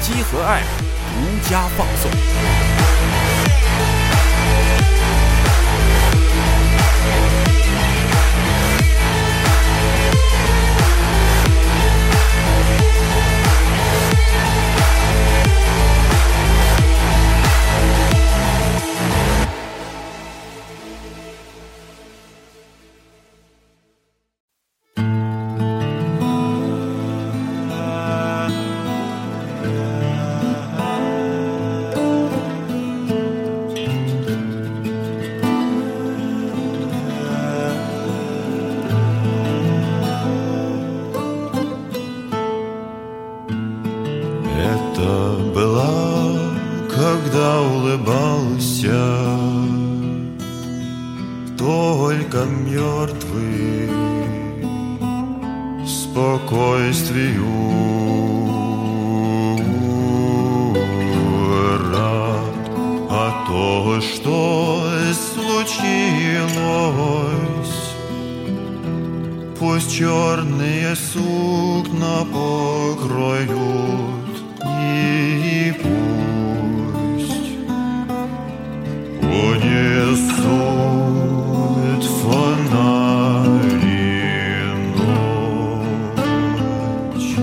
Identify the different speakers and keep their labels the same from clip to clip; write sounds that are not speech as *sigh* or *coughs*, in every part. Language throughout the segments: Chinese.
Speaker 1: 积禾 App 独家放送。
Speaker 2: Это была, когда улыбался Только мертвый Спокойствию рад А то, что случилось Пусть черные сукна покроют И пусть унесут фонари ночь.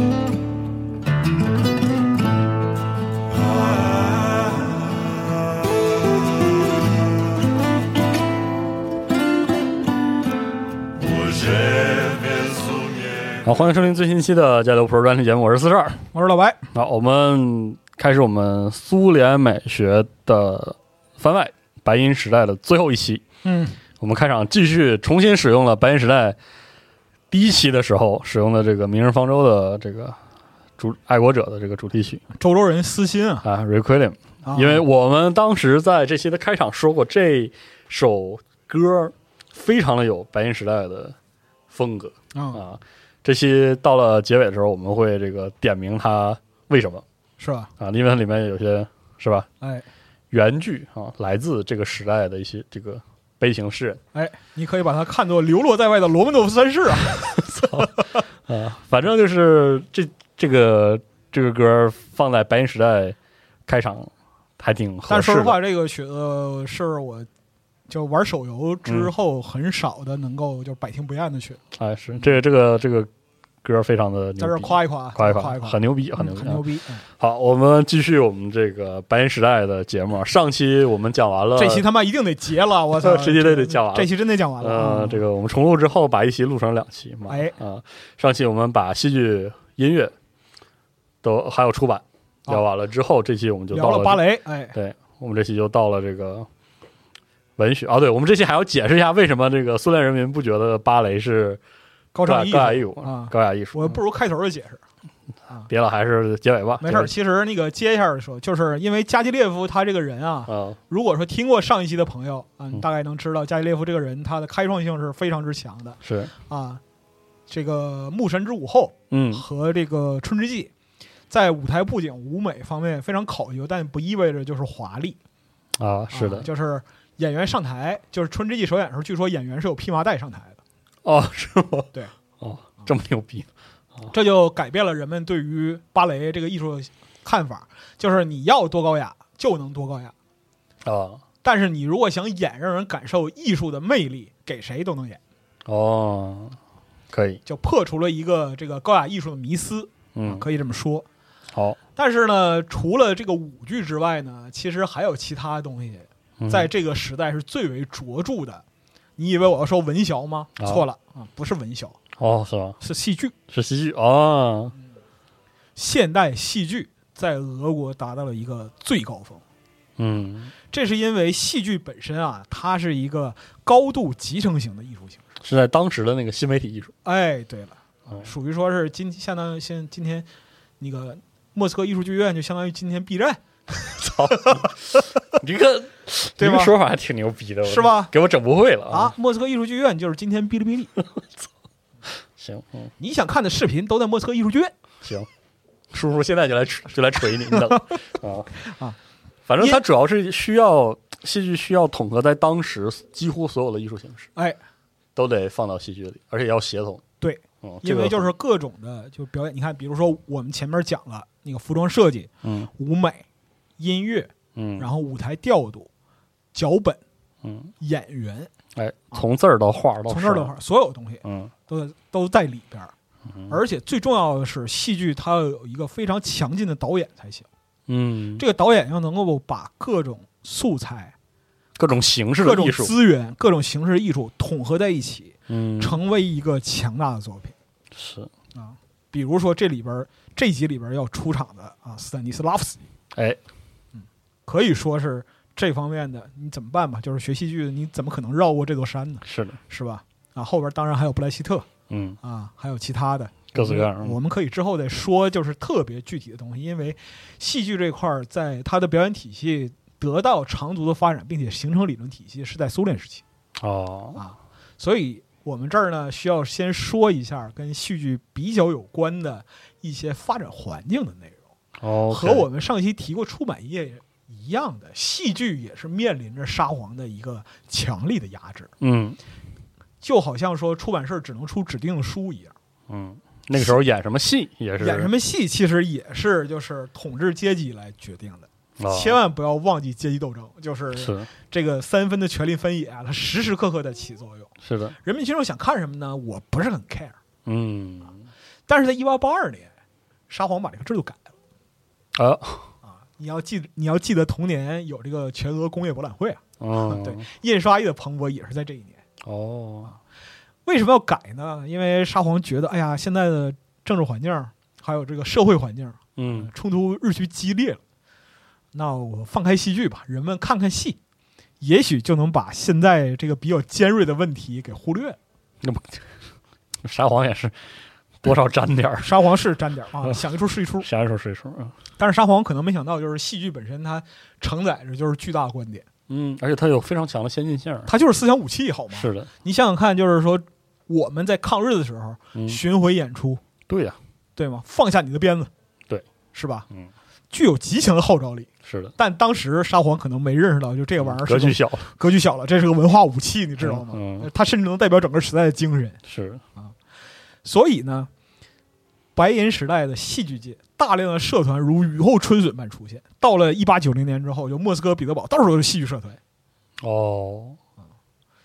Speaker 2: Уже безумие
Speaker 3: 好，欢迎收听最新期的《交流普罗专题节目》，我是四十二。
Speaker 4: 我是老白，
Speaker 3: 好，我们开始我们苏联美学的番外《白银时代》的最后一期。
Speaker 4: 嗯，
Speaker 3: 我们开场继续重新使用了《白银时代》第一期的时候使用的这个《明日方舟》的这个主爱国者的这个主题曲
Speaker 4: 周周人私心啊，
Speaker 3: 啊，《Requiem》，
Speaker 4: 啊
Speaker 3: 因为我们当时在这期的开场说过，这首歌非常的有白银时代的风格。
Speaker 4: 啊
Speaker 3: 啊，这期到了结尾的时候，我们会这个点明它为什么
Speaker 4: 是吧？
Speaker 3: 啊，因为它里面有些是吧
Speaker 4: 哎
Speaker 3: 原句啊，来自这个时代的一些这个悲情诗人
Speaker 4: 哎，你可以把它看作流落在外的罗曼诺夫三世
Speaker 3: *laughs*
Speaker 4: 啊，
Speaker 3: 啊，反正就是这这个这个歌放在白银时代开场还挺合适的。
Speaker 4: 但是说实话，这个曲子是我就玩手游
Speaker 3: 嗯
Speaker 4: 之后很少的能够就百听不厌的曲，
Speaker 3: 哎，是这个这个这个歌非常的牛逼
Speaker 4: 在这儿夸一夸，
Speaker 3: 夸一
Speaker 4: 夸一夸，
Speaker 3: 很牛逼，
Speaker 4: 嗯
Speaker 3: 很牛逼。啊
Speaker 4: 很牛逼。嗯
Speaker 3: 好，我们继续我们这个白银时代的节目啊。上期我们讲完了，
Speaker 4: 这期他妈一定得结了，我
Speaker 3: *laughs*
Speaker 4: 操！
Speaker 3: 这期得得讲完了
Speaker 4: 这期真得讲完了
Speaker 3: 呃，
Speaker 4: 啊。
Speaker 3: 这个我们重录之后，把一期录成两期嘛。
Speaker 4: 哎
Speaker 3: 啊、上期我们把戏剧、音乐都还有出版
Speaker 4: 啊
Speaker 3: 聊完了之后，这期我们就
Speaker 4: 聊
Speaker 3: 到
Speaker 4: 了芭，蕾，哎，
Speaker 3: 对我们这期就到了这个文学啊。对，我们这期还要解释一下为什么这个苏联人民不觉得芭蕾是
Speaker 4: 高
Speaker 3: 高
Speaker 4: 尚艺
Speaker 3: 雅高雅艺术
Speaker 4: 术啊，
Speaker 3: 高雅艺术。嗯
Speaker 4: 我不如开头就解释。
Speaker 3: 别了，还是结尾吧。
Speaker 4: 没事儿，
Speaker 3: 就是
Speaker 4: 其实那个接一下的时候，就是因为加基列夫他这个人啊，
Speaker 3: 啊、
Speaker 4: 如果说听过上一期的朋友啊，你
Speaker 3: 嗯
Speaker 4: 大概能知道加里列夫这个人，他的开创性是非常之强的
Speaker 3: 是，
Speaker 4: 啊。这个《牧神之舞后
Speaker 3: 嗯》，
Speaker 4: 和这个《春之祭》，在舞台布景、舞美方面非常考究，但不意味着就是华丽。
Speaker 3: 啊，是的
Speaker 4: 啊，就是演员上台，就是《春之祭》首演的时候，据说演员是有披麻戴上台的，
Speaker 3: 哦， *laughs* 是吗？
Speaker 4: 对，
Speaker 3: 哦，这么牛逼，啊
Speaker 4: 这就改变了人们对于芭蕾这个艺术的看法，就是你要多高雅就能多高雅，
Speaker 3: 啊，
Speaker 4: 但是你如果想演让人感受艺术的魅力，给谁都能演。
Speaker 3: 哦，可以，
Speaker 4: 就破除了一个这个高雅艺术的迷思，
Speaker 3: 嗯，
Speaker 4: 可以这么说。
Speaker 3: 好，
Speaker 4: 但是呢，除了这个舞剧之外呢，其实还有其他东西
Speaker 3: 嗯
Speaker 4: 在这个时代是最为卓著的。你以为我要说文学吗？
Speaker 3: 啊
Speaker 4: 错了啊，不是文学，
Speaker 3: 哦是吧？
Speaker 4: 是戏剧。
Speaker 3: 是戏剧哦，
Speaker 4: 现代戏剧在俄国达到了一个最高峰。
Speaker 3: 嗯，
Speaker 4: 这是因为戏剧本身啊，它是一个高度集成型的艺术形式。
Speaker 3: 是在当时的那个新媒体
Speaker 4: *laughs*
Speaker 3: 艺术，
Speaker 4: 哎，对了，
Speaker 3: 哦
Speaker 4: 属于说是今相当于现今天那个莫斯科艺术剧院，就相当于今天 B 站，
Speaker 3: 操，你这个
Speaker 4: 对
Speaker 3: 这
Speaker 4: 吧
Speaker 3: 个说法还挺牛逼的，我
Speaker 4: 是吧？
Speaker 3: 给我整不会了
Speaker 4: 啊！！莫斯科艺术剧院就是今天哔哩
Speaker 3: *laughs*
Speaker 4: 哔哩，
Speaker 3: 行，嗯，
Speaker 4: 你想看的视频都在莫斯科艺术剧院。
Speaker 3: 行，叔叔现在就来捶 *laughs* 就来锤你，你
Speaker 4: *laughs*
Speaker 3: 等啊
Speaker 4: 啊！
Speaker 3: 反正它主要是需要戏剧需要统合在当时几乎所有的艺术形式，
Speaker 4: 哎，
Speaker 3: 都得放到戏剧里，而且要协同。
Speaker 4: 对，
Speaker 3: 哦，这
Speaker 4: 因
Speaker 3: 个
Speaker 4: 为就是各种的就表演，你看，比如说我们前面讲了那个服装设计、
Speaker 3: 嗯
Speaker 4: 舞美、音乐，
Speaker 3: 嗯，
Speaker 4: 然后舞台调度、脚本、
Speaker 3: 嗯，
Speaker 4: 演员，
Speaker 3: 哎，从字儿到画儿到嗯
Speaker 4: 啊从这儿
Speaker 3: 声
Speaker 4: 的话，所有东西
Speaker 3: 嗯
Speaker 4: 都在都在里边儿。而且最重要的是，戏剧它要有一个非常强劲的导演才行。
Speaker 3: 嗯，
Speaker 4: 这个导演要能够把各种素材、
Speaker 3: 各种形式
Speaker 4: 各
Speaker 3: 的
Speaker 4: 种
Speaker 3: 艺术，
Speaker 4: 资源、各种形式艺术统合在一起，
Speaker 3: 嗯，
Speaker 4: 成为一个强大的作品。
Speaker 3: 是，
Speaker 4: 比如说这里边儿这集里边儿要出场的啊，斯坦尼斯拉夫斯基
Speaker 3: 哎，
Speaker 4: 可以说是这方面的。你怎么办吧？就是学戏剧，你怎么可能绕过这座山呢？
Speaker 3: 是的，
Speaker 4: 是吧？啊，后边儿当然还有布莱希特
Speaker 3: 嗯，
Speaker 4: 啊，还有其他的。
Speaker 3: 各式各样，
Speaker 4: 我们可以之后再说，就是特别具体的东西，因为戏剧这块儿在它的表演体系得到长足的发展，并且形成理论体系是在苏联时期，
Speaker 3: 哦，
Speaker 4: 所以我们这儿呢需要先说一下跟戏剧比较有关的一些发展环境的内容，
Speaker 3: 哦，
Speaker 4: 和我们上期提过出版业一样的，戏剧也是面临着沙皇的一个强力的压制，
Speaker 3: 嗯
Speaker 4: 就好像说出版社只能出指定的书一样。
Speaker 3: 嗯，那个时候演什么戏也是
Speaker 4: 演什么戏其实也是就是统治阶级来决定的，
Speaker 3: 么
Speaker 4: 千万不要忘记阶级斗争，就是
Speaker 3: 哦是
Speaker 4: 这个三分的权力分野啊，它时时刻刻在起作用。
Speaker 3: 是的，
Speaker 4: 人民群众想看什么呢？我不是很 care，
Speaker 3: 嗯
Speaker 4: 但是在一八八二年，沙皇把这个制度改了
Speaker 3: 啊，
Speaker 4: 啊。你要记，你要记得同年有这个全俄工业博览会啊，
Speaker 3: 嗯，
Speaker 4: *laughs* 对，印刷业的蓬勃也是在这一年。
Speaker 3: 哦，
Speaker 4: 为什么要改呢？因为沙皇觉得，哎呀，现在的政治环境还有这个社会环境
Speaker 3: 嗯
Speaker 4: 冲突日趋激烈了。那我放开戏剧吧，人们看看戏，也许就能把现在这个比较尖锐的问题给忽略。
Speaker 3: 沙皇也是多少沾点儿，
Speaker 4: 沙皇是沾点儿啊，
Speaker 3: 嗯
Speaker 4: 想一出是一出。
Speaker 3: 啥时候谁说啊？
Speaker 4: 但是沙皇可能没想到，就是戏剧本身它承载着就是巨大的观点，
Speaker 3: 嗯，而且它有非常强的先进性儿，
Speaker 4: 它就是思想武器，好吗？
Speaker 3: 是的，
Speaker 4: 你想想看，就是说我们在抗日的时候
Speaker 3: 嗯，
Speaker 4: 巡回演出，
Speaker 3: 对呀，
Speaker 4: 对吗？放下你的鞭子，
Speaker 3: 对，
Speaker 4: 是吧？
Speaker 3: 嗯，
Speaker 4: 具有极强的号召力。
Speaker 3: 是的，
Speaker 4: 但当时沙皇可能没认识到，就这个玩意儿
Speaker 3: 嗯格
Speaker 4: 是个
Speaker 3: 局小，
Speaker 4: 格局小了，这是个文化武器，你知道吗？
Speaker 3: 嗯嗯
Speaker 4: 它甚至能代表整个时代的精神。
Speaker 3: 是的
Speaker 4: 所以呢，白银时代的戏剧界，大量的社团如雨后春笋般出现。到了一八九零年之后，就莫斯科、彼得堡到处都是戏剧社团。
Speaker 3: 哦，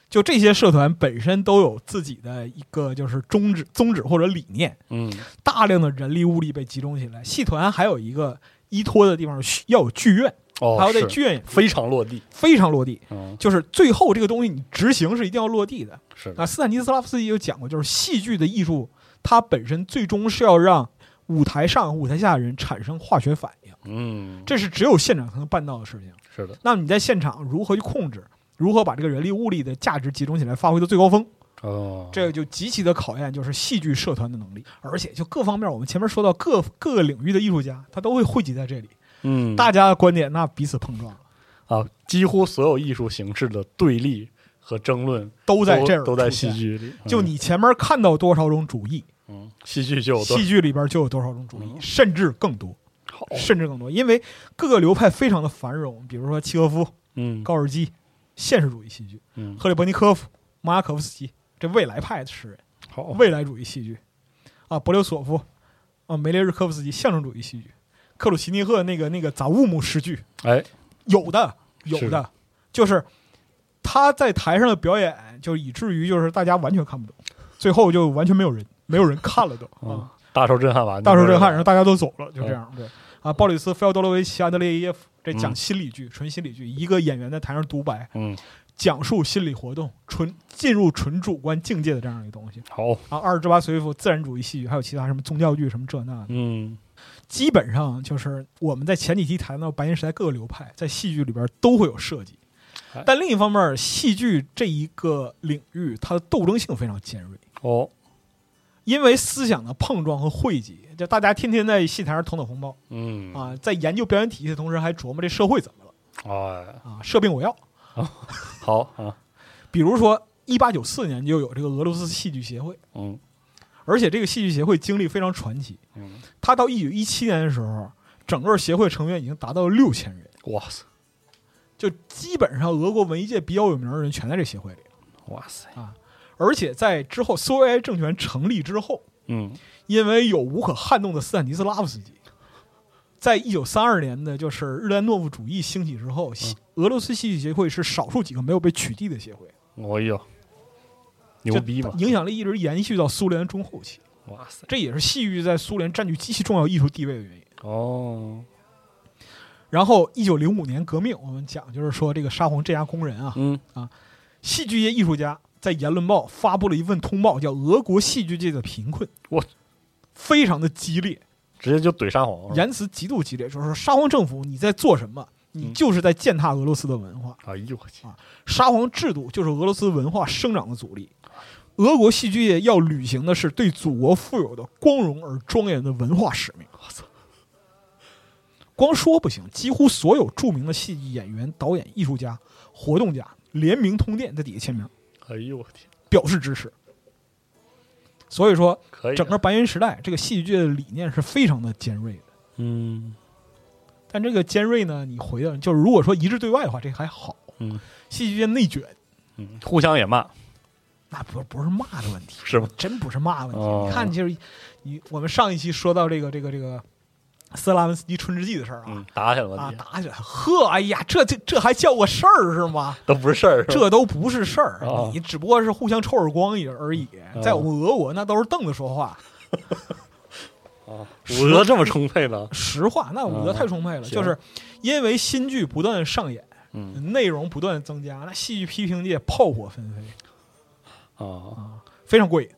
Speaker 4: 就这些社团本身都有自己的一个就是宗旨、宗旨或者理念，
Speaker 3: 嗯
Speaker 4: 大量的人力物力被集中起来。戏团还有一个依托的地方，需要有剧院，
Speaker 3: 哦，
Speaker 4: 还要在
Speaker 3: 是
Speaker 4: 剧院演出
Speaker 3: 非常落地，
Speaker 4: 非常落地。
Speaker 3: 嗯，
Speaker 4: 就是最后这个东西，你执行是一定要落地的。
Speaker 3: 是的，
Speaker 4: 啊，斯坦尼斯拉夫斯基就讲过，就是戏剧的艺术，它本身最终是要让舞台上、和舞台下的人产生化学反应，
Speaker 3: 嗯，
Speaker 4: 这是只有现场才能办到的事情。
Speaker 3: 是的，
Speaker 4: 那么你在现场如何去控制，如何把这个人力物力的价值集中起来，发挥到最高峰，
Speaker 3: 哦，
Speaker 4: 这个就极其的考验就是戏剧社团的能力，而且就各方面，我们前面说到各各个领域的艺术家，他都会汇集在这里，
Speaker 3: 嗯，
Speaker 4: 大家的观点那彼此碰撞了，
Speaker 3: 啊，几乎所有艺术形式的对立和争论
Speaker 4: 都在这儿
Speaker 3: 都在
Speaker 4: 出现
Speaker 3: 戏。剧里。
Speaker 4: 就
Speaker 3: 嗯
Speaker 4: 你前面看到多少种主义，
Speaker 3: 嗯，戏剧就有多嗯
Speaker 4: 戏剧里边就有多少种主义，甚至更多。
Speaker 3: 好，
Speaker 4: 甚至更多，因为各个流派非常的繁荣，比如说契诃夫、
Speaker 3: 嗯
Speaker 4: 高尔基、现实主义戏剧、
Speaker 3: 嗯，
Speaker 4: 赫里伯尼科夫、马雅可夫斯基这未来派的诗人，
Speaker 3: 好，
Speaker 4: 未来主义戏剧啊，勃列索夫啊，梅列日科夫斯基象征主义戏剧，克鲁奇尼赫那个那个杂物姆诗句，
Speaker 3: 哎，
Speaker 4: 有的有
Speaker 3: 是
Speaker 4: 的，就是他在台上的表演，就以至于就是大家完全看不懂，最后就 *laughs* 完全没有人没有人看了都啊。啊
Speaker 3: 嗯，大受震撼吧？
Speaker 4: 大受震撼，
Speaker 3: 你
Speaker 4: 然
Speaker 3: 说
Speaker 4: 后大家都走了，就这样。对啊，鲍里斯·费奥多罗维奇·安德烈耶夫，这讲心理剧，纯心理剧，一个演员在台上独白，
Speaker 3: 嗯，
Speaker 4: 讲述心理活动，纯进入纯主观境界的这样一个东西
Speaker 3: 好，
Speaker 4: 啊。二十之八随夫自然主义戏剧，还有其他什么宗教剧什么这那的，
Speaker 3: 嗯
Speaker 4: 基本上就是我们在前几期谈到白银时代各个流派在戏剧里边都会有涉及
Speaker 3: 哎，
Speaker 4: 但另一方面，戏剧这一个领域它的斗争性非常尖锐，
Speaker 3: 哦，
Speaker 4: 因为思想的碰撞和汇集，就大家天天在戏台上头脑风暴
Speaker 3: 嗯，
Speaker 4: 啊，在研究表演体系的同时，还琢磨这社会怎么了
Speaker 3: 哎，
Speaker 4: 啊，设病我药。
Speaker 3: 好啊，
Speaker 4: 比如说，一八九四年就有这个俄罗斯戏剧协会，
Speaker 3: 嗯
Speaker 4: 而且这个戏剧协会经历非常传奇，
Speaker 3: 嗯，
Speaker 4: 它到一九一七年的时候，整个协会成员已经达到六千人。
Speaker 3: 哇塞，
Speaker 4: 就基本上俄国文艺界比较有名的人全在这协会里，
Speaker 3: 哇塞，
Speaker 4: 而且在之后苏维埃政权成立之后，
Speaker 3: 嗯
Speaker 4: 因为有无可撼动的斯坦尼斯拉夫斯基，在一九三二年的就是日丹诺夫主义兴起之后，
Speaker 3: 嗯
Speaker 4: 西俄罗斯戏剧协会是少数几个没有被取缔的协会，
Speaker 3: 哎呦，牛逼嘛
Speaker 4: 这，影响力一直延续到苏联中后期，
Speaker 3: 哇塞，
Speaker 4: 这也是戏剧在苏联占据极其重要艺术地位的原因。
Speaker 3: 哦，
Speaker 4: 然后，一九零五年革命，我们讲就是说这个沙皇镇压工人啊，
Speaker 3: 嗯
Speaker 4: 戏剧界艺术家在《言论报》发布了一份通报，叫《俄国戏剧界的贫困》。
Speaker 3: 我
Speaker 4: 非常的激烈，
Speaker 3: 直接就怼沙皇是吧，
Speaker 4: 言辞极度激烈，就是说沙皇政府你在做什么？你就是在践踏俄罗斯的文化，
Speaker 3: 哎呦我去，
Speaker 4: 沙皇制度就是俄罗斯文化生长的阻力。俄国戏剧业要履行的是对祖国富有的光荣而庄严的文化使命。
Speaker 3: 我操，
Speaker 4: 光说不行，几乎所有著名的戏剧演员、导演、艺术家、活动家联名通电，在底下签名
Speaker 3: 哎呦我天，
Speaker 4: 表示支持。所以说，
Speaker 3: 可以啊，
Speaker 4: 整个白银时代，这个戏剧界的理念是非常的尖锐的。
Speaker 3: 嗯
Speaker 4: 但这个尖锐呢，你回到就是如果说一致对外的话，这还好。
Speaker 3: 嗯，
Speaker 4: 戏剧界内卷，
Speaker 3: 嗯，互相也骂
Speaker 4: 那不不是骂的问题，
Speaker 3: 是吗？
Speaker 4: 真不是骂问题。
Speaker 3: 哦
Speaker 4: 你看，就是你我们上一期说到这个这个这个斯拉文斯基春之祭的事儿啊、
Speaker 3: 嗯，打起来了
Speaker 4: 啊，
Speaker 3: 你，
Speaker 4: 打起来，呵，哎呀，这这这还叫个事儿是吗？
Speaker 3: 都不是事儿 *laughs* 是吧，
Speaker 4: 这都不是事儿，
Speaker 3: 哦
Speaker 4: 你只不过是互相抽耳光也而已。
Speaker 3: 哦
Speaker 4: 在我们俄国，那都是凳子说话，
Speaker 3: 啊，武德这么充沛呢？
Speaker 4: 实话，那武德
Speaker 3: 嗯
Speaker 4: 太充沛了，
Speaker 3: 行
Speaker 4: 就是因为新剧不断上演，
Speaker 3: 嗯
Speaker 4: 内容不断增加，那戏剧批评界炮火纷飞，
Speaker 3: 啊，
Speaker 4: 非常过瘾。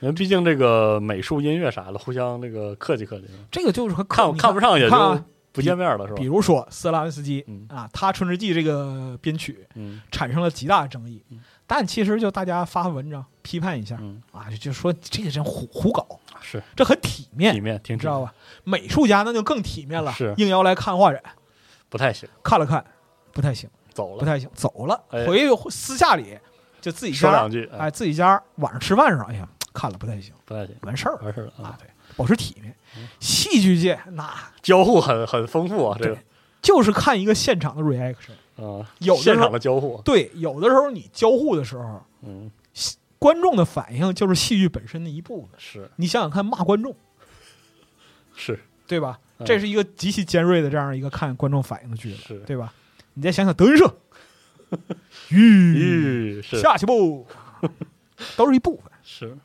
Speaker 3: 因为毕竟这个美术、音乐啥的，互相那个客气客气，
Speaker 4: 这个就是和
Speaker 3: 看看不上也
Speaker 4: 你看啊
Speaker 3: 就不见面了，是吧
Speaker 4: 比？如说斯拉文斯基
Speaker 3: 嗯
Speaker 4: 啊，他《春之祭》这个编曲
Speaker 3: 嗯
Speaker 4: 产生了极大的争议
Speaker 3: 嗯，
Speaker 4: 但其实就大家发文章批判一下
Speaker 3: 嗯，
Speaker 4: 啊，就就说这个人胡胡搞，
Speaker 3: 是
Speaker 4: 这很体
Speaker 3: 体
Speaker 4: 面，
Speaker 3: 面挺
Speaker 4: 啊你知道啊
Speaker 3: 吧？
Speaker 4: 吧？美术家那就更体面了，
Speaker 3: 是
Speaker 4: 应邀来看画展，
Speaker 3: 不太行，
Speaker 4: 看了看，不太行，
Speaker 3: 走
Speaker 4: 不
Speaker 3: 了，
Speaker 4: 太行，走了，
Speaker 3: 哎
Speaker 4: 回去私下里就自己
Speaker 3: 说
Speaker 4: 家
Speaker 3: 两，句，哎
Speaker 4: 哎，，自己家晚上吃饭上，哎呀，看了不太行，
Speaker 3: 不太行，
Speaker 4: 完事儿了。
Speaker 3: 完事儿了
Speaker 4: 啊
Speaker 3: 啊，，
Speaker 4: 对，保持体面。
Speaker 3: 嗯
Speaker 4: 戏剧界那
Speaker 3: 交互很很丰富啊，这个
Speaker 4: 就是看一个现场的 reaction。
Speaker 3: 啊，
Speaker 4: 有的时
Speaker 3: 现
Speaker 4: 候
Speaker 3: 场的交互，啊
Speaker 4: 对，有的时候你交互的时候，
Speaker 3: 嗯，
Speaker 4: 观众的反应就是戏剧本身的一部分。
Speaker 3: 是
Speaker 4: 你想想看，骂观众，
Speaker 3: 是
Speaker 4: 对吧？
Speaker 3: 嗯
Speaker 4: 这是一个极其尖锐的这样一个看观众反应的剧了，
Speaker 3: 是，
Speaker 4: 对吧？你再想想德云社，嗯吁，
Speaker 3: *laughs* 咦，是
Speaker 4: 下去不， *laughs* 都是一部分。
Speaker 3: 是，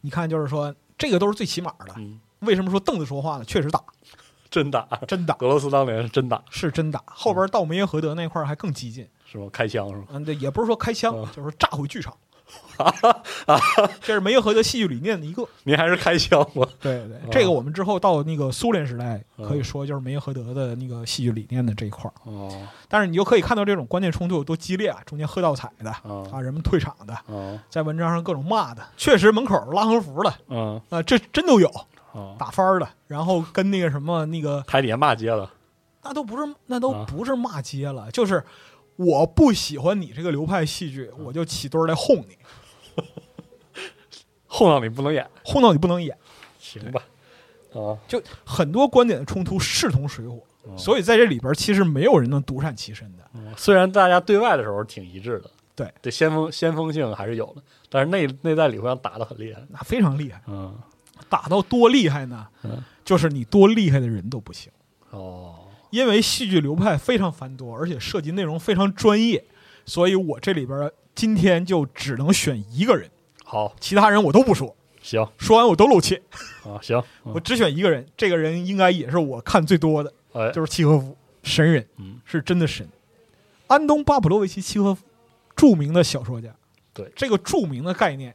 Speaker 4: 你看，就是说这个都是最起码的。
Speaker 3: 嗯，
Speaker 4: 为什么说凳子说话呢？确实打，
Speaker 3: *laughs* 真打，
Speaker 4: 真打
Speaker 3: 俄罗斯当年是真打，
Speaker 4: 是真打。后边到梅耶荷德那块儿还更激进。
Speaker 3: 是吧？开枪是吧？
Speaker 4: 嗯，对，也不是说开枪，
Speaker 3: 嗯
Speaker 4: 就是炸毁
Speaker 3: *laughs*
Speaker 4: 剧场。这是梅耶荷德戏剧理念的一个。
Speaker 3: 您还是开枪吧，
Speaker 4: 对对
Speaker 3: 嗯，
Speaker 4: 这个我们之后到那个苏联时代，
Speaker 3: 嗯
Speaker 4: 可以说就是梅耶荷德的那个戏剧理念的这一块儿。
Speaker 3: 哦
Speaker 4: 但是你就可以看到这种观念冲突有多激烈啊，中间喝倒彩的
Speaker 3: 嗯
Speaker 4: 啊，人们退场的，
Speaker 3: 哦
Speaker 4: 在文章上各种骂的，确实门口拉横幅的
Speaker 3: 嗯
Speaker 4: 啊，这真都有
Speaker 3: 哦，
Speaker 4: 打翻儿的，然后跟那个什么那个
Speaker 3: 台底下骂街了，
Speaker 4: 那都不是那都
Speaker 3: 啊
Speaker 4: 不是骂街了，就是我不喜欢你这个流派戏剧，我就起堆儿来哄你，
Speaker 3: 后到你不能演，
Speaker 4: 哄到你不能演。
Speaker 3: 行吧？啊，
Speaker 4: 就很多观点的冲突势同水火，
Speaker 3: 哦
Speaker 4: 所以在这里边其实没有人能独善其身的。
Speaker 3: 嗯虽然大家对外的时候挺一致的，
Speaker 4: 对，
Speaker 3: 这先锋先锋性还是有的，但是内内在里互相打得很厉害。
Speaker 4: 那非常厉害，
Speaker 3: 嗯，
Speaker 4: 打到多厉害呢
Speaker 3: 嗯？
Speaker 4: 就是你多厉害的人都不行，
Speaker 3: 哦，
Speaker 4: 因为戏剧流派非常繁多，而且涉及内容非常专业，所以我这里边今天就只能选一个人，
Speaker 3: 好，
Speaker 4: 其他人我都不说。
Speaker 3: 行
Speaker 4: 说完我都露怯，
Speaker 3: 啊，行，嗯
Speaker 4: 我只选一个人，这个人应该也是我看最多的，
Speaker 3: 哎，
Speaker 4: 就是契诃夫，神人
Speaker 3: 嗯，
Speaker 4: 是真的神。安东·巴甫洛维奇·契诃夫，著名的小说家。
Speaker 3: 对
Speaker 4: 这个著名的概念，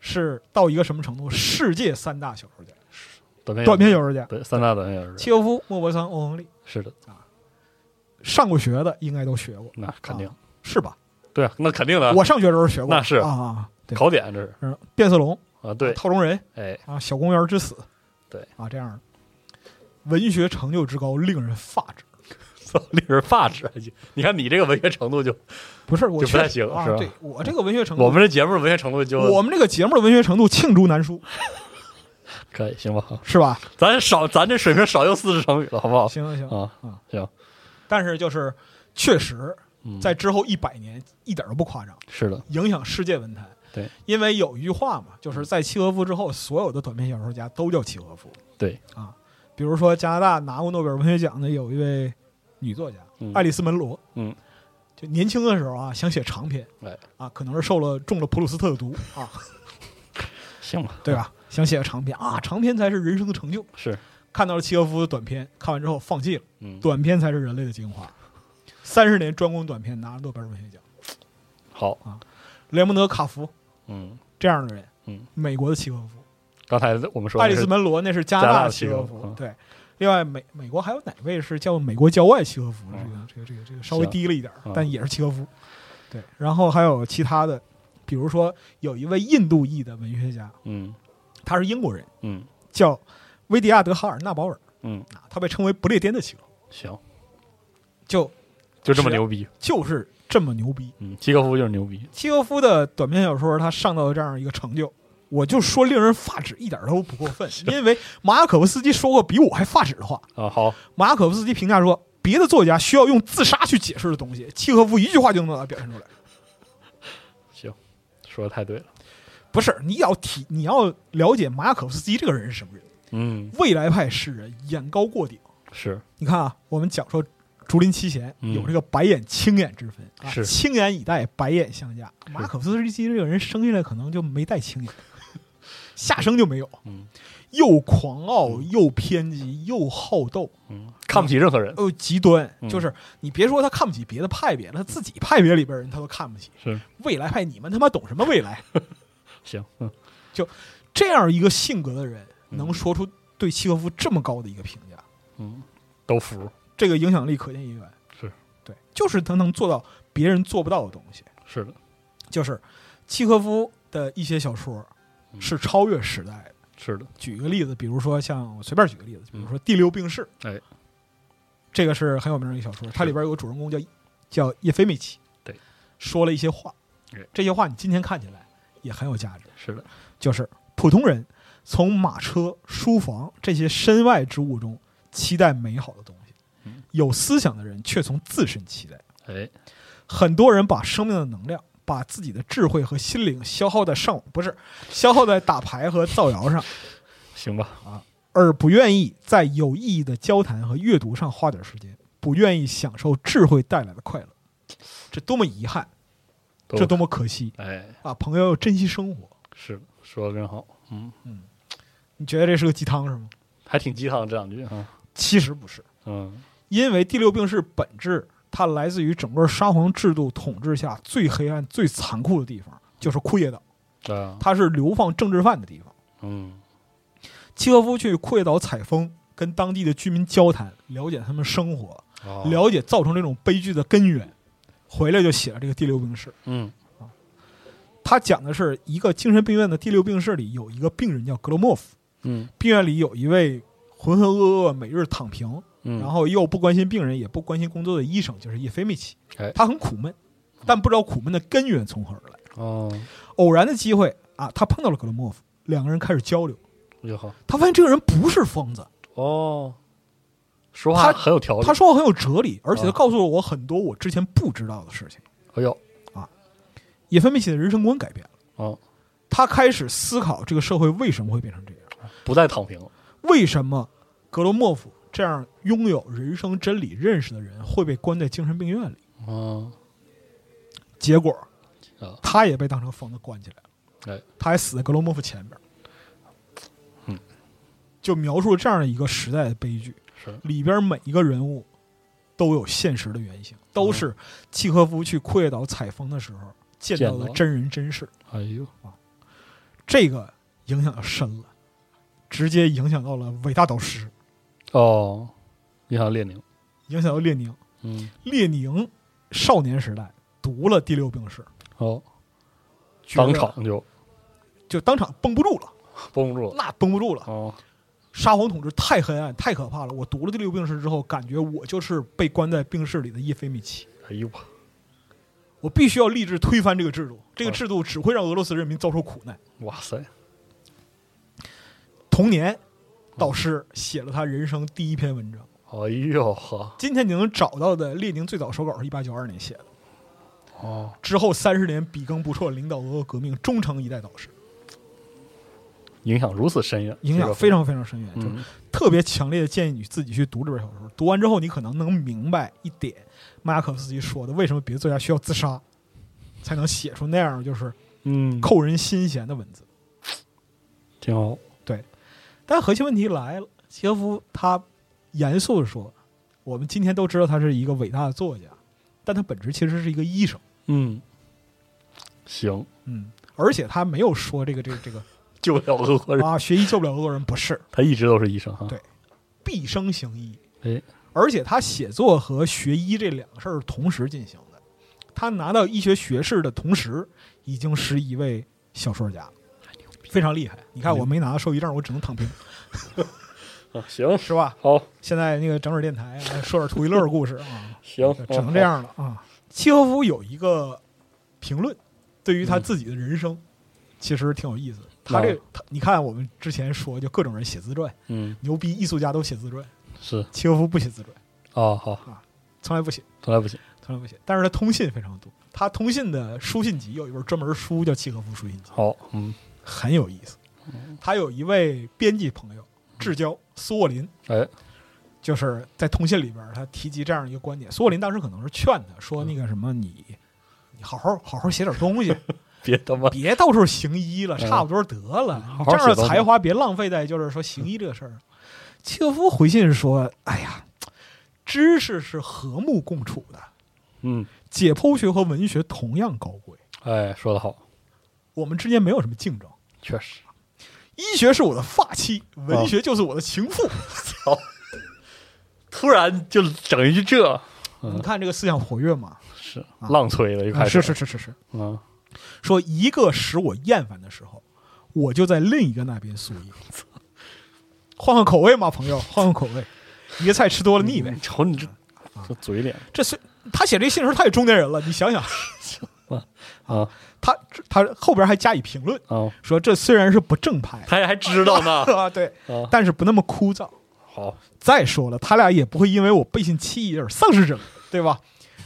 Speaker 4: 是到一个什么程度？世界三大小说家、
Speaker 3: 短篇
Speaker 4: 短篇
Speaker 3: 小
Speaker 4: 小说家，
Speaker 3: 哎对三大短篇小说，
Speaker 4: 契诃夫、莫泊桑、欧亨利，
Speaker 3: 是的，
Speaker 4: 上过学的应该都学过，
Speaker 3: 那肯定
Speaker 4: 啊，是吧？
Speaker 3: 对啊，那肯定的啊，
Speaker 4: 我上学的时候学过，
Speaker 3: 那是
Speaker 4: 啊啊，对，
Speaker 3: 考点这是
Speaker 4: 嗯，变色龙、
Speaker 3: 啊，对，
Speaker 4: 套中人
Speaker 3: 哎，
Speaker 4: 啊，小公园之死，
Speaker 3: 对
Speaker 4: 啊，这样的文学成就之高，令人发指。
Speaker 3: *laughs* 操令人发指，还行你看你这个文学程度就，
Speaker 4: 不是，我
Speaker 3: 就不太
Speaker 4: 确实
Speaker 3: 行
Speaker 4: 啊
Speaker 3: 是吧。
Speaker 4: 对我这个文学程度，
Speaker 3: 我们这节目的文学程度就
Speaker 4: 我们这个节目的文学程度罄竹难书，
Speaker 3: 可以行吧？啊
Speaker 4: 是吧？
Speaker 3: 咱少咱这水平少用四字成语了，好不好？
Speaker 4: 行行行，
Speaker 3: 啊
Speaker 4: 啊
Speaker 3: 行，
Speaker 4: 但是就是确实
Speaker 3: 嗯
Speaker 4: 在之后一百年一点都不夸张，
Speaker 3: 是的，
Speaker 4: 影响世界文坛。
Speaker 3: 对，嗯
Speaker 4: 因为有一句话嘛，就是在契诃夫之后，所有的短篇小说家都叫契诃夫。
Speaker 3: 对
Speaker 4: 啊，比如说加拿大拿过诺贝尔文学奖的有一位女作家、
Speaker 3: 嗯
Speaker 4: 爱丽丝·门罗，
Speaker 3: 嗯，
Speaker 4: 就年轻的时候啊，想写长篇，
Speaker 3: 哎
Speaker 4: 啊，可能是受了中了普鲁斯特的毒啊，
Speaker 3: 行吧？
Speaker 4: *laughs*
Speaker 3: 嗯
Speaker 4: 对吧？想写个长篇啊，长篇才是人生的成就。
Speaker 3: 是，
Speaker 4: 看到了契诃夫的短篇，看完之后放弃了，
Speaker 3: 嗯，
Speaker 4: 短篇才是人类的精华。三十年专攻短篇，拿了诺贝尔文学奖。
Speaker 3: 好，
Speaker 4: 雷蒙德·卡福
Speaker 3: 嗯，
Speaker 4: 这样的人，
Speaker 3: 嗯，
Speaker 4: 美国的契诃夫，
Speaker 3: 刚才我们说
Speaker 4: 爱
Speaker 3: 的
Speaker 4: 丽丝
Speaker 3: 是
Speaker 4: ·门罗那是加
Speaker 3: 加拿
Speaker 4: 拿
Speaker 3: 大
Speaker 4: 的
Speaker 3: 契
Speaker 4: 契
Speaker 3: 诃
Speaker 4: 诃
Speaker 3: 夫
Speaker 4: 夫
Speaker 3: 嗯，
Speaker 4: 对。另外，美美国还有哪位是叫美国郊外契诃夫？这个这个这个这个稍微
Speaker 3: 嗯行
Speaker 4: 低了一点儿
Speaker 3: 嗯，
Speaker 4: 但也是契诃夫。对，然后还有其他的，比如说有一位印度裔的文学家，
Speaker 3: 嗯
Speaker 4: 他是英国人，
Speaker 3: 嗯
Speaker 4: 叫威迪亚德·哈尔纳保尔，
Speaker 3: 嗯，
Speaker 4: 啊他被称为不列颠的契诃夫，
Speaker 3: 行，
Speaker 4: 就
Speaker 3: 就这么
Speaker 4: 是啊
Speaker 3: 牛逼，
Speaker 4: 就是这么牛逼。
Speaker 3: 嗯，契诃夫就是牛逼，
Speaker 4: 契诃夫的短篇小说，他上到这样一个成就，我就说令人发指，一点都不过分。因为马雅可夫斯基说过比我还发指的话。
Speaker 3: 啊，好，
Speaker 4: 马雅可夫斯基评价说，别的作家需要用自杀去解释的东西，契诃夫一句话就能把它表现出来。
Speaker 3: 说的太对了，
Speaker 4: 不是，你要提，你要了解马雅可夫斯基这个人是什么人，
Speaker 3: 嗯，
Speaker 4: 未来派诗人，眼高过顶。
Speaker 3: 是，
Speaker 4: 你看啊，我们讲说竹林七贤
Speaker 3: 嗯
Speaker 4: 有这个白眼青眼之分啊，
Speaker 3: 是
Speaker 4: 青眼以待，白眼相加。马可夫斯基这个人生下来可能就没带
Speaker 3: *laughs*
Speaker 4: 青眼，下生就没有，
Speaker 3: 嗯
Speaker 4: 又狂傲又偏激又好斗
Speaker 3: 嗯，看不起任何人，
Speaker 4: 又呃极端，
Speaker 3: 嗯
Speaker 4: 就是你别说他看不起别的派别了，他自己派别里边人他都看不起。
Speaker 3: 是，
Speaker 4: 未来派，你们他妈懂什么未来？
Speaker 3: 行，嗯，
Speaker 4: 这样一个性格的人，
Speaker 3: 嗯
Speaker 4: 能说出对契诃夫这么高的一个评价，
Speaker 3: 嗯，都服，
Speaker 4: 这个影响力可见一斑。
Speaker 3: 是，
Speaker 4: 对，就是他能做到别人做不到的东西。
Speaker 3: 是的，
Speaker 4: 就是契诃夫的一些小说
Speaker 3: 嗯
Speaker 4: 是超越时代的。
Speaker 3: 是的，
Speaker 4: 举一个例子，比如说像我随便举个例子，比如说《第六病室》，
Speaker 3: 嗯哎，
Speaker 4: 这个是很有名的一个小说，它里边有个主人公叫叫叶菲米奇，
Speaker 3: 对，
Speaker 4: 说了一些话
Speaker 3: 哎，
Speaker 4: 这些话你今天看起来也很有价值，
Speaker 3: 是的，
Speaker 4: 就是普通人从马车、书房这些身外之物中期待美好的东西
Speaker 3: 嗯，
Speaker 4: 有思想的人却从自身期待。
Speaker 3: 哎，
Speaker 4: 很多人把生命的能量、把自己的智慧和心灵消耗在上网，不是消耗在打牌和造谣上，
Speaker 3: 行吧，
Speaker 4: 而不愿意在有意义的交谈和阅读上花点时间，不愿意享受智慧带来的快乐。这多么遗憾，
Speaker 3: 都
Speaker 4: 这多么可惜
Speaker 3: 哎，
Speaker 4: 啊！朋友要珍惜生活。
Speaker 3: 是的，说的真好，嗯，
Speaker 4: 你觉得这是个鸡汤是吗？
Speaker 3: 还挺鸡汤这两句啊，
Speaker 4: 其实不是，
Speaker 3: 嗯，
Speaker 4: 因为第六病是本质，它来自于整个沙皇制度统治下最黑暗、最残酷的地方，就是库页岛，
Speaker 3: 对啊，
Speaker 4: 它是流放政治犯的地方。
Speaker 3: 嗯，
Speaker 4: 契诃夫去库页岛采风，跟当地的居民交谈，了解他们生活，
Speaker 3: 哦，
Speaker 4: 了解造成这种悲剧的根源，回来就写了这个《第六病室》。
Speaker 3: 嗯，
Speaker 4: 他讲的是一个精神病院的第六病室里有一个病人叫格罗莫夫，
Speaker 3: 嗯，
Speaker 4: 病院里有一位浑浑噩噩、每日躺平，
Speaker 3: 嗯，
Speaker 4: 然后又不关心病人也不关心工作的医生，就是叶菲米奇
Speaker 3: 哎。
Speaker 4: 他很苦闷，但不知道苦闷的根源从何而来。
Speaker 3: 哦，
Speaker 4: 偶然的机会啊，他碰到了格罗莫夫，两个人开始交流。
Speaker 3: 就好，
Speaker 4: 他发现这个人不是疯子，
Speaker 3: 哦，说话
Speaker 4: 他
Speaker 3: 很有条理
Speaker 4: 他，说话很有哲理，而且
Speaker 3: 啊
Speaker 4: 他告诉了我很多我之前不知道的事情。
Speaker 3: 哎呦，
Speaker 4: 也分泌起的人生观改变了，
Speaker 3: 哦，
Speaker 4: 他开始思考这个社会为什么会变成这样，
Speaker 3: 不再躺平了，
Speaker 4: 为什么格罗莫夫这样拥有人生真理认识的人会被关在精神病院里？哦
Speaker 3: 嗯，
Speaker 4: 结果
Speaker 3: 啊，
Speaker 4: 他也被当成疯子关起来了，
Speaker 3: 哎，嗯
Speaker 4: 他还死在格罗莫夫前边。就描述了这样一个时代的悲剧。
Speaker 3: 是
Speaker 4: 里边每一个人物都有现实的原型，都是契诃夫去库页岛采风的时候见到
Speaker 3: 见到
Speaker 4: 的
Speaker 3: 的
Speaker 4: 真人真事。
Speaker 3: 哎呦，
Speaker 4: 这个影响深了，直接影响到了伟大导师，
Speaker 3: 哦，你好，列宁，
Speaker 4: 影响到列宁。
Speaker 3: 嗯，
Speaker 4: 列宁少年时代读了《第六病室》，
Speaker 3: 哦，
Speaker 4: 觉
Speaker 3: 当
Speaker 4: 得
Speaker 3: 场就
Speaker 4: 就当场绷不住了，
Speaker 3: 绷不住了，
Speaker 4: 那绷不住了。
Speaker 3: 哦，
Speaker 4: 沙皇统治太黑暗、太可怕了。我读了《第六病室》之后，感觉我就是被关在病室里的叶菲米奇。
Speaker 3: 哎呦，
Speaker 4: 我必须要立志推翻这个制度，这个
Speaker 3: 嗯
Speaker 4: 制度只会让俄罗斯人民遭受苦难。
Speaker 3: 哇塞，
Speaker 4: 同年，导师写了他人生第一篇文章。
Speaker 3: 哎呦呵，
Speaker 4: 今天你能找到的列宁最早手稿是一八九二年写的，
Speaker 3: 哦，
Speaker 4: 之后三十年笔耕不辍，领导俄国革命，终成一代导师，
Speaker 3: 影响如此深远，
Speaker 4: 影
Speaker 3: 这
Speaker 4: 响
Speaker 3: 个
Speaker 4: 非常非常深远。就是
Speaker 3: 嗯，
Speaker 4: 特别强烈的建议你自己去读这本小说，读完之后你可能能明白一点，马雅可夫斯基说的为什么别的作家需要自杀，才能写出那样就是
Speaker 3: 嗯，
Speaker 4: 扣人心弦的文字。
Speaker 3: 挺好，
Speaker 4: 但核心问题来了，契诃夫他严肃的说，我们今天都知道他是一个伟大的作家，但他本质其实是一个医生，
Speaker 3: 嗯，行，
Speaker 4: 嗯，而且他没有说这个这个这个
Speaker 3: 救不了俄国人，
Speaker 4: 啊，学医救不了俄国人，不是
Speaker 3: 他一直都是医生哈，
Speaker 4: 对毕生行医，
Speaker 3: 哎，
Speaker 4: 而且他写作和学医这两个事儿同时进行的，他拿到医学学士的同时，已经是一位小说家了。非常厉害，你看我没拿到兽医证，我只能躺平，
Speaker 3: 啊，行，
Speaker 4: 是吧？
Speaker 3: 好，
Speaker 4: 现在那个整水电台啊，说点图一乐的故事啊，
Speaker 3: *laughs* 行，
Speaker 4: 只能这样了啊。契诃夫有一个评论，对于他自己的人生，其实挺有意思的。他这
Speaker 3: 哦
Speaker 4: 他，你看我们之前说，就各种人写自传，
Speaker 3: 嗯，
Speaker 4: 牛逼艺术家都写自传，
Speaker 3: 是，
Speaker 4: 契诃夫不写自传，
Speaker 3: 哦，好，
Speaker 4: 从来不写，
Speaker 3: 从来不行，
Speaker 4: 从来不写。但是他通信非常多，他通信的书信集有一本专门书叫《契诃夫书信集》，
Speaker 3: 好，嗯，
Speaker 4: 很有意思。他有一位编辑朋友，至交苏沃林，
Speaker 3: 哎，
Speaker 4: 就是在通信里边儿，他提及这样一个观点。苏沃林当时可能是劝他
Speaker 3: 嗯
Speaker 4: 说：“那个什么，你你好好好好写点东西， *laughs*
Speaker 3: 别他妈，
Speaker 4: 别到处行医了，
Speaker 3: 嗯
Speaker 4: 差不多得了。
Speaker 3: 好好
Speaker 4: 你这
Speaker 3: 写
Speaker 4: 样的
Speaker 3: 东西嗯
Speaker 4: 才华别浪费在就是说行医这个事儿。”契诃夫回信说：“哎呀，知识是和睦共处的，
Speaker 3: 嗯，
Speaker 4: 解剖学和文学同样高贵，
Speaker 3: 哎，说的好，
Speaker 4: 我们之间没有什么竞争。
Speaker 3: 确实，
Speaker 4: 医学是我的发妻，
Speaker 3: 啊
Speaker 4: 文学就是我的情妇。
Speaker 3: 突然就整一句这，
Speaker 4: 你看这个思想活跃嘛？
Speaker 3: 是浪催了，就嗯
Speaker 4: 啊
Speaker 3: 开始，
Speaker 4: 是是是是是。”
Speaker 3: 嗯，
Speaker 4: 说一个使我厌烦的时候，我就在另一个那边宿
Speaker 3: *laughs*
Speaker 4: 营。换换口味嘛，朋友，换换口味。一个菜吃多了腻呗。
Speaker 3: 瞅你这这嘴脸
Speaker 4: 这是他写这信的时候，他也中年人了，你想想，
Speaker 3: 啊
Speaker 4: 他他后边还加以评论
Speaker 3: 啊，
Speaker 4: 说，这虽然是不正派
Speaker 3: 他还知道
Speaker 4: *laughs*
Speaker 3: 呢，
Speaker 4: 啊，对
Speaker 3: 啊，
Speaker 4: 但是不那么枯燥。
Speaker 3: 好，
Speaker 4: 再说了，他俩也不会因为我背信弃义而丧失什么，对吧？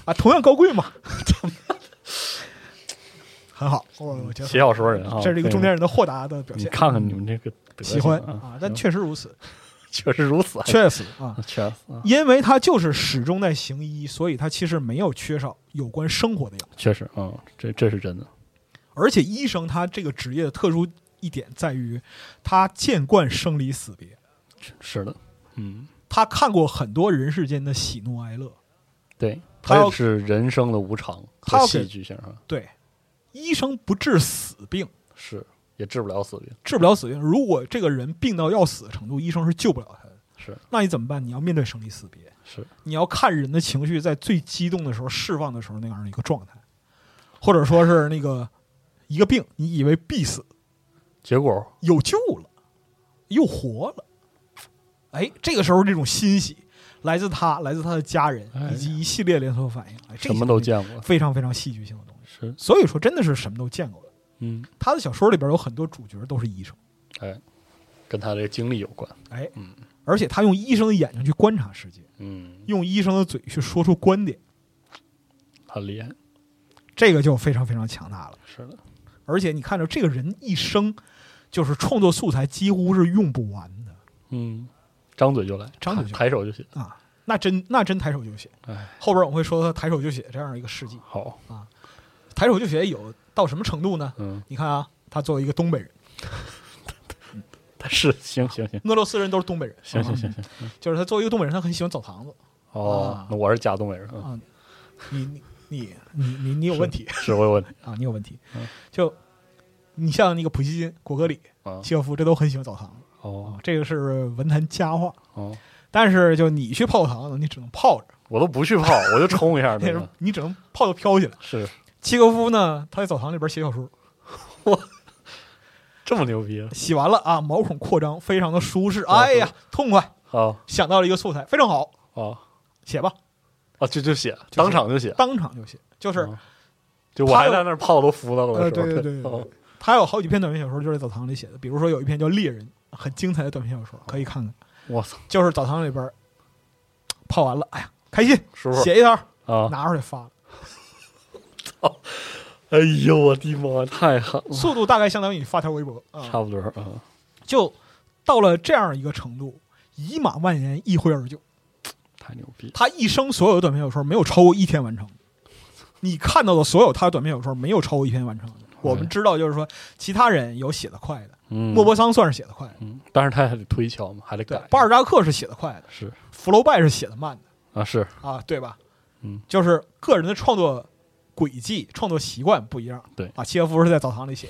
Speaker 4: 啊，同样高贵嘛。 *laughs* 很好，我我觉得
Speaker 3: 写小说人啊，
Speaker 4: 这是一个中年人的豁达的表
Speaker 3: 你
Speaker 4: 现，
Speaker 3: 看看你们这个德行
Speaker 4: 喜欢
Speaker 3: 啊
Speaker 4: 啊，，但确实如此。
Speaker 3: 确实如此，
Speaker 4: 确实啊，
Speaker 3: 确实啊，
Speaker 4: 因为他就是始终在行医，所以他其实没有缺少有关生活的养分。
Speaker 3: 确实啊，这这是真的，
Speaker 4: 而且医生他这个职业的特殊一点在于，他见惯生离死别，
Speaker 3: 是的，嗯，
Speaker 4: 他看过很多人世间的喜怒哀乐。
Speaker 3: 对，
Speaker 4: 他
Speaker 3: 它
Speaker 4: 要
Speaker 3: 是人生的无常
Speaker 4: 他
Speaker 3: 和
Speaker 4: 要
Speaker 3: 戏
Speaker 4: 给
Speaker 3: 剧性啊，
Speaker 4: 对，医生不治死病，
Speaker 3: 是也治不了死病，
Speaker 4: 治不了死病。如果这个人病到要死的程度，医生是救不了他的。
Speaker 3: 是
Speaker 4: 那你怎么办？你要面对生离死别，
Speaker 3: 是，
Speaker 4: 你要看人的情绪在最激动的时候、释放的时候那样的一个状态，或者说是那个一个病，你以为必死，
Speaker 3: 结果
Speaker 4: 有救了，又活了。哎，这个时候这种欣喜来自他，来自他的家人
Speaker 3: 哎呀
Speaker 4: 以及一系列连锁反应，哎、这
Speaker 3: 什么都
Speaker 4: 些
Speaker 3: 见过，
Speaker 4: 非常非常戏剧性的东西。
Speaker 3: 是，
Speaker 4: 所以说，真的是什么都见过了。
Speaker 3: 嗯，
Speaker 4: 他的小说里边有很多主角都是医生，
Speaker 3: 哎，跟他这个经历有关，
Speaker 4: 哎，
Speaker 3: 嗯
Speaker 4: 而且他用医生的眼睛去观察世界，
Speaker 3: 嗯，
Speaker 4: 用医生的嘴去说出观点，
Speaker 3: 很厉害，
Speaker 4: 这个就非常非常强大了。
Speaker 3: 是的，
Speaker 4: 而且你看着这个人一生，就是创作素材几乎是用不完的
Speaker 3: 嗯，张嘴就来，
Speaker 4: 张嘴就来
Speaker 3: 抬手就写，
Speaker 4: 啊。那真那真抬手就写，
Speaker 3: 哎，
Speaker 4: 后边我会说他抬手就写这样一个事迹。
Speaker 3: 好，
Speaker 4: 抬手就写有到什么程度呢？
Speaker 3: 嗯，
Speaker 4: 你看啊，他作为一个东北人，
Speaker 3: 但是行行行
Speaker 4: 俄罗斯人都是东北人，
Speaker 3: 行行
Speaker 4: 啊
Speaker 3: 行行，
Speaker 4: 就是他作为一个东北人，他很喜欢澡堂子
Speaker 3: 哦
Speaker 4: 啊，
Speaker 3: 那我是假东北人，嗯
Speaker 4: 啊。你你你你你你有问题
Speaker 3: 是我有
Speaker 4: *laughs*
Speaker 3: 问题
Speaker 4: 啊！你有问题
Speaker 3: 嗯。
Speaker 4: 就你像那个普希金、果戈里、
Speaker 3: 啊，
Speaker 4: 契诃夫，这都很喜欢澡堂子
Speaker 3: 哦
Speaker 4: 啊，这个是文坛佳话。
Speaker 3: 哦，
Speaker 4: 但是就你去泡澡堂子，你只能泡着，
Speaker 3: 我都不去泡，我就冲一下，
Speaker 4: 那
Speaker 3: 对
Speaker 4: 时候 *laughs*
Speaker 3: 吧？
Speaker 4: 你只能泡到飘起来。
Speaker 3: 是
Speaker 4: 契诃夫呢，他在澡堂里边写小说，
Speaker 3: 这么牛逼啊，
Speaker 4: 洗完了啊，毛孔扩张，非常的舒适，
Speaker 3: 啊
Speaker 4: 哎呀，痛快！
Speaker 3: 好
Speaker 4: 想到了一个素材，非常好，
Speaker 3: 哦
Speaker 4: 写吧，
Speaker 3: 啊，就就写，当场就写，
Speaker 4: 当场就写。就是
Speaker 3: 哦就我还在那儿泡都服到了，
Speaker 4: 呃
Speaker 3: 是吧
Speaker 4: 对对对
Speaker 3: *laughs*
Speaker 4: 对
Speaker 3: 哦
Speaker 4: 他有好几篇短篇小说就是在澡堂里写的，比如说有一篇叫《猎人》，很精彩的短篇小说，可以看看。
Speaker 3: 我操，
Speaker 4: 就是澡堂里边儿泡完了，哎呀，开心，
Speaker 3: 师傅
Speaker 4: 写一条，
Speaker 3: 啊，
Speaker 4: 拿出来发了，
Speaker 3: 哎呦我的妈，太狠了，
Speaker 4: 速度大概相当于你发条微博啊，
Speaker 3: 差不多啊，
Speaker 4: 就到了这样一个程度，以马万言，一挥而就。
Speaker 3: 太牛逼，
Speaker 4: 他一生所有的短篇小说没有超过一天完成。你看到的所有他的短篇小说没有超过一篇完成的。我们知道，就是说，其他人有写得快的，
Speaker 3: 嗯，
Speaker 4: 莫泊桑算是写得快的，
Speaker 3: 嗯，但是他还得推敲嘛，还得
Speaker 4: 对
Speaker 3: 改，，
Speaker 4: 巴尔扎克是写得快的，
Speaker 3: 是
Speaker 4: 福楼拜是写得慢的
Speaker 3: 啊是，
Speaker 4: 啊，对吧？
Speaker 3: 嗯，
Speaker 4: 就是个人的创作轨迹、创作习惯不一样。
Speaker 3: 对
Speaker 4: 啊，契诃夫是在澡堂里写，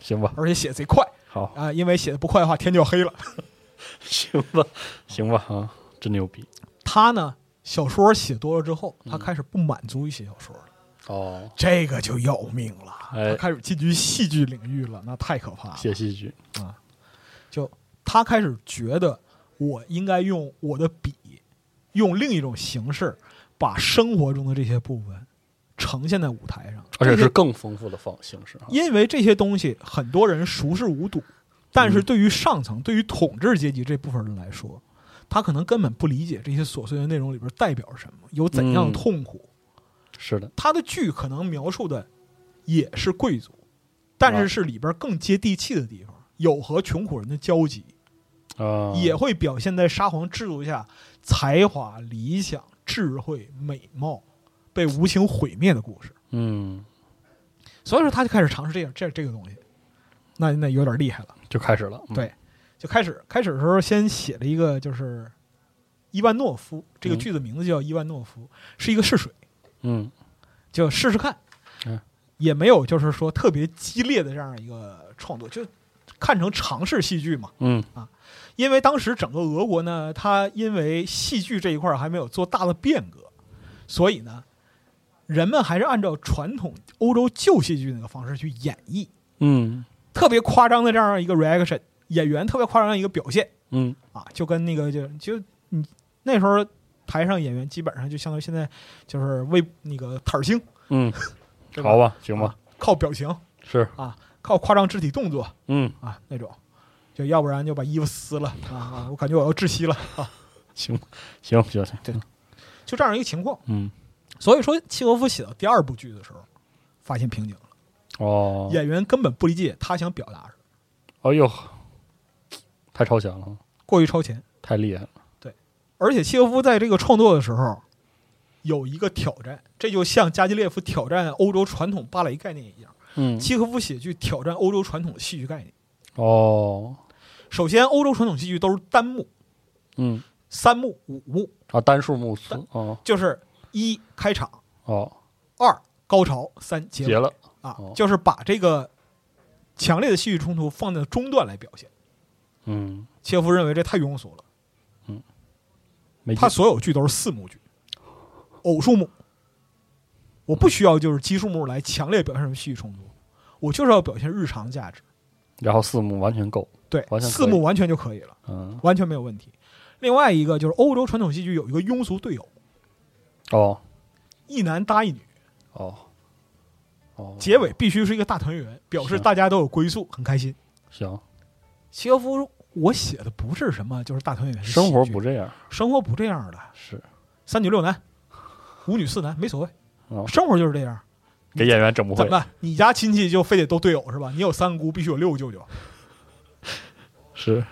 Speaker 3: 行吧，
Speaker 4: 而且写得贼快
Speaker 3: 好，
Speaker 4: 啊，因为写的不快的话，天就要黑了。
Speaker 3: *laughs* 行吧，行吧啊，真牛逼
Speaker 4: 他呢，小说写多了之后，
Speaker 3: 嗯
Speaker 4: 他开始不满足于写小说了。
Speaker 3: 哦，
Speaker 4: 这个就要命了，
Speaker 3: 哎
Speaker 4: 他开始进军戏剧领域了，那太可怕了。
Speaker 3: 写戏剧，
Speaker 4: 就他开始觉得，我应该用我的笔，用另一种形式，把生活中的这些部分呈现在舞台上。
Speaker 3: 而且
Speaker 4: 这
Speaker 3: 是
Speaker 4: 些，
Speaker 3: 更丰富的方形式啊，
Speaker 4: 因为这些东西很多人熟视无睹，但
Speaker 3: 嗯
Speaker 4: 是对于上层、对于统治阶级这部分人来说，他可能根本不理解这些琐碎的内容里边代表什么，有怎样的
Speaker 3: 嗯
Speaker 4: 痛苦。
Speaker 3: 是的，
Speaker 4: 他的剧可能描述的也是贵族，但是
Speaker 3: 啊
Speaker 4: 是里边更接地气的地方，有和穷苦人的交集，
Speaker 3: 啊，
Speaker 4: 也会表现在沙皇制度下才华、理想、智慧、美貌被无情毁灭的故事。
Speaker 3: 嗯，
Speaker 4: 所以说，他就开始尝试这样这这个东西，那那有点厉害了。
Speaker 3: 就开始了，嗯
Speaker 4: 对就开始开始的时候，先写了一个就是伊万诺夫这个
Speaker 3: 嗯
Speaker 4: 剧的名字叫伊万诺夫，是一个试水。
Speaker 3: 嗯
Speaker 4: 就试试看，
Speaker 3: 嗯
Speaker 4: 也没有就是说特别激烈的这样一个创作，就看成尝试戏剧嘛。
Speaker 3: 嗯
Speaker 4: 因为当时整个俄国呢，它因为戏剧这一块儿还没有做大的变革，所以呢，人们还是按照传统欧洲旧戏剧那个方式去演绎，
Speaker 3: 嗯
Speaker 4: 特别夸张的这样一个 reaction，演员特别夸张的一个表现
Speaker 3: 嗯，
Speaker 4: 啊，就跟那个就就你那时候台上演员基本上就相当于现在就是为那个塔尔星
Speaker 3: *laughs* 嗯，
Speaker 4: 对吧
Speaker 3: 好吧，啊行吧，
Speaker 4: 靠表情
Speaker 3: 是，
Speaker 4: 啊，靠夸张肢体动作
Speaker 3: 嗯，
Speaker 4: 啊那种，就要不然就把衣服撕了啊啊，我感觉我要窒息了啊，
Speaker 3: 行行行行，
Speaker 4: 对就这样一个情况。
Speaker 3: 嗯，
Speaker 4: 所以说，契诃夫写到第二部剧的时候，发现瓶颈了，
Speaker 3: 哦，
Speaker 4: 演员根本不理解他想表达什么，
Speaker 3: 哎呦，太超前了，
Speaker 4: 过于超前。
Speaker 3: 太厉害了，
Speaker 4: 而且契诃夫在这个创作的时候有一个挑战，这就像加基列夫挑战欧洲传统芭蕾概念一样，
Speaker 3: 嗯，
Speaker 4: 契诃夫写剧挑战欧洲传统的戏剧概念。
Speaker 3: 哦，
Speaker 4: 首先，欧洲传统戏剧都是单幕、
Speaker 3: 嗯，
Speaker 4: 三幕、五幕，
Speaker 3: 啊，单数目四，哦
Speaker 4: 就是一开场。
Speaker 3: 哦，
Speaker 4: 二高潮，三结尾
Speaker 3: 结了，
Speaker 4: 啊
Speaker 3: 哦，
Speaker 4: 就是把这个强烈的戏剧冲突放在中段来表现。
Speaker 3: 嗯，
Speaker 4: 切夫认为这太庸俗了，
Speaker 3: 没劲
Speaker 4: 他所有剧都是四幕剧，偶数幕，我不需要就是奇数幕来强烈表现什么戏剧冲突，我就是要表现日常价值。
Speaker 3: 然后四目完全够，
Speaker 4: 对
Speaker 3: 完，全可以
Speaker 4: 四幕完全就可以了，
Speaker 3: 嗯，
Speaker 4: 完全没有问题。另外一个就是欧洲传统戏剧有一个庸俗队友，
Speaker 3: 哦
Speaker 4: 一男搭一女，
Speaker 3: 哦哦，
Speaker 4: 结尾必须是一个大团圆，表示
Speaker 3: 是
Speaker 4: 大家都有归宿，很开心。
Speaker 3: 行，
Speaker 4: 契诃夫，我写的不是什么，就是大团圆式喜剧
Speaker 3: 生活不这样，
Speaker 4: 生活不这样的，
Speaker 3: 是
Speaker 4: 三女六男，五女四男没所谓，
Speaker 3: 哦
Speaker 4: 生活就是这样。
Speaker 3: 给演员整不
Speaker 4: 怎
Speaker 3: 会
Speaker 4: 么，办？你家亲戚就非得都队友是吧？你有三姑，必须有六舅舅。
Speaker 3: 是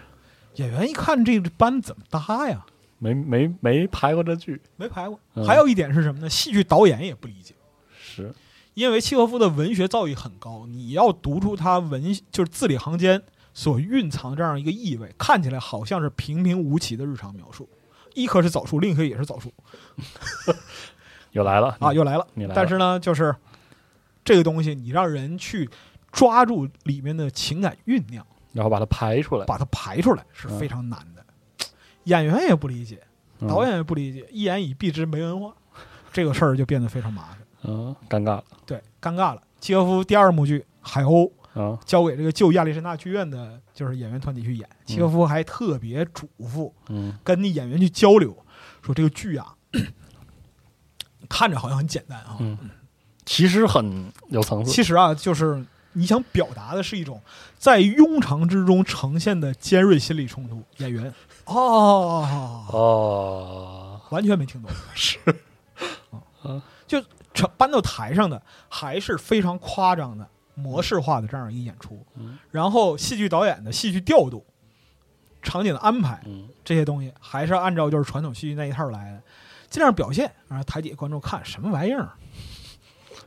Speaker 4: 演员一看这班怎么搭呀？
Speaker 3: 没没没拍过这剧，
Speaker 4: 没排过。
Speaker 3: 嗯
Speaker 4: 还有一点是什么呢？戏剧导演也不理解，
Speaker 3: 是，
Speaker 4: 因为契诃夫的文学造诣很高，你要读出他文就是字里行间所蕴藏的这样一个意味，看起来好像是平平无奇的日常描述。一棵是枣树，另一棵也是枣树
Speaker 3: 又来了
Speaker 4: 啊，！又来了。
Speaker 3: 嗯你来了
Speaker 4: 但是呢，就是这个东西，你让人去抓住里面的情感酝酿，
Speaker 3: 然后把它排出来，
Speaker 4: 把它排出来是
Speaker 3: 嗯
Speaker 4: 非常难的。演员也不理解，
Speaker 3: 嗯
Speaker 4: 导演也不理解，一言以蔽之没文
Speaker 3: *laughs*
Speaker 4: 化，这个事儿就变得非常麻烦。
Speaker 3: 嗯尴尬了
Speaker 4: 对，尴尬了。契诃夫第二幕剧《海鸥》
Speaker 3: 啊
Speaker 4: 交给这个旧亚历山大剧院的，就是演员团体去演。契诃夫还特别嘱咐
Speaker 3: 嗯
Speaker 4: 跟那演员去交流，说这个剧啊， *clears throat* 看着好像很简单啊，
Speaker 3: 嗯其实很有层次，
Speaker 4: 其实啊，就是你想表达的是一种在庸常之中呈现的尖锐心理冲突。演员哦，
Speaker 3: 哦，
Speaker 4: 完全没
Speaker 3: *laughs*
Speaker 4: 听懂，是
Speaker 3: 啊
Speaker 4: 就成搬到台上的还是非常夸张的模式化的这样一个演出，
Speaker 3: 嗯
Speaker 4: 然后戏剧导演的戏剧调度、场景的安排
Speaker 3: 嗯
Speaker 4: 这些东西，还是按照就是传统戏剧那一套来的，尽量表现，让台底下观众看什么玩意儿，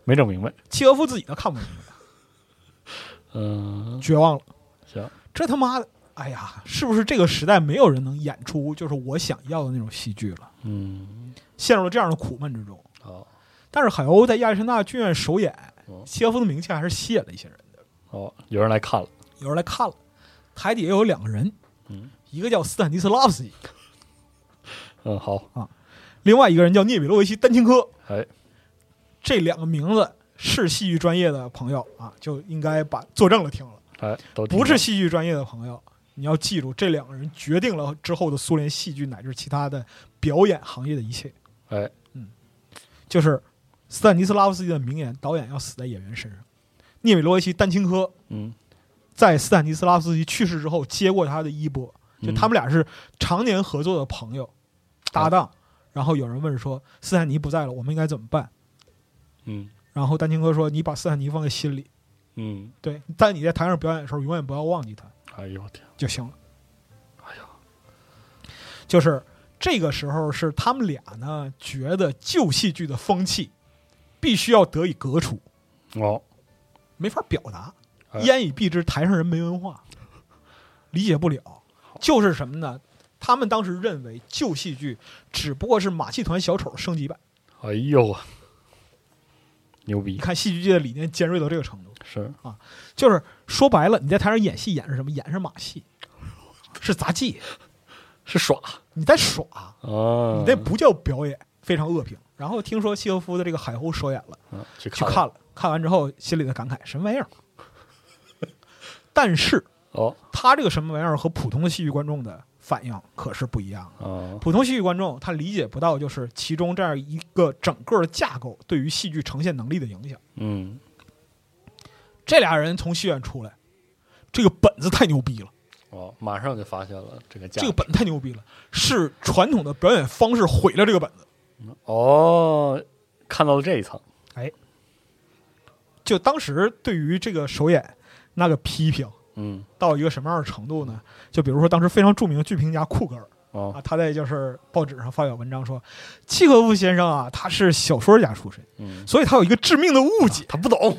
Speaker 3: 没整明白，
Speaker 4: 契诃夫自己都看不明白，
Speaker 3: 嗯
Speaker 4: 绝望了。
Speaker 3: 行，
Speaker 4: 这他妈的，哎呀，是不是这个时代没有人能演出就是我想要的那种戏剧了？
Speaker 3: 嗯
Speaker 4: 陷入了这样的苦闷之中。
Speaker 3: 好
Speaker 4: 但是海鸥在亚历山大剧院首演
Speaker 3: 哦，
Speaker 4: 契诃夫的名气还是吸引了一些人的，
Speaker 3: 哦，有人来看了，
Speaker 4: 有人来看了。台底下有两个人，
Speaker 3: 嗯
Speaker 4: 一个叫斯坦尼斯拉夫斯基，
Speaker 3: 嗯好，
Speaker 4: 另外一个人叫涅米洛维奇丹钦科。
Speaker 3: 哎
Speaker 4: 这两个名字是戏剧专业的朋友啊，就应该把作证了听了。
Speaker 3: 哎都听
Speaker 4: 不是
Speaker 3: 了
Speaker 4: 戏剧专业的朋友，你要记住，这两个人决定了之后的苏联戏剧乃至其他的表演行业的一切。
Speaker 3: 哎
Speaker 4: 就是斯坦尼斯拉夫斯基的名言：“导演要死在演员身上。”涅米罗维奇·丹青科
Speaker 3: 嗯
Speaker 4: 在斯坦尼斯拉夫斯基去世之后接过他的衣钵，就
Speaker 3: 嗯啊
Speaker 4: 他们俩是常年合作的朋友、搭档。然后有人问说：“斯坦尼不在了，我们应该怎么办
Speaker 3: 嗯？”
Speaker 4: 然后丹青科说：“你把斯坦尼放在心里，
Speaker 3: 嗯，
Speaker 4: 对，但你在台上表演的时候，永远不要忘记他
Speaker 3: 哎呦我天，
Speaker 4: 就行了。”
Speaker 3: 哎呦，
Speaker 4: 就是这个时候是他们俩呢觉得旧戏剧的风气必须要得以革除，
Speaker 3: 哦
Speaker 4: 没法表达，
Speaker 3: 哎
Speaker 4: 一言以蔽之，台上人没文化，理解不了。就是什么呢？他们当时认为旧戏剧只不过是马戏团小丑的升级版。
Speaker 3: 哎呦啊，牛逼
Speaker 4: 你看戏剧界的理念尖锐到这个程度，
Speaker 3: 是
Speaker 4: 就是说白了，你在台上演戏演是什么？演是马戏，是杂技，
Speaker 3: 是耍
Speaker 4: 你在耍，
Speaker 3: 啊，
Speaker 4: 你那不叫表演，非常恶评。然后听说契诃夫的这个《海鸥》首演了。
Speaker 3: 嗯去
Speaker 4: 去
Speaker 3: 看
Speaker 4: 看了，看完之后心里的感慨，什么玩意儿？ *laughs* 但是
Speaker 3: 哦
Speaker 4: 他这个什么玩意儿和普通的戏剧观众的反应可是不一样的。
Speaker 3: 啊
Speaker 4: 普通戏剧观众他理解不到，就是其中这样一个整个的架构对于戏剧呈现能力的影响。
Speaker 3: 嗯
Speaker 4: 这俩人从戏院出来，这个本子太牛逼了，
Speaker 3: 哦，马上就发现了这个价
Speaker 4: 这
Speaker 3: 值
Speaker 4: 个本子太牛逼了，是传统的表演方式毁了这个本子。
Speaker 3: 哦，看到了这一层，
Speaker 4: 就当时对于这个首演那个批评
Speaker 3: 嗯
Speaker 4: 到一个什么样的程度呢？就比如说当时非常著名的剧评家库格尔。
Speaker 3: 哦
Speaker 4: 啊，他在就是报纸上发表文章说，契诃夫先生啊，他是小说家出身，
Speaker 3: 嗯，啊
Speaker 4: 所以他有一个致命的误解，
Speaker 3: 他不懂，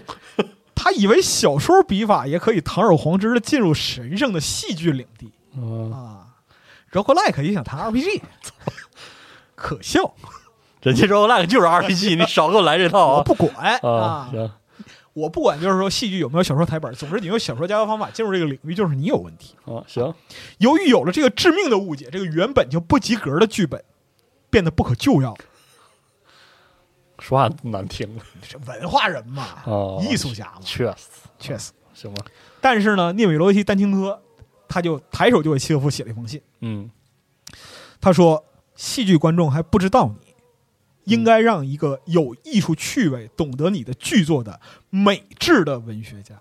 Speaker 4: 他以为小说笔法也可以堂而皇之的进入神圣的戏剧领地
Speaker 3: 嗯，
Speaker 4: 啊。roguelike 也想谈 RPG，可笑，
Speaker 3: 人家说 lag 就是 *laughs* RPG，你少给我来这套
Speaker 4: 我
Speaker 3: 啊
Speaker 4: 不管
Speaker 3: 啊
Speaker 4: 啊，
Speaker 3: 行，
Speaker 4: 我不管，就是说戏剧有没有小说台本，总之你用小说家的方法进入这个领域，就是你有问题。
Speaker 3: 啊行，
Speaker 4: 由于有了这个致命的误解，这个原本就不及格的剧本变得不可救药。
Speaker 3: 说话难听了，
Speaker 4: 这文化人嘛，
Speaker 3: 哦
Speaker 4: 艺术家嘛，
Speaker 3: 确实
Speaker 4: 确实。
Speaker 3: 行吧，
Speaker 4: 但是呢，涅米罗维奇·丹青科他就抬手就给契诃夫写了一封信，
Speaker 3: 嗯
Speaker 4: 他说：“戏剧观众还不知道你，
Speaker 3: 嗯
Speaker 4: 应该让一个有艺术趣味、懂得你的剧作的美制的文学家。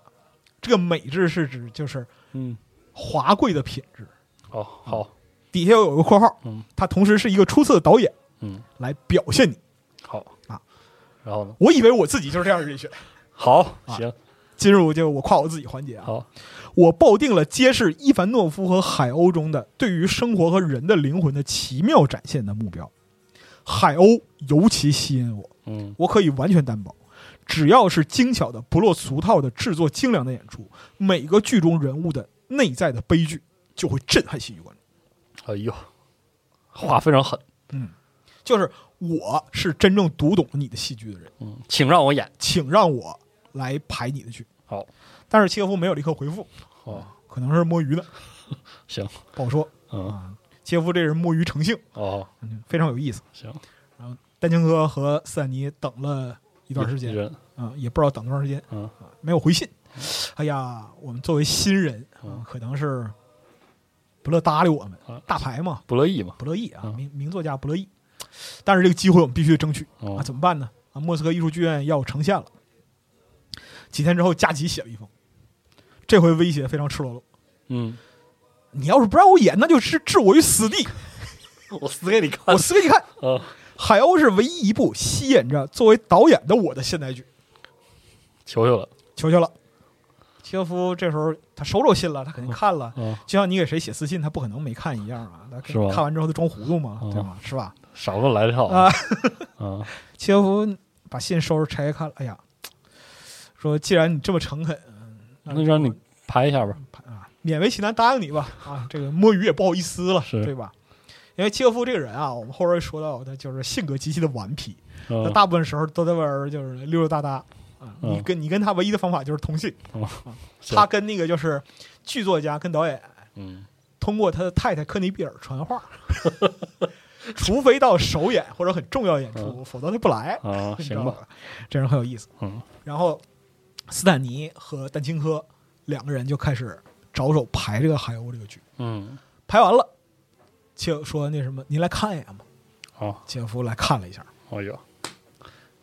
Speaker 4: 这个美制是指就是
Speaker 3: 嗯
Speaker 4: 华贵的品质。
Speaker 3: 哦好
Speaker 4: 底下有一个括号
Speaker 3: 嗯，
Speaker 4: 他同时是一个出色的导演，
Speaker 3: 嗯
Speaker 4: 来表现你。
Speaker 3: 好
Speaker 4: 啊，
Speaker 3: 然后呢？
Speaker 4: 我以为我自己就是这样的人选。
Speaker 3: 好行
Speaker 4: 进入就我夸我自己环节啊，
Speaker 3: 好
Speaker 4: 我抱定了揭示伊凡诺夫和海鸥中的对于生活和人的灵魂的奇妙展现的目标。海鸥尤其吸引我，
Speaker 3: 嗯
Speaker 4: 我可以完全担保，只要是精巧的、不落俗套的、制作精良的演出，每个剧中人物的内在的悲剧就会震撼戏剧观众。
Speaker 3: 哎呦，话非常狠，
Speaker 4: 嗯，就是我是真正读懂你的戏剧的人，
Speaker 3: 嗯，请让我演哦
Speaker 4: 请让我来排你的剧。
Speaker 3: 好，
Speaker 4: 但是契诃夫没有立刻回复，
Speaker 3: 哦，
Speaker 4: 可能是摸鱼的，
Speaker 3: 行，
Speaker 4: 不好说
Speaker 3: 嗯，
Speaker 4: 啊。契诃夫这人摸鱼成性，
Speaker 3: 哦，
Speaker 4: 嗯非常有意思。
Speaker 3: 行，
Speaker 4: 丹青哥和斯坦尼等了一
Speaker 3: 一
Speaker 4: 段时间，
Speaker 3: 人，
Speaker 4: 啊、也不知道等多长时间，
Speaker 3: 嗯
Speaker 4: 啊没有回信。哎呀，我们作为新人，啊
Speaker 3: 嗯
Speaker 4: 可能是不乐搭理我们
Speaker 3: 啊，
Speaker 4: 大牌嘛，
Speaker 3: 不乐意嘛，
Speaker 4: 不乐意啊，
Speaker 3: 嗯
Speaker 4: 名名作家不乐意。但是这个机会我们必须争取啊，
Speaker 3: 哦，
Speaker 4: 怎么办呢？啊，莫斯科艺术剧院要呈现了。几天之后，佳琪写了一封，这回威胁非常赤裸裸：
Speaker 3: 嗯，
Speaker 4: 你要是不让我演，那就是置我于死地，
Speaker 3: *laughs* 我死给你看
Speaker 4: 我，死给你看。
Speaker 3: 啊，
Speaker 4: 海鸥是唯一一部吸引着作为导演的我的现代剧。
Speaker 3: 求求了，
Speaker 4: 求求了。契诃夫这时候他收着信了，他肯定看了，
Speaker 3: 啊，
Speaker 4: 就像你给谁写私信，他不可能没看一样啊。他
Speaker 3: 是吧
Speaker 4: 看完之后他装糊涂嘛，
Speaker 3: 哦
Speaker 4: 对吗？是吧？
Speaker 3: 少给我来这套 *laughs*
Speaker 4: 啊，
Speaker 3: 啊，
Speaker 4: 契诃夫把信收拾拆开看了，哎呀，说既然你这么诚恳，
Speaker 3: 那就让你拍一下吧，
Speaker 4: 啊，勉为其难答应你吧。啊，这个摸鱼也不好意思了，
Speaker 3: 是
Speaker 4: 对吧？因为契诃夫这个人啊，我们后边会说到，他就是性格极其的顽皮，他
Speaker 3: 嗯，
Speaker 4: 大部分时候都在外边就是溜溜达达啊。
Speaker 3: 嗯
Speaker 4: 你跟你跟他唯一的方法就是通信，
Speaker 3: 哦
Speaker 4: 啊
Speaker 3: 行
Speaker 4: 他跟那个就是剧作家跟导演 *laughs*
Speaker 3: 嗯，
Speaker 4: 通过他的太太科尼比尔
Speaker 3: *laughs*
Speaker 4: 传话，除非到首演或者很重要演出，否则他不来。
Speaker 3: 嗯啊，
Speaker 4: 你知
Speaker 3: 行
Speaker 4: 道
Speaker 3: 吧，
Speaker 4: 吧，这人很有意思。
Speaker 3: 嗯，
Speaker 4: 然后斯坦尼和丹青科两个人就开始着手排这个《海鸥》这个剧，
Speaker 3: 嗯，
Speaker 4: 排完了，切说那什么，您来看一眼吧。
Speaker 3: 好，
Speaker 4: 切夫来看了一下，
Speaker 3: 哎呦，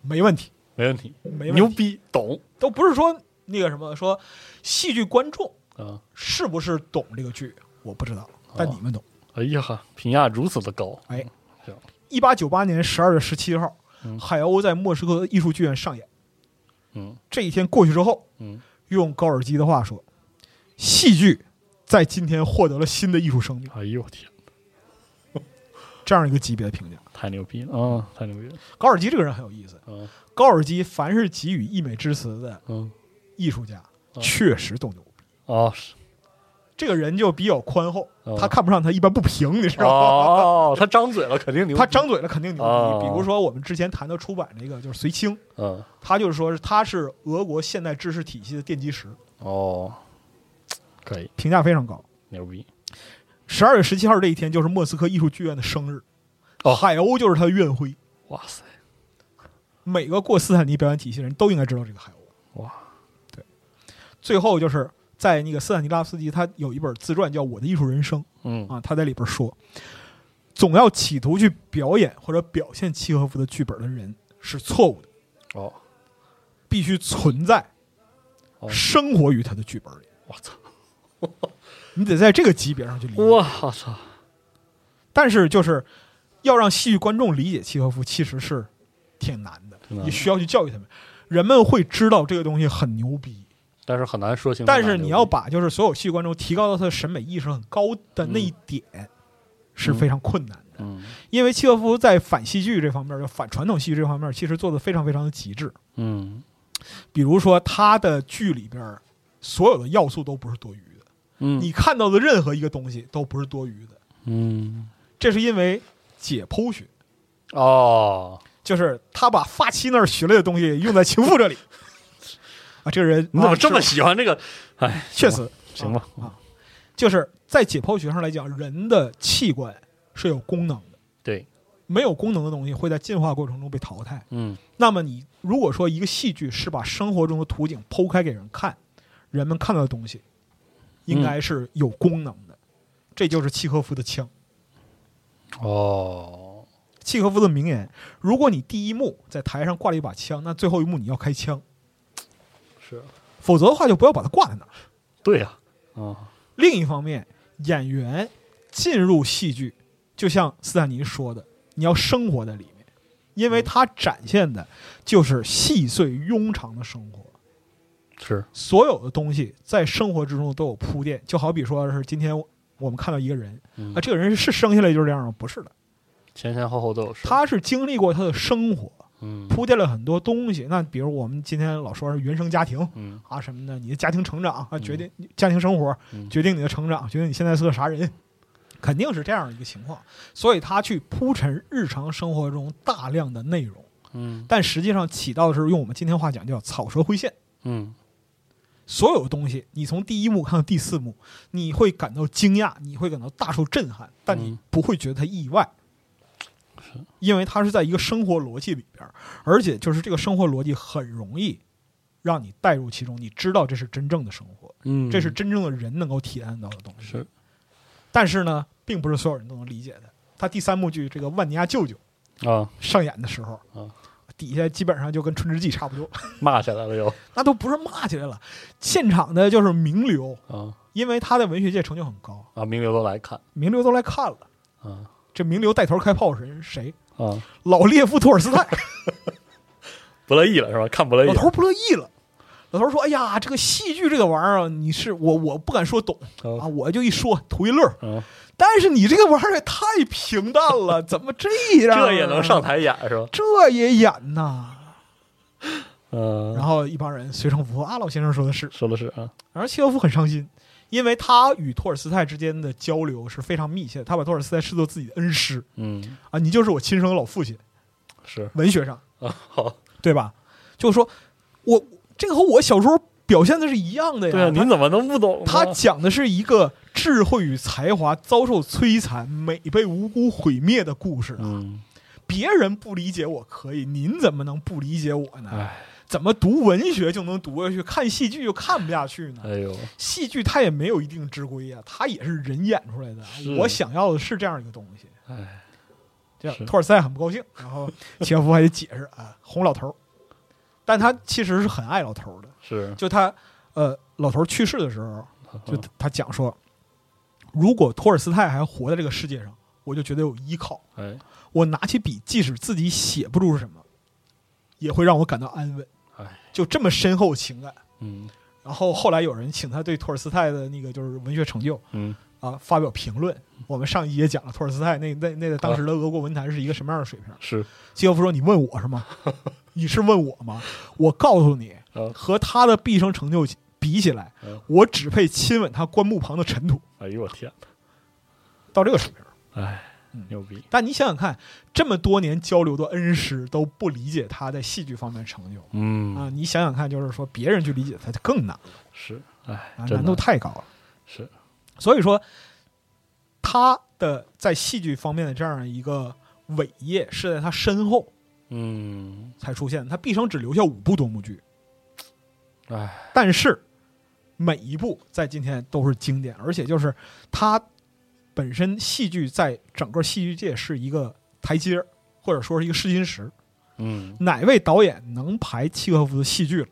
Speaker 4: 没问题，
Speaker 3: 没问题，
Speaker 4: 没问
Speaker 3: 牛
Speaker 4: 题，
Speaker 3: 逼，懂，
Speaker 4: 都不是说那个什么，说戏剧观众
Speaker 3: 啊，
Speaker 4: 是不是懂这个剧，我不知道，但你们懂。
Speaker 3: 哎呀哈，评价如此的高，
Speaker 4: 哎
Speaker 3: 行，
Speaker 4: 一八九八年十二月十七号，
Speaker 3: 嗯
Speaker 4: 海鸥在莫斯科艺术剧院上演。
Speaker 3: 嗯
Speaker 4: 这一天过去之后，
Speaker 3: 嗯，
Speaker 4: 用高尔基的话说，戏剧在今天获得了新的艺术生命，
Speaker 3: 哎呦天，
Speaker 4: 这样一个级别的评价。
Speaker 3: 太牛逼了啊，太牛逼了，
Speaker 4: 高尔基这个人很有意思，
Speaker 3: 啊，
Speaker 4: 高尔基凡是给予溢美之词的
Speaker 3: 嗯，
Speaker 4: 艺术家，
Speaker 3: 嗯
Speaker 4: 确实都牛逼。
Speaker 3: 哦，
Speaker 4: *laughs*
Speaker 3: 是
Speaker 4: 这个人就比较宽厚，
Speaker 3: 嗯
Speaker 4: 他看不上他一般不评，你知道吗？
Speaker 3: 哦，他张嘴了，肯定牛逼，
Speaker 4: 他张嘴了肯定牛
Speaker 3: 哦
Speaker 4: 逼。比如说我们之前谈到出版那个就是随清，
Speaker 3: 嗯，
Speaker 4: 他就是说是他是俄国现代知识体系的奠基石，
Speaker 3: 哦，可以，
Speaker 4: 评价非常高。
Speaker 3: 牛逼，
Speaker 4: 十二月十七号这一天就是莫斯科艺术剧院的生日，
Speaker 3: 哦
Speaker 4: 海鸥就是他的院徽。
Speaker 3: 哇塞，
Speaker 4: 每个过斯坦尼表演体系的人都应该知道这个海鸥。
Speaker 3: 哇，
Speaker 4: 对。最后就是在那个斯坦尼拉夫斯基，他有一本自传叫《我的艺术人生
Speaker 3: 嗯》，
Speaker 4: 啊，他在里边说，总要企图去表演或者表现契诃夫的剧本的人是错误的，
Speaker 3: 哦，
Speaker 4: 必须存在，
Speaker 3: 哦
Speaker 4: 生活于他的剧本里。
Speaker 3: 我操，
Speaker 4: 你得在这个级别上去理解。
Speaker 3: 我操，
Speaker 4: 但是就是要让戏剧观众理解契诃夫，其实是挺难的，
Speaker 3: 挺难的
Speaker 4: 也需要去教育他们。人们会知道这个东西很牛逼，
Speaker 3: 但是很难说清楚哪
Speaker 4: 但
Speaker 3: 牛逼，
Speaker 4: 是你要把就是所有戏剧观众提高到他的审美意识很高的那一点，是非常困难的。
Speaker 3: 嗯
Speaker 4: 因为契诃夫在反戏剧这方面，就反传统戏剧这方面，其实做的非常非常的极致。
Speaker 3: 嗯
Speaker 4: 比如说他的剧里边，所有的要素都不是多余的，
Speaker 3: 嗯，
Speaker 4: 你看到的任何一个东西都不是多余的，
Speaker 3: 嗯
Speaker 4: 这是因为解剖学。
Speaker 3: 哦，
Speaker 4: 就是他把发妻那儿学来的东西用在情妇这里。啊，这个人
Speaker 3: 你怎么
Speaker 4: 啊
Speaker 3: 这么
Speaker 4: 是
Speaker 3: 喜欢这个？哎，
Speaker 4: 确实，
Speaker 3: 行吧，
Speaker 4: 啊啊，就是在解剖学上来讲，人的器官是有功能的，
Speaker 3: 对，
Speaker 4: 没有功能的东西会在进化过程中被淘汰。
Speaker 3: 嗯
Speaker 4: 那么你如果说一个戏剧是把生活中的图景剖开给人看，人们看到的东西应
Speaker 3: 嗯
Speaker 4: 该是有功能的，这就是契诃夫的枪。
Speaker 3: 哦，
Speaker 4: 契诃夫的名言：如果你第一幕在台上挂了一把枪，那最后一幕你要开枪。
Speaker 3: 是
Speaker 4: 否则的话就不要把它挂在那儿。
Speaker 3: 对呀，啊，
Speaker 4: 另一方面，演员进入戏剧，就像斯坦尼说的，你要生活在里面，因为它展现的就是细碎庸常的生活。
Speaker 3: 是，
Speaker 4: 所有的东西在生活之中都有铺垫，就好比说是今天我们看到一个人
Speaker 3: 嗯
Speaker 4: 啊，这个人是生下来就是这样吗？不是的，
Speaker 3: 前前后后都有事，
Speaker 4: 他是经历过他的生活，
Speaker 3: 嗯
Speaker 4: 铺垫了很多东西。那比如我们今天老说是原生家庭
Speaker 3: 嗯
Speaker 4: 啊什么的，你的家庭成长啊，决定你家庭生活，
Speaker 3: 嗯
Speaker 4: 决定你的成长，决定你现在是个啥人，肯定是这样一个情况。所以他去铺陈日常生活中大量的内容，
Speaker 3: 嗯
Speaker 4: 但实际上起到的是用我们今天话讲叫草蛇灰线。
Speaker 3: 嗯
Speaker 4: 所有东西，你从第一幕看到第四幕，你会感到惊讶，你会感到大受震撼，但你
Speaker 3: 嗯
Speaker 4: 不会觉得它意外，因为它是在一个生活逻辑里边儿，而且就是这个生活逻辑很容易让你带入其中，你知道这是真正的生活，
Speaker 3: 嗯，
Speaker 4: 这是真正的人能够体验到的东西。
Speaker 3: 是
Speaker 4: 但是呢，并不是所有人都能理解的。他第三幕剧这个万尼亚舅舅
Speaker 3: 啊，
Speaker 4: 上演的时候
Speaker 3: 啊，
Speaker 4: 底下基本上就跟《春之祭》差不多， *laughs*
Speaker 3: 骂起来了又
Speaker 4: 那都不是骂起来了，现场的就是名流。
Speaker 3: 啊
Speaker 4: 因为他在文学界成就很高，
Speaker 3: 啊，名流都来看
Speaker 4: 名流都来看了。
Speaker 3: 啊
Speaker 4: 这名流带头开炮是谁？
Speaker 3: 啊，
Speaker 4: 老列夫·托尔斯泰，
Speaker 3: 哎不乐意了是吧？看不乐意
Speaker 4: 老
Speaker 3: 了
Speaker 4: 头不乐意了。老头说：“哎呀，这个戏剧这个玩意儿啊，你是我我不敢说懂啊，
Speaker 3: 啊
Speaker 4: 我就一说图一乐儿。
Speaker 3: 啊，
Speaker 4: 但是你这个玩意儿也太平淡了，怎么这样、啊
Speaker 3: 这也能上？台演是吧？
Speaker 4: 这也演呐？然
Speaker 3: 嗯，
Speaker 4: 后一帮人随声附和啊，老先生说的是。
Speaker 3: 说的是啊，
Speaker 4: 然后契诃夫很伤心，因为他与托尔斯泰之间的交流是非常密切的，他把托尔斯泰视作自己的恩师
Speaker 3: 嗯，
Speaker 4: 啊，你就是我亲生老父亲。
Speaker 3: 是
Speaker 4: 文学上，
Speaker 3: 啊，好，
Speaker 4: 对吧？就是说我这个和我小时候表现的是一样的呀。
Speaker 3: 对啊，您怎么能不懂呢？
Speaker 4: 他他讲的是一个智慧与才华遭受摧残、美被无辜毁灭的故事啊。
Speaker 3: 嗯，
Speaker 4: 别人不理解我可以，您怎么能不理解我呢？
Speaker 3: 哎，
Speaker 4: 怎么读文学就能读下去，看戏剧就看不下去呢？
Speaker 3: 哎呦，
Speaker 4: 戏剧它也没有一定之规啊，它也是人演出来的
Speaker 3: 是。
Speaker 4: 我想要的是这样一个东西。
Speaker 3: 哎，
Speaker 4: 这样
Speaker 3: 是
Speaker 4: 托尔斯泰很不高兴，然后契诃夫还得解释啊，哄老头儿。但他其实是很爱老头儿的，
Speaker 3: 是
Speaker 4: 就他呃，老头儿去世的时候，就
Speaker 3: 啊
Speaker 4: 他讲说，如果托尔斯泰还活在这个世界上，我就觉得有依靠。
Speaker 3: 哎
Speaker 4: 我拿起笔，即使自己写不出什么，也会让我感到安稳
Speaker 3: 哎。
Speaker 4: 就这么深厚情感。
Speaker 3: 嗯
Speaker 4: 然后后来有人请他对托尔斯泰的那个就是文学成就
Speaker 3: 嗯
Speaker 4: 啊发表评论。我们上一也讲了托尔斯泰那那那在当时的俄国文坛是一个什么样的水
Speaker 3: *laughs*
Speaker 4: 平。
Speaker 3: 是
Speaker 4: 契诃夫说：“你问我是吗？你是问我吗？我告诉你，
Speaker 3: 啊，
Speaker 4: 和他的毕生成就比起来
Speaker 3: 嗯，
Speaker 4: 我只配亲吻他棺木旁的尘土，
Speaker 3: 哎呦我天，
Speaker 4: 到这个水平。
Speaker 3: 哎
Speaker 4: 嗯，
Speaker 3: 牛逼，
Speaker 4: 但你想想看，这么多年交流的恩师都不理解他在戏剧方面成就
Speaker 3: 嗯，
Speaker 4: 啊！你想想看，就是说别人去理解他就更难了，
Speaker 3: 是，哎
Speaker 4: 啊，，
Speaker 3: 真
Speaker 4: 难
Speaker 3: 的
Speaker 4: 度太高了。
Speaker 3: 是，
Speaker 4: 所以说，他的在戏剧方面的这样一个伟业是在他身后
Speaker 3: 嗯，
Speaker 4: 才出现的，他毕生只留下五部多幕剧。”
Speaker 3: 哎，
Speaker 4: 但是每一部在今天都是经典，而且就是它本身戏剧在整个戏剧界是一个台阶儿，或者说是一个试金石。
Speaker 3: 嗯，
Speaker 4: 哪位导演能排契诃夫的戏剧了？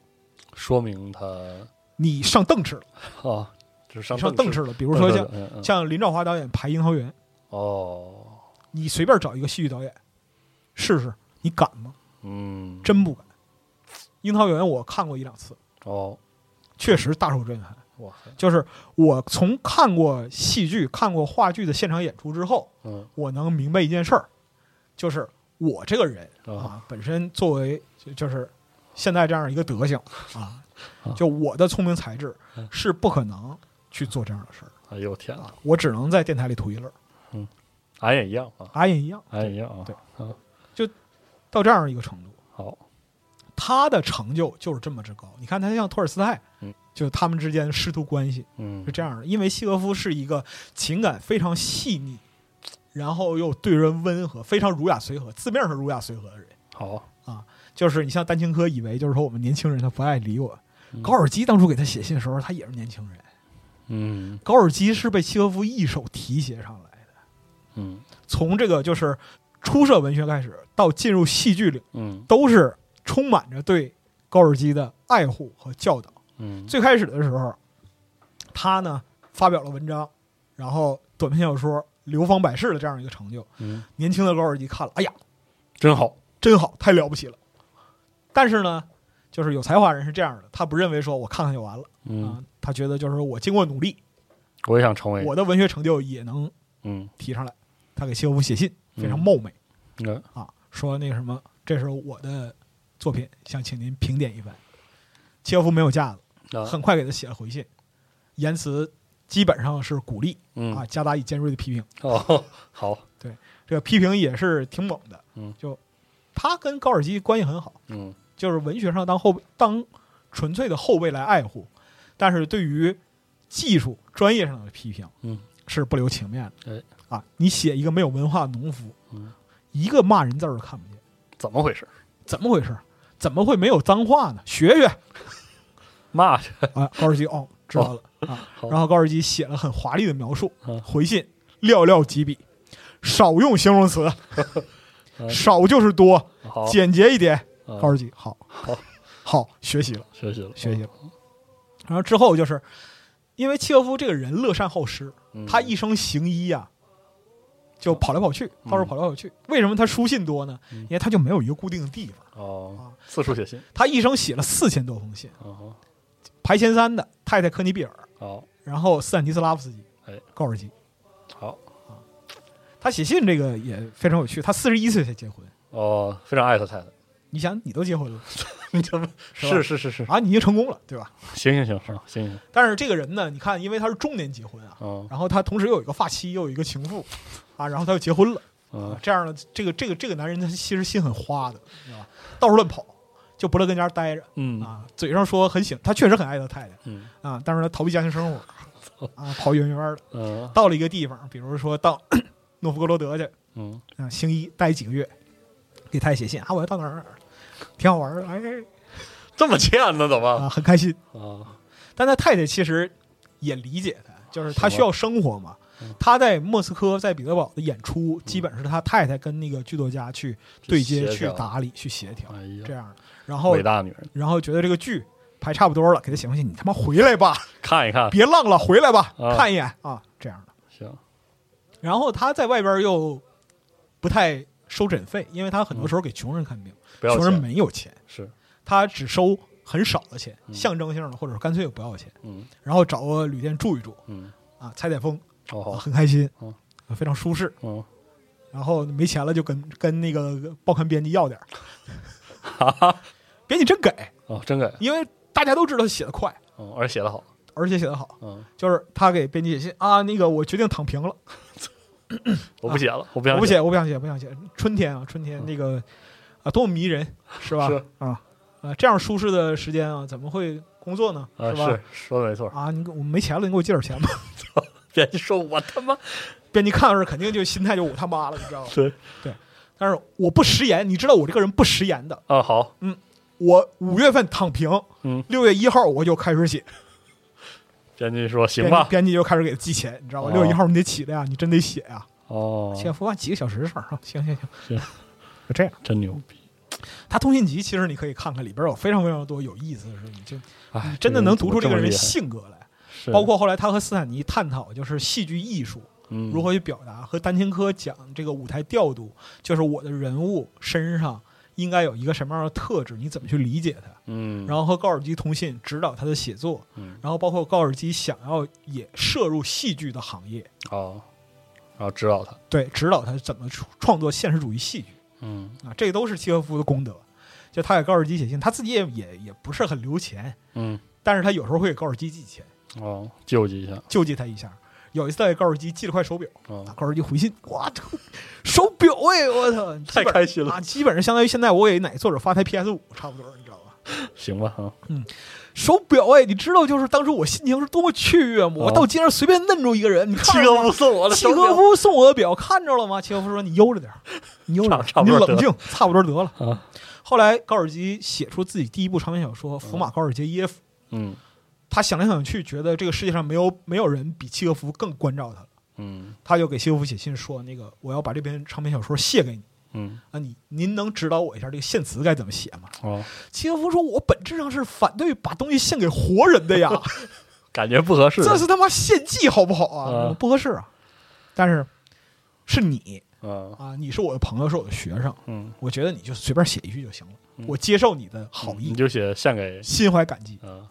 Speaker 3: 说明他
Speaker 4: 你上凳吃了，
Speaker 3: 啊，就是上
Speaker 4: 你上
Speaker 3: 凳
Speaker 4: 凳
Speaker 3: 吃，
Speaker 4: 吃了。比如说像
Speaker 3: 嗯嗯
Speaker 4: 像林兆华导演排《樱桃园》，
Speaker 3: 哦，
Speaker 4: 你随便找一个戏剧导演试试，你敢吗？
Speaker 3: 嗯，
Speaker 4: 真不敢。《樱桃园》我看过一两次，
Speaker 3: 哦，
Speaker 4: 确实大受震撼。
Speaker 3: 哇塞，
Speaker 4: 就是我从看过戏剧、看过话剧的现场演出之后，
Speaker 3: 嗯
Speaker 4: 我能明白一件事儿，就是我这个人
Speaker 3: 啊，
Speaker 4: 啊，本身作为就就是现在这样一个德行啊
Speaker 3: 啊，
Speaker 4: 就我的聪明才智
Speaker 3: 嗯
Speaker 4: 是不可能去做这样的事儿
Speaker 3: 哎呦我天，
Speaker 4: 啊，我只能在电台里图一乐，
Speaker 3: 俺也一样啊，
Speaker 4: 俺也一样，
Speaker 3: 俺也一样啊，
Speaker 4: 对
Speaker 3: 啊，
Speaker 4: 到这样一个程度，
Speaker 3: 好，
Speaker 4: 他的成就就是这么之高。你看他像托尔斯泰
Speaker 3: 嗯，
Speaker 4: 就他们之间师徒关系
Speaker 3: 嗯
Speaker 4: 是，这样的，因为契诃夫是一个情感非常细腻，然后又对人温和，非常儒雅随和，字面上是儒雅随和的人。
Speaker 3: 好，
Speaker 4: 就是你像丹青科以为就是说我们年轻人他不爱理我
Speaker 3: 嗯，
Speaker 4: 高尔基当初给他写信的时候，他也是年轻人。
Speaker 3: 嗯
Speaker 4: 高尔基是被契诃夫一手提携上来的，
Speaker 3: 嗯
Speaker 4: 从这个就是出色文学开始，到进入戏剧领，
Speaker 3: 嗯
Speaker 4: 都是充满着对高尔基的爱护和教导。
Speaker 3: 嗯，
Speaker 4: 最开始的时候，他呢发表了文章，然后短篇小说流芳百世的这样一个成就，
Speaker 3: 嗯，
Speaker 4: 年轻的高尔基看了，哎呀，
Speaker 3: 真好，
Speaker 4: 真好，太了不起了。但是呢，就是有才华人是这样的，他不认为说我看看就完了啊、
Speaker 3: 嗯，
Speaker 4: 他觉得就是我经过努力，
Speaker 3: 我也想成为，
Speaker 4: 我的文学成就也能
Speaker 3: 嗯，
Speaker 4: 提上来。他给契诃夫写信，非常冒昧、
Speaker 3: 那
Speaker 4: 啊，说那个什么，这是我的作品，想请您评点一番。”契诃夫没有架子，
Speaker 3: 啊
Speaker 4: 很快给他写了回信，言辞基本上是鼓励
Speaker 3: 嗯
Speaker 4: 啊，夹杂以尖锐的批评。
Speaker 3: 哦， *laughs* 好，
Speaker 4: 这个批评也是挺猛的
Speaker 3: 嗯，
Speaker 4: 就他跟高尔基关系很好，
Speaker 3: 嗯
Speaker 4: 就是文学上当后当纯粹的后辈来爱护，但是对于技术专业上的批评，
Speaker 3: 嗯，
Speaker 4: 是不留情面的。
Speaker 3: 哎
Speaker 4: 啊，你写一个没有文化的农夫，
Speaker 3: 嗯，
Speaker 4: 一个骂人字儿都看不见，
Speaker 3: 怎么回事？
Speaker 4: 怎么回事？怎么会没有脏话呢？
Speaker 3: *laughs*
Speaker 4: 学学
Speaker 3: 骂去，
Speaker 4: 啊！高尔基哦，知道了、啊。
Speaker 3: 好
Speaker 4: 然后高尔基写了很华丽的描述，
Speaker 3: 嗯
Speaker 4: 回信寥寥几笔，少用形
Speaker 3: *laughs*
Speaker 4: 容词，
Speaker 3: 嗯
Speaker 4: 少就是多，
Speaker 3: 好，
Speaker 4: 简洁一点。
Speaker 3: 啊
Speaker 4: 高尔基好，
Speaker 3: 好，
Speaker 4: 好，学习了。
Speaker 3: 学习了，
Speaker 4: 学习了。然后之后就是，因为契诃夫这个人乐善好施，
Speaker 3: 嗯哦
Speaker 4: 他一生行医啊，就跑来跑去，到处跑来跑去。为什么他书信多呢？
Speaker 3: 嗯
Speaker 4: 因为他就没有一个固定的地方。啊
Speaker 3: 哦，四处写信，
Speaker 4: 他一生写了四千多封信，
Speaker 3: 哦，
Speaker 4: 排前三的太太科尼比尔，
Speaker 3: 好，
Speaker 4: 然后斯坦尼斯拉夫斯基
Speaker 3: 哎、
Speaker 4: 高尔基。
Speaker 3: 好，
Speaker 4: 他写信这个也非常有趣，他四十一岁才结婚。
Speaker 3: 哦，非常爱他太太，
Speaker 4: 你想，你都结婚了
Speaker 3: *laughs* 你怎么
Speaker 4: 吧
Speaker 3: 是是是是，
Speaker 4: 啊，你已经成功了，对吧？
Speaker 3: 行行行，是行行，
Speaker 4: 但是这个人呢，你看，因为他是中年结婚啊，
Speaker 3: 嗯
Speaker 4: 然后他同时又有一个发妻，又有一个情妇，啊，然后他又结婚了。
Speaker 3: 嗯
Speaker 4: 啊，这样呢，这个这个这个男人他其实心很花的，你知道吧？到处乱跑，就不乐跟家待着
Speaker 3: 嗯
Speaker 4: 啊。嘴上说很喜，他确实很爱他太太
Speaker 3: 嗯
Speaker 4: 啊，但是他逃避家庭生活，啊，跑远远的。
Speaker 3: 嗯
Speaker 4: 到了一个地方，比如说到 *coughs* 诺夫哥罗德去
Speaker 3: 嗯，
Speaker 4: 啊，行医待几个月，给太太写信啊，我要到哪儿哪儿哪儿，挺好玩的，哎
Speaker 3: 这么欠呢，怎么
Speaker 4: 啊，很开心。
Speaker 3: 啊？
Speaker 4: 但他太太其实也理解他，就是他需要生活嘛
Speaker 3: 嗯。
Speaker 4: 他在莫斯科、在彼得堡的演出，基本是他太太跟那个剧作家去对接、
Speaker 3: 去协
Speaker 4: 去
Speaker 3: 调
Speaker 4: 打理、去协调
Speaker 3: 哎
Speaker 4: 这
Speaker 3: 呀，
Speaker 4: 样的。然后
Speaker 3: 伟，大女人，
Speaker 4: 然后觉得这个剧拍差不多了，给他写封信：“你他妈回来吧，
Speaker 3: 看一看，
Speaker 4: 别浪了，回来吧，
Speaker 3: 啊
Speaker 4: 看一眼啊。”这样的。
Speaker 3: 行，
Speaker 4: 然后他在外边又不太收诊费，因为他很多时候给穷人看病，
Speaker 3: 嗯不要
Speaker 4: 穷人
Speaker 3: 钱，
Speaker 4: 没有钱，
Speaker 3: 是，
Speaker 4: 他只收很少的钱，
Speaker 3: 嗯
Speaker 4: 象征性的，或者干脆不要钱，
Speaker 3: 嗯
Speaker 4: 然后找个旅店住一住
Speaker 3: 嗯，
Speaker 4: 啊，采采风。
Speaker 3: 哦
Speaker 4: 啊，
Speaker 3: 好，
Speaker 4: 很开心，
Speaker 3: 嗯
Speaker 4: 啊，非常舒适。
Speaker 3: 嗯，
Speaker 4: 然后没钱了就跟跟那个报刊编辑要点儿，
Speaker 3: *laughs*
Speaker 4: 编辑真给，
Speaker 3: 哦，真给，
Speaker 4: 因为大家都知道他写的快，
Speaker 3: 嗯，而且写的好，
Speaker 4: 而且写的好。
Speaker 3: 嗯，
Speaker 4: 就是他给编辑写信啊，那个我决定躺平了，
Speaker 3: 我不写了，我不想
Speaker 4: 啊我不，写，我不想写，不想写。春天啊，春天那个啊，多么迷人，是吧？
Speaker 3: 是
Speaker 4: 啊啊，这样舒适的时间啊，怎么会工作呢？
Speaker 3: 啊，
Speaker 4: 吧？
Speaker 3: 是说的没错，
Speaker 4: 啊，你给我没钱了，你给我借点钱吧。 *laughs*
Speaker 3: 别说我他妈，
Speaker 4: 编辑看到这儿肯定就心态就我他妈了，你知道吗？
Speaker 3: 对，
Speaker 4: 但是我不食言，你知道我这个人不食言的，
Speaker 3: 啊好，
Speaker 4: 我五月份躺平，
Speaker 3: 嗯，
Speaker 4: 六月一号我就开始写，
Speaker 3: 编辑说行
Speaker 4: 编
Speaker 3: 吧
Speaker 4: 辑，编辑就开始给他寄钱，你知道吧？
Speaker 3: 哦
Speaker 4: 六月一号你得起来呀，你真得写呀，
Speaker 3: 哦，
Speaker 4: 写伏案几个小时的事儿啊，行行
Speaker 3: 行
Speaker 4: 行，就这样。
Speaker 3: 真牛逼，
Speaker 4: 他通信集其实你可以看看，里边有非常非常多有意思的事情，就
Speaker 3: 哎，
Speaker 4: 嗯真的能读出这
Speaker 3: 这
Speaker 4: 个人
Speaker 3: 么
Speaker 4: 的
Speaker 3: 厉害，
Speaker 4: 性格来。
Speaker 3: 是
Speaker 4: 包括后来他和斯坦尼探讨就是戏剧艺术
Speaker 3: 嗯
Speaker 4: 如何去表达，和丹青科讲这个舞台调度，就是我的人物身上应该有一个什么样的特质，你怎么去理解它。
Speaker 3: 嗯，
Speaker 4: 然后和高尔基通信，指导他的写作，
Speaker 3: 嗯
Speaker 4: 然后包括高尔基想要也涉入戏剧的行业，
Speaker 3: 哦，然后指导他，
Speaker 4: 对，指导他怎么出创作现实主义戏剧
Speaker 3: 嗯
Speaker 4: 啊，这都是契诃夫的功德。就他给高尔基写信，他自己也也也不是很留钱，
Speaker 3: 嗯，
Speaker 4: 但是他有时候会给高尔基寄钱，
Speaker 3: 哦，救济一下，
Speaker 4: 救济他一下。有一次他给高尔基寄了块手表，啊
Speaker 3: 哦，
Speaker 4: 高尔基回信，我操，手表哎，我操，
Speaker 3: 太开心
Speaker 4: 基本
Speaker 3: 了，
Speaker 4: 啊！基本上相当于现在我给哪个作者发台 PS 五差不多，你知道吧？
Speaker 3: 行吧，啊，
Speaker 4: 手表哎，你知道就是当时我心情是多么雀跃吗？
Speaker 3: 哦
Speaker 4: 我到街上随便摁住一个人，你看着吗？
Speaker 3: 送我
Speaker 4: 契诃夫送我的表，看着了吗？契诃夫说：“你悠着点儿，你悠着点
Speaker 3: 差差
Speaker 4: 儿，
Speaker 3: 不
Speaker 4: 你
Speaker 3: 多得
Speaker 4: 冷静，差不多得了。
Speaker 3: 啊，”
Speaker 4: 后来高尔基写出自己第一部长篇小说《福马高尔杰耶夫》，
Speaker 3: 嗯
Speaker 4: 他想来想去，觉得这个世界上没有没有人比契诃夫更关照他了，
Speaker 3: 嗯
Speaker 4: 他就给契诃夫写信说：“那个我要把这篇长篇小说献给你
Speaker 3: 嗯，
Speaker 4: 啊，你您能指导我一下这个献词该怎么写吗
Speaker 3: 哦，？”
Speaker 4: 契诃夫说：“我本质上是反对把东西献给活人的呀。”
Speaker 3: 感觉不合适，
Speaker 4: *laughs* 这是他妈献祭好不好啊？
Speaker 3: 啊
Speaker 4: 不合适啊！但是是你
Speaker 3: 嗯
Speaker 4: 啊，你是我的朋友，是我的学生，
Speaker 3: 嗯，
Speaker 4: 我觉得你就随便写一句就行了，
Speaker 3: 嗯
Speaker 4: 我接受你的好
Speaker 3: 你
Speaker 4: 意，
Speaker 3: 就写献给，
Speaker 4: 心怀感激。
Speaker 3: 啊，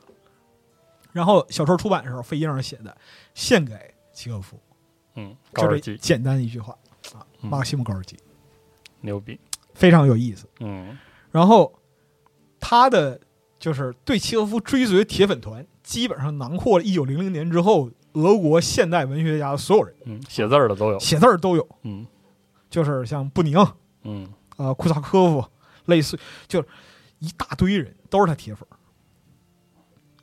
Speaker 4: 然后小说出版的时候，费祎上写的，献给契诃夫，
Speaker 3: 嗯，高
Speaker 4: 就
Speaker 3: 尔
Speaker 4: 这
Speaker 3: 基
Speaker 4: 简单一句话啊，
Speaker 3: 嗯
Speaker 4: 马克西姆高尔基
Speaker 3: 牛逼，
Speaker 4: 非常有意思。
Speaker 3: 嗯
Speaker 4: 然后他的就是对契诃夫追随的铁粉团，基本上囊括了一九零零年之后俄国现代文学家的所有人，
Speaker 3: 嗯，写字儿的都有，
Speaker 4: 写字儿都有，
Speaker 3: 嗯
Speaker 4: 就是像布宁啊、
Speaker 3: 嗯
Speaker 4: 呃库萨科夫，类似就是一大堆人都是他铁粉儿。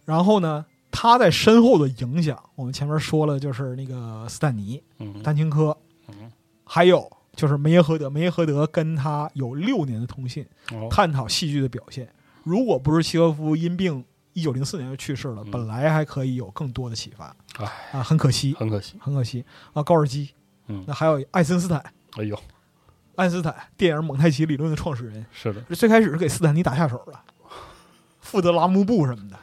Speaker 4: 然后呢，他在身后的影响，我们前面说了，就是那个斯坦尼、
Speaker 3: 嗯
Speaker 4: 丹青科
Speaker 3: 嗯，
Speaker 4: 还有就是梅耶荷德，梅耶荷德跟他有六年的通信。
Speaker 3: 哦
Speaker 4: 探讨戏剧的表现。如果不是契诃夫因病一九零四年就去世了，
Speaker 3: 嗯
Speaker 4: 本来还可以有更多的启发
Speaker 3: 唉。
Speaker 4: 啊，很可惜，
Speaker 3: 很可惜，
Speaker 4: 很可惜啊！高尔基，
Speaker 3: 嗯
Speaker 4: 那还有爱森斯坦，
Speaker 3: 哎呦，
Speaker 4: 爱因斯坦电影蒙太奇理论的创始人，
Speaker 3: 是的，
Speaker 4: 最开始是给斯坦尼打下手了，负责拉幕布什么的，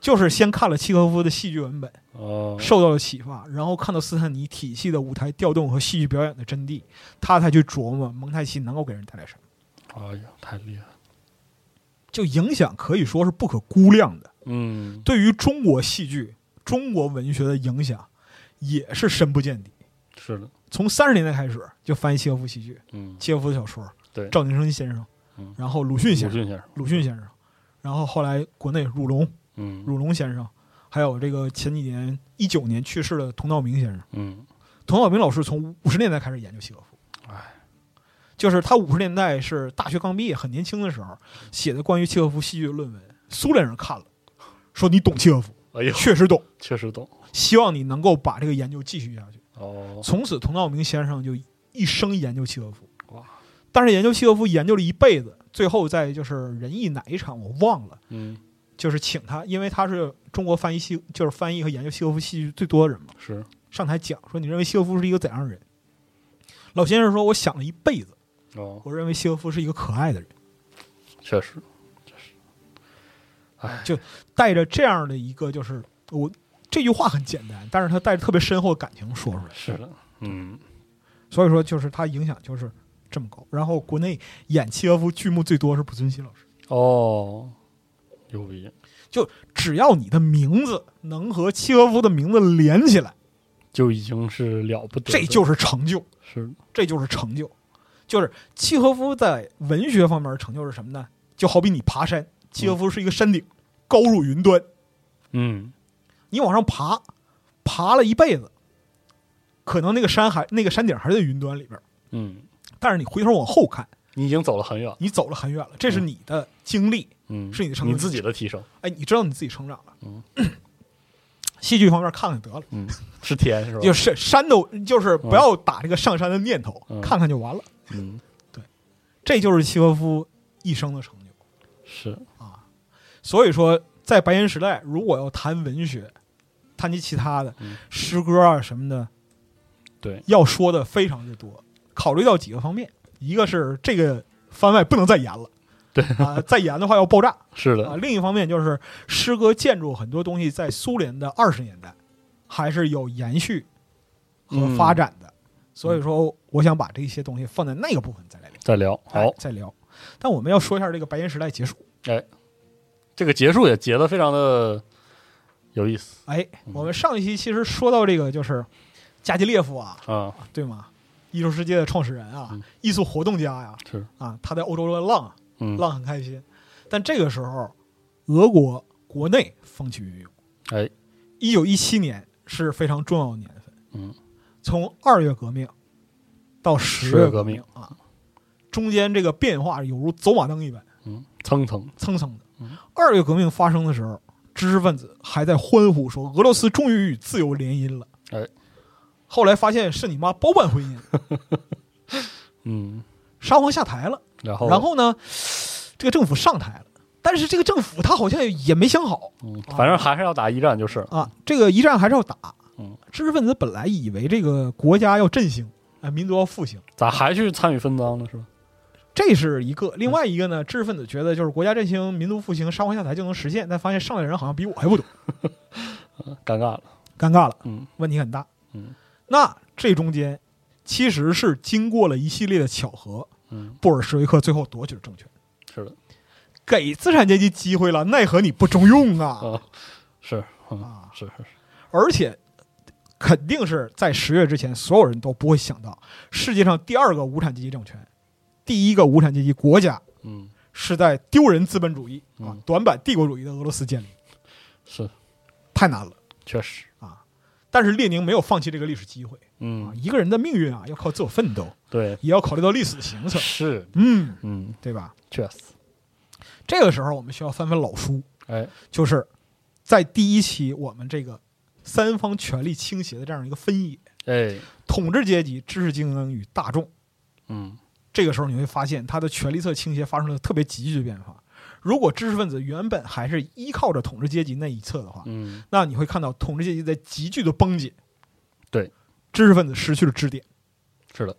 Speaker 4: 就是先看了契诃夫的戏剧文本，
Speaker 3: 哦，
Speaker 4: 受到了启发，然后看到斯坦尼体系的舞台调动和戏剧表演的真谛，他才去琢磨蒙太奇能够给人带来什么。
Speaker 3: 哎呀，太厉害了，
Speaker 4: 就影响可以说是不可估量的，
Speaker 3: 嗯，
Speaker 4: 对于中国戏剧、中国文学的影响也是深不见底。
Speaker 3: 是的，
Speaker 4: 从三十年代开始就翻译契诃夫戏剧、
Speaker 3: 嗯，
Speaker 4: 契诃夫的小说，
Speaker 3: 对
Speaker 4: 赵宁生先生
Speaker 3: 嗯，
Speaker 4: 然后鲁迅
Speaker 3: 鲁
Speaker 4: 先
Speaker 3: 迅
Speaker 4: 生，
Speaker 3: 先生，
Speaker 4: 鲁迅先生，然后后来国内汝龙、
Speaker 3: 嗯
Speaker 4: 汝龙先生，还有这个前几年一九年去世的佟道明先生。
Speaker 3: 嗯，
Speaker 4: 佟道明老师从五十年代开始研究契诃夫，
Speaker 3: 哎，
Speaker 4: 就是他五十年代是大学刚毕业，很年轻的时候写的关于契诃夫戏剧的论文，苏联人看了，说你懂契诃夫，
Speaker 3: 哎呦，
Speaker 4: 确实懂，
Speaker 3: 确实懂，
Speaker 4: 希望你能够把这个研究继续下去。
Speaker 3: 哦，
Speaker 4: 从此，佟道明先生就一生研究契诃夫
Speaker 3: 哇。
Speaker 4: 但是研究契诃夫研究了一辈子，最后在就是仁义哪一场我忘了，
Speaker 3: 嗯，
Speaker 4: 就是请他，因为他是中国翻译戏，就是翻译和研究契诃夫戏剧最多的人嘛。
Speaker 3: 是，
Speaker 4: 上台讲说：“你认为契诃夫是一个怎样的人？”老先生说：“我想了一辈子，
Speaker 3: 哦，
Speaker 4: 我认为契诃夫是一个可爱的人。
Speaker 3: 确实，确实，哎，”
Speaker 4: 带着这样的一个，就是我这句话很简单，但是他带着特别深厚的感情说出来。
Speaker 3: 是的，嗯，
Speaker 4: 所以说，就是他影响就是这么高。然后国内演契诃夫剧目最多是濮存昕老师。
Speaker 3: 哦，牛逼，
Speaker 4: 只要你的名字能和契诃夫的名字连起来，
Speaker 3: 就已经是了不得的，
Speaker 4: 这就是成就，
Speaker 3: 是的，
Speaker 4: 这就是成就。就是契诃夫在文学方面的成就是什么呢？就好比你爬山，契诃夫是一个山顶，高入云端，
Speaker 3: 嗯，
Speaker 4: 你往上爬，爬了一辈子，可能那个山还那个山顶还是在云端里边儿，
Speaker 3: 嗯，
Speaker 4: 但是你回头往后看，
Speaker 3: 你已经走了很远，
Speaker 4: 你走了很远了，这是你的经历，
Speaker 3: 嗯，
Speaker 4: 是你的成
Speaker 3: 你
Speaker 4: 就
Speaker 3: 自己的提升，
Speaker 4: 哎，你知道你自己成长了。
Speaker 3: 嗯
Speaker 4: *clears throat* 戏剧方面看看得了，
Speaker 3: 嗯，是天是吧？
Speaker 4: 就是山都就是不要打这个上山的念头，
Speaker 3: 嗯
Speaker 4: 看看就完了。
Speaker 3: 嗯，，
Speaker 4: 这就是契诃夫一生的成就是啊。所以说，在白银时代，如果要谈文学，谈及其他的、
Speaker 3: 嗯
Speaker 4: 诗歌啊什么的，
Speaker 3: 对，
Speaker 4: 要说的非常之多。考虑到几个方面，一个是这个番外不能再延了，
Speaker 3: 对
Speaker 4: 啊，再延的话要爆炸
Speaker 3: 是
Speaker 4: 啊。
Speaker 3: 的，
Speaker 4: 另一方面就是诗歌、建筑很多东西在苏联的二十年代还是有延续
Speaker 3: 嗯
Speaker 4: 和发展的，所以说我想把这些东西放在那个部分再来聊。
Speaker 3: 再聊，
Speaker 4: 哎
Speaker 3: 好，
Speaker 4: 再聊。但我们要说一下这个白银时代结束。
Speaker 3: 这个结束也结得非常的有意思
Speaker 4: 哎，
Speaker 3: 嗯
Speaker 4: 我们上一期其实说到这个就是加基列夫啊，
Speaker 3: 啊，
Speaker 4: 对吗？艺术世界的创始人啊，
Speaker 3: 嗯
Speaker 4: 艺术活动家呀、
Speaker 3: 是，
Speaker 4: 啊，他在欧洲乱浪，
Speaker 3: 嗯，
Speaker 4: 浪很开心。但这个时候，俄国国内风起云涌。
Speaker 3: 哎，
Speaker 4: 一九一七年是非常重要的年份。
Speaker 3: 嗯，
Speaker 4: 从二月革命到十
Speaker 3: 月革
Speaker 4: 革
Speaker 3: 命
Speaker 4: 啊，中间这个变化犹如走马灯一般。
Speaker 3: 嗯，蹭蹭，
Speaker 4: 蹭蹭的
Speaker 3: 嗯。
Speaker 4: 二月革命发生的时候，知识分子还在欢呼说俄罗斯终于与自由联姻了。
Speaker 3: 哎，
Speaker 4: 后来发现是你妈包办婚
Speaker 3: *laughs*
Speaker 4: 姻，
Speaker 3: 嗯，
Speaker 4: 沙皇下台了，
Speaker 3: 然后
Speaker 4: 然后呢，这个政府上台了，但是这个政府他好像也没想好
Speaker 3: 嗯，反正还是要打一战就是了，
Speaker 4: 啊，这个一战还是要打
Speaker 3: 嗯。
Speaker 4: 知识分子本来以为这个国家要振兴，啊，民族要复兴。
Speaker 3: 咋还去参与分赃呢？是吧？
Speaker 4: 这是一个，
Speaker 3: 嗯
Speaker 4: 另外一个呢，知识分子觉得就是国家振兴、民族复兴，沙皇下台就能实现，但发现上来人好像比我还不懂，
Speaker 3: 尴尬了，
Speaker 4: 尴尬了。
Speaker 3: 嗯
Speaker 4: 问题很大。
Speaker 3: 嗯，
Speaker 4: 那这中间其实是经过了一系列的巧合，
Speaker 3: 嗯，
Speaker 4: 布尔什维克最后夺取了政权，
Speaker 3: 是的，
Speaker 4: 给资产阶级机会了，奈何你不中用啊！
Speaker 3: 啊，是，嗯，
Speaker 4: 啊，
Speaker 3: 是是是，
Speaker 4: 而且肯定是在十月之前，所有人都不会想到世界上第二个无产阶级政权，第一个无产阶级国家
Speaker 3: 嗯，
Speaker 4: 是在丢人资本主义啊
Speaker 3: 嗯
Speaker 4: 短板帝国主义的俄罗斯建立，
Speaker 3: 是，
Speaker 4: 太难了
Speaker 3: 确实，
Speaker 4: 啊！但是列宁没有放弃这个历史机会啊！
Speaker 3: 嗯，
Speaker 4: 一个人的命运啊，要靠自我奋斗，
Speaker 3: 对，
Speaker 4: 也要考虑到历史的形成，
Speaker 3: 是，
Speaker 4: 嗯，
Speaker 3: 嗯，
Speaker 4: 对吧？
Speaker 3: 确实，
Speaker 4: 这个时候我们需要翻翻老书，
Speaker 3: 哎，
Speaker 4: 就是在第一期我们这个三方权力倾斜的这样一个分野，
Speaker 3: 哎，
Speaker 4: 统治阶级、知识精英与大众。
Speaker 3: 嗯，
Speaker 4: 这个时候你会发现，它的权力侧倾斜发生了特别急剧的变化。如果知识分子原本还是依靠着统治阶级那一侧的话，
Speaker 3: 嗯，
Speaker 4: 那你会看到统治阶级在急剧的崩解，
Speaker 3: 对，
Speaker 4: 知识分子失去了支点，
Speaker 3: 是的，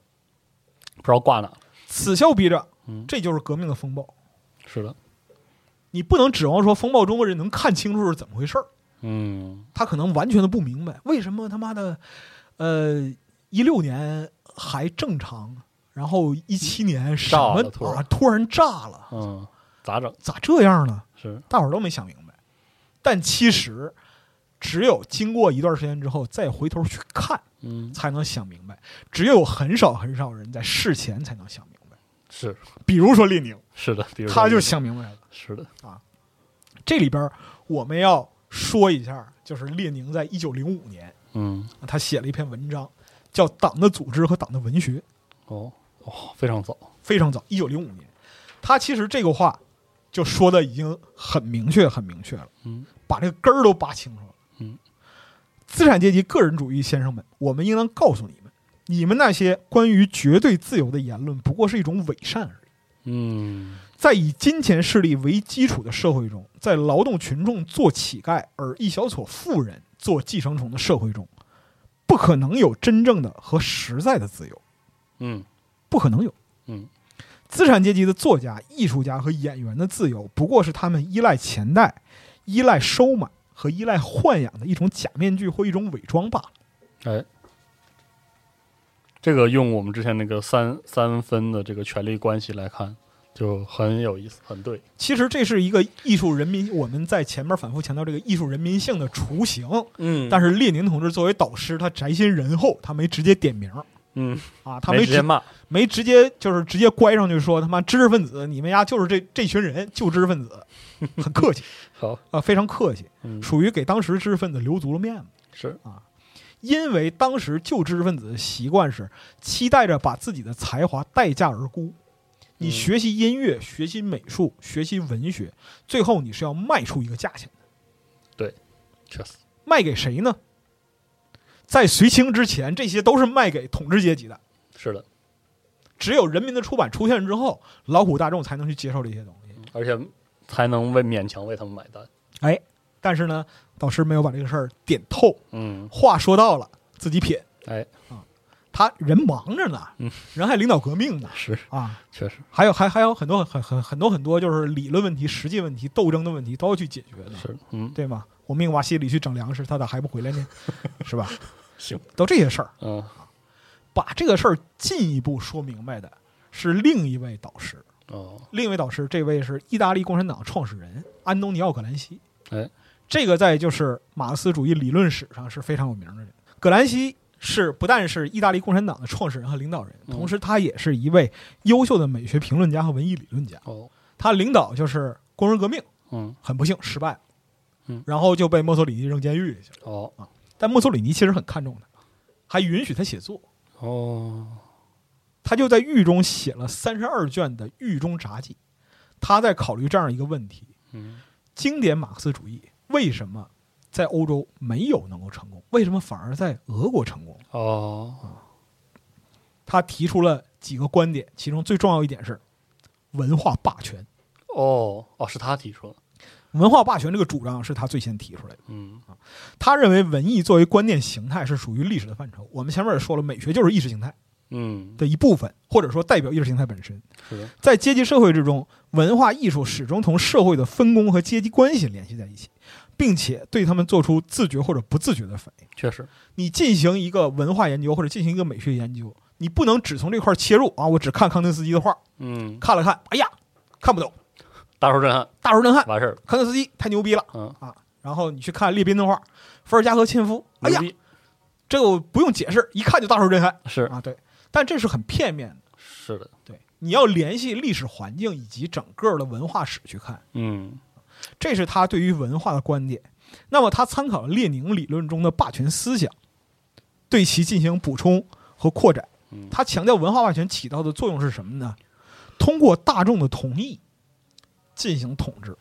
Speaker 3: 不知道挂哪了，
Speaker 4: 此消彼长
Speaker 3: 嗯，
Speaker 4: 这就是革命的风暴。
Speaker 3: 是的，
Speaker 4: 你不能指望说风暴中国人能看清楚是怎么回事儿，
Speaker 3: 嗯，
Speaker 4: 他可能完全的不明白为什么他妈的，呃，一六年还正常，然后一七年什
Speaker 3: 炸
Speaker 4: 么
Speaker 3: 了突然
Speaker 4: 啊突然炸了，
Speaker 3: 嗯，咋整？
Speaker 4: 咋这样呢？
Speaker 3: 是，
Speaker 4: 大伙儿都没想明白。但其实，只有经过一段时间之后，再回头去看，
Speaker 3: 嗯，
Speaker 4: 才能想明白。只有很少很少人在事前才能想明白。
Speaker 3: 是，
Speaker 4: 比如说列宁，
Speaker 3: 是的，比如
Speaker 4: 他
Speaker 3: 说
Speaker 4: 就
Speaker 3: 你，
Speaker 4: 想明白了。啊
Speaker 3: 是的，
Speaker 4: 这里边儿我们要说一下，就是列宁在一九零五年，
Speaker 3: 嗯，
Speaker 4: 他写了一篇文章，叫《党的组织和党的文学》，
Speaker 3: 哦，哦，非常早，
Speaker 4: 非常早，一九零五年。他其实这个话就说的已经很明确，很明确了。
Speaker 3: 嗯，
Speaker 4: 把这个根儿都扒清楚了。
Speaker 3: 嗯，
Speaker 4: 资产阶级个人主义先生们，我们应当告诉你们，你们那些关于绝对自由的言论，不过是一种伪善而已。
Speaker 3: 嗯，
Speaker 4: 在以金钱势力为基础的社会中，在劳动群众做乞丐，而一小撮富人做寄生虫的社会中，不可能有真正的和实在的自由。
Speaker 3: 嗯，
Speaker 4: 不可能有。
Speaker 3: 嗯，
Speaker 4: 资产阶级的作家、艺术家和演员的自由，不过是他们依赖钱袋、依赖收买和依赖豢养的一种假面具或一种伪装罢了。
Speaker 3: 哎。这个用我们之前那个三三分的这个权力关系来看，就很有意思，很对。
Speaker 4: 其实这是一个艺术人民，我们在前面反复强调这个艺术人民性的雏形。
Speaker 3: 嗯
Speaker 4: 但
Speaker 3: 是，
Speaker 4: 是列宁同志作为导师，他宅心仁厚，他没直接点名儿
Speaker 3: 嗯，
Speaker 4: 啊，他没
Speaker 3: 直接
Speaker 4: 直
Speaker 3: 骂，
Speaker 4: 没直接就是直接乖上去说他妈知识分子，你们呀就是这这群人就知识分子，很客气
Speaker 3: 好，
Speaker 4: 啊、非常客气，
Speaker 3: 嗯，
Speaker 4: 属于给当时知识分子留足了面子。
Speaker 3: 是，
Speaker 4: 因为当时旧知识分子的习惯是期待着把自己的才华待价而沽。你
Speaker 3: 嗯
Speaker 4: 学习音乐、学习美术、学习文学，最后你是要卖出一个价钱的，
Speaker 3: 确实，
Speaker 4: 卖给谁呢？在隋清之前，这些都是卖给统治阶级的。
Speaker 3: 是的，
Speaker 4: 只有人民的出版出现之后，劳苦大众才能去接受这些东西。
Speaker 3: 嗯而且才能为勉强为他们买单。
Speaker 4: 哎，但是呢，导师没有把这个事儿点透，
Speaker 3: 嗯，
Speaker 4: 话说到了自己品。
Speaker 3: 哎，
Speaker 4: 他人忙着呢，
Speaker 3: 嗯
Speaker 4: 人还领导革命呢
Speaker 3: 是，
Speaker 4: 啊！
Speaker 3: 确实
Speaker 4: 还有还还有很多很很很多很多就是理论问题、实际问题、斗争的问题都要去解决的，
Speaker 3: 是，嗯，
Speaker 4: 对吗？我命瓦西里去整粮食，他咋还不回来呢？是吧？
Speaker 3: *laughs* 行，
Speaker 4: 都这些事儿，
Speaker 3: 嗯，
Speaker 4: 把这个事儿进一步说明白的是另一位导师，
Speaker 3: 哦，
Speaker 4: 另一位导师，这位是意大利共产党创始人安东尼奥·葛兰西。
Speaker 3: 哎，
Speaker 4: 这个在就是马克思主义理论史上是非常有名的人。葛兰西是不但是意大利共产党的创始人和领导人，
Speaker 3: 嗯
Speaker 4: 同时他也是一位优秀的美学评论家和文艺理论家。
Speaker 3: 哦，
Speaker 4: 他领导就是工人革命，
Speaker 3: 嗯，
Speaker 4: 很不幸失败了，
Speaker 3: 嗯
Speaker 4: 然后就被墨索里尼扔监狱里去了。
Speaker 3: 哦，
Speaker 4: 但墨索里尼其实很看重他，还允许他写作，
Speaker 3: 哦，
Speaker 4: 他就在狱中写了三十二卷的《狱中札记》，他在考虑这样一个问题：
Speaker 3: 嗯，
Speaker 4: 经典马克思主义为什么在欧洲没有能够成功？为什么反而在俄国成功？
Speaker 3: 哦，
Speaker 4: 他提出了几个观点，其中最重要一点是文化霸权。
Speaker 3: 哦，哦，是他提出的，
Speaker 4: 文化霸权这个主张是他最先提出来的。
Speaker 3: 嗯，
Speaker 4: 他认为文艺作为观念形态是属于历史的范畴。我们前面也说了，美学就是意识形态
Speaker 3: 嗯，
Speaker 4: 的一部分，或者说代表意识形态本身。
Speaker 3: 是的，
Speaker 4: 在阶级社会之中，文化艺术始终同社会的分工和阶级关系联系在一起，并且对他们做出自觉或者不自觉的反应。
Speaker 3: 确实，
Speaker 4: 你进行一个文化研究或者进行一个美学研究，你不能只从这块切入啊！我只看康定斯基的画，
Speaker 3: 嗯，
Speaker 4: 看了看，哎呀，看不懂，
Speaker 3: 大受震撼，
Speaker 4: 大受震撼。
Speaker 3: 完事儿了，
Speaker 4: 康定斯基太牛逼了
Speaker 3: 嗯，
Speaker 4: 啊！然后你去看列宾的啊画，伏尔加河、纤夫，哎呀，
Speaker 3: 牛逼
Speaker 4: 这个我不用解释，一看就大受震撼
Speaker 3: 是
Speaker 4: 啊！对，但这是很片面的。
Speaker 3: 是的，
Speaker 4: 对，你要联系历史环境以及整个的文化史去看，
Speaker 3: 嗯
Speaker 4: 这是他对于文化的观点。那么他参考了列宁理论中的霸权思想，对其进行补充和扩展。他强调文化霸权起到的作用是什么呢？通过大众的同意进行统治。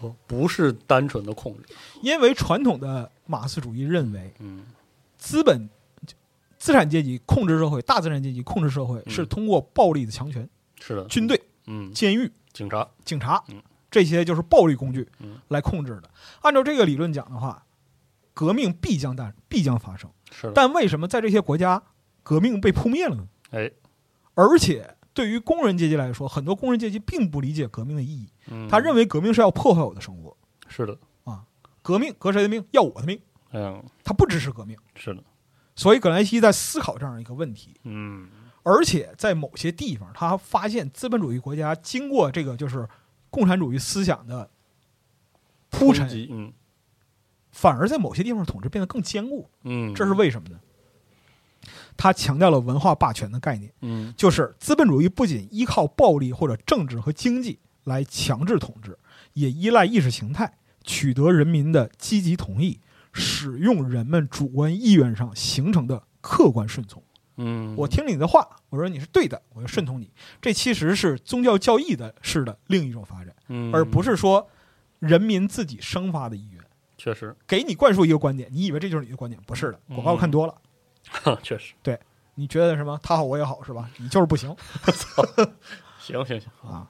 Speaker 3: 哦不是单纯的控制，
Speaker 4: 因为传统的马克思主义认为，
Speaker 3: 嗯，
Speaker 4: 资本、资产阶级控制社会，大资产阶级控制社会
Speaker 3: 嗯
Speaker 4: 是通过暴力的强权、
Speaker 3: 是的，
Speaker 4: 军队、
Speaker 3: 嗯，
Speaker 4: 监狱、
Speaker 3: 警察，
Speaker 4: 警察
Speaker 3: 嗯
Speaker 4: 这些就是暴力工具
Speaker 3: 嗯
Speaker 4: 来控制的。按照这个理论讲的话，革命必将诞必将发生。
Speaker 3: 是的，
Speaker 4: 但为什么在这些国家革命被扑灭了呢？
Speaker 3: 哎，
Speaker 4: 而且对于工人阶级来说，很多工人阶级并不理解革命的意义，
Speaker 3: 嗯
Speaker 4: 他认为革命是要破坏我的生活，
Speaker 3: 是的，
Speaker 4: 革命革谁的命要我的命，
Speaker 3: 嗯，
Speaker 4: 他不支持革命。
Speaker 3: 是的，
Speaker 4: 所以葛莱西在思考这样一个问题，
Speaker 3: 嗯，
Speaker 4: 而且在某些地方，他发现资本主义国家经过这个就是共产主义思想的铺
Speaker 3: 攻
Speaker 4: 陈，
Speaker 3: 击嗯
Speaker 4: 反而在某些地方统治变得更坚固。
Speaker 3: 嗯，
Speaker 4: 这是为什么呢？他强调了文化霸权的概念，
Speaker 3: 嗯
Speaker 4: 就是资本主义不仅依靠暴力或者政治和经济来强制统治，也依赖意识形态取得人民的积极同意，使用人们主观意愿上形成的客观顺从。
Speaker 3: 嗯，
Speaker 4: 我听你的话，我说你是对的，我就顺从你。这其实是宗教教义的式的另一种发展，
Speaker 3: 嗯，
Speaker 4: 而不是说人民自己生发的意愿。
Speaker 3: 确实，
Speaker 4: 给你灌输一个观点，你以为这就是你的观点，不是的。
Speaker 3: 嗯
Speaker 4: 广告看多了，
Speaker 3: 哈确实，
Speaker 4: 你觉得什么他好我也好是吧？
Speaker 3: 嗯
Speaker 4: 你就是不行
Speaker 3: 行行行，
Speaker 4: 啊，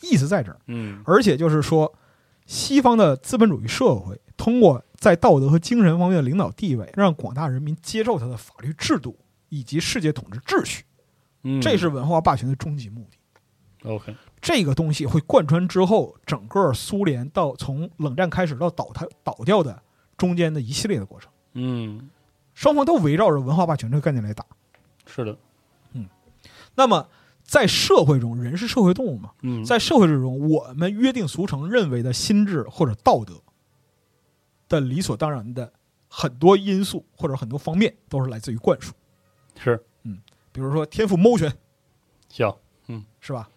Speaker 4: 意思在这儿。
Speaker 3: 嗯
Speaker 4: 而且就是说，西方的资本主义社会通过在道德和精神方面的领导地位，让广大人民接受它的法律制度以及世界统治秩序，
Speaker 3: 嗯，
Speaker 4: 这是文化霸权的终极目的。
Speaker 3: OK，
Speaker 4: 这个东西会贯穿之后整个苏联到从冷战开始到倒台倒掉的中间的一系列的过程，
Speaker 3: 嗯，
Speaker 4: 双方都围绕着文化霸权这个概念来打。
Speaker 3: 是的，
Speaker 4: 那么在社会中，人是社会动物嘛，
Speaker 3: 嗯，
Speaker 4: 在社会之中，我们约定俗成认为的心智或者道德的理所当然的很多因素或者很多方面都是来自于灌输，
Speaker 3: 是
Speaker 4: 比如说天赋猫拳
Speaker 3: 行
Speaker 4: 是吧？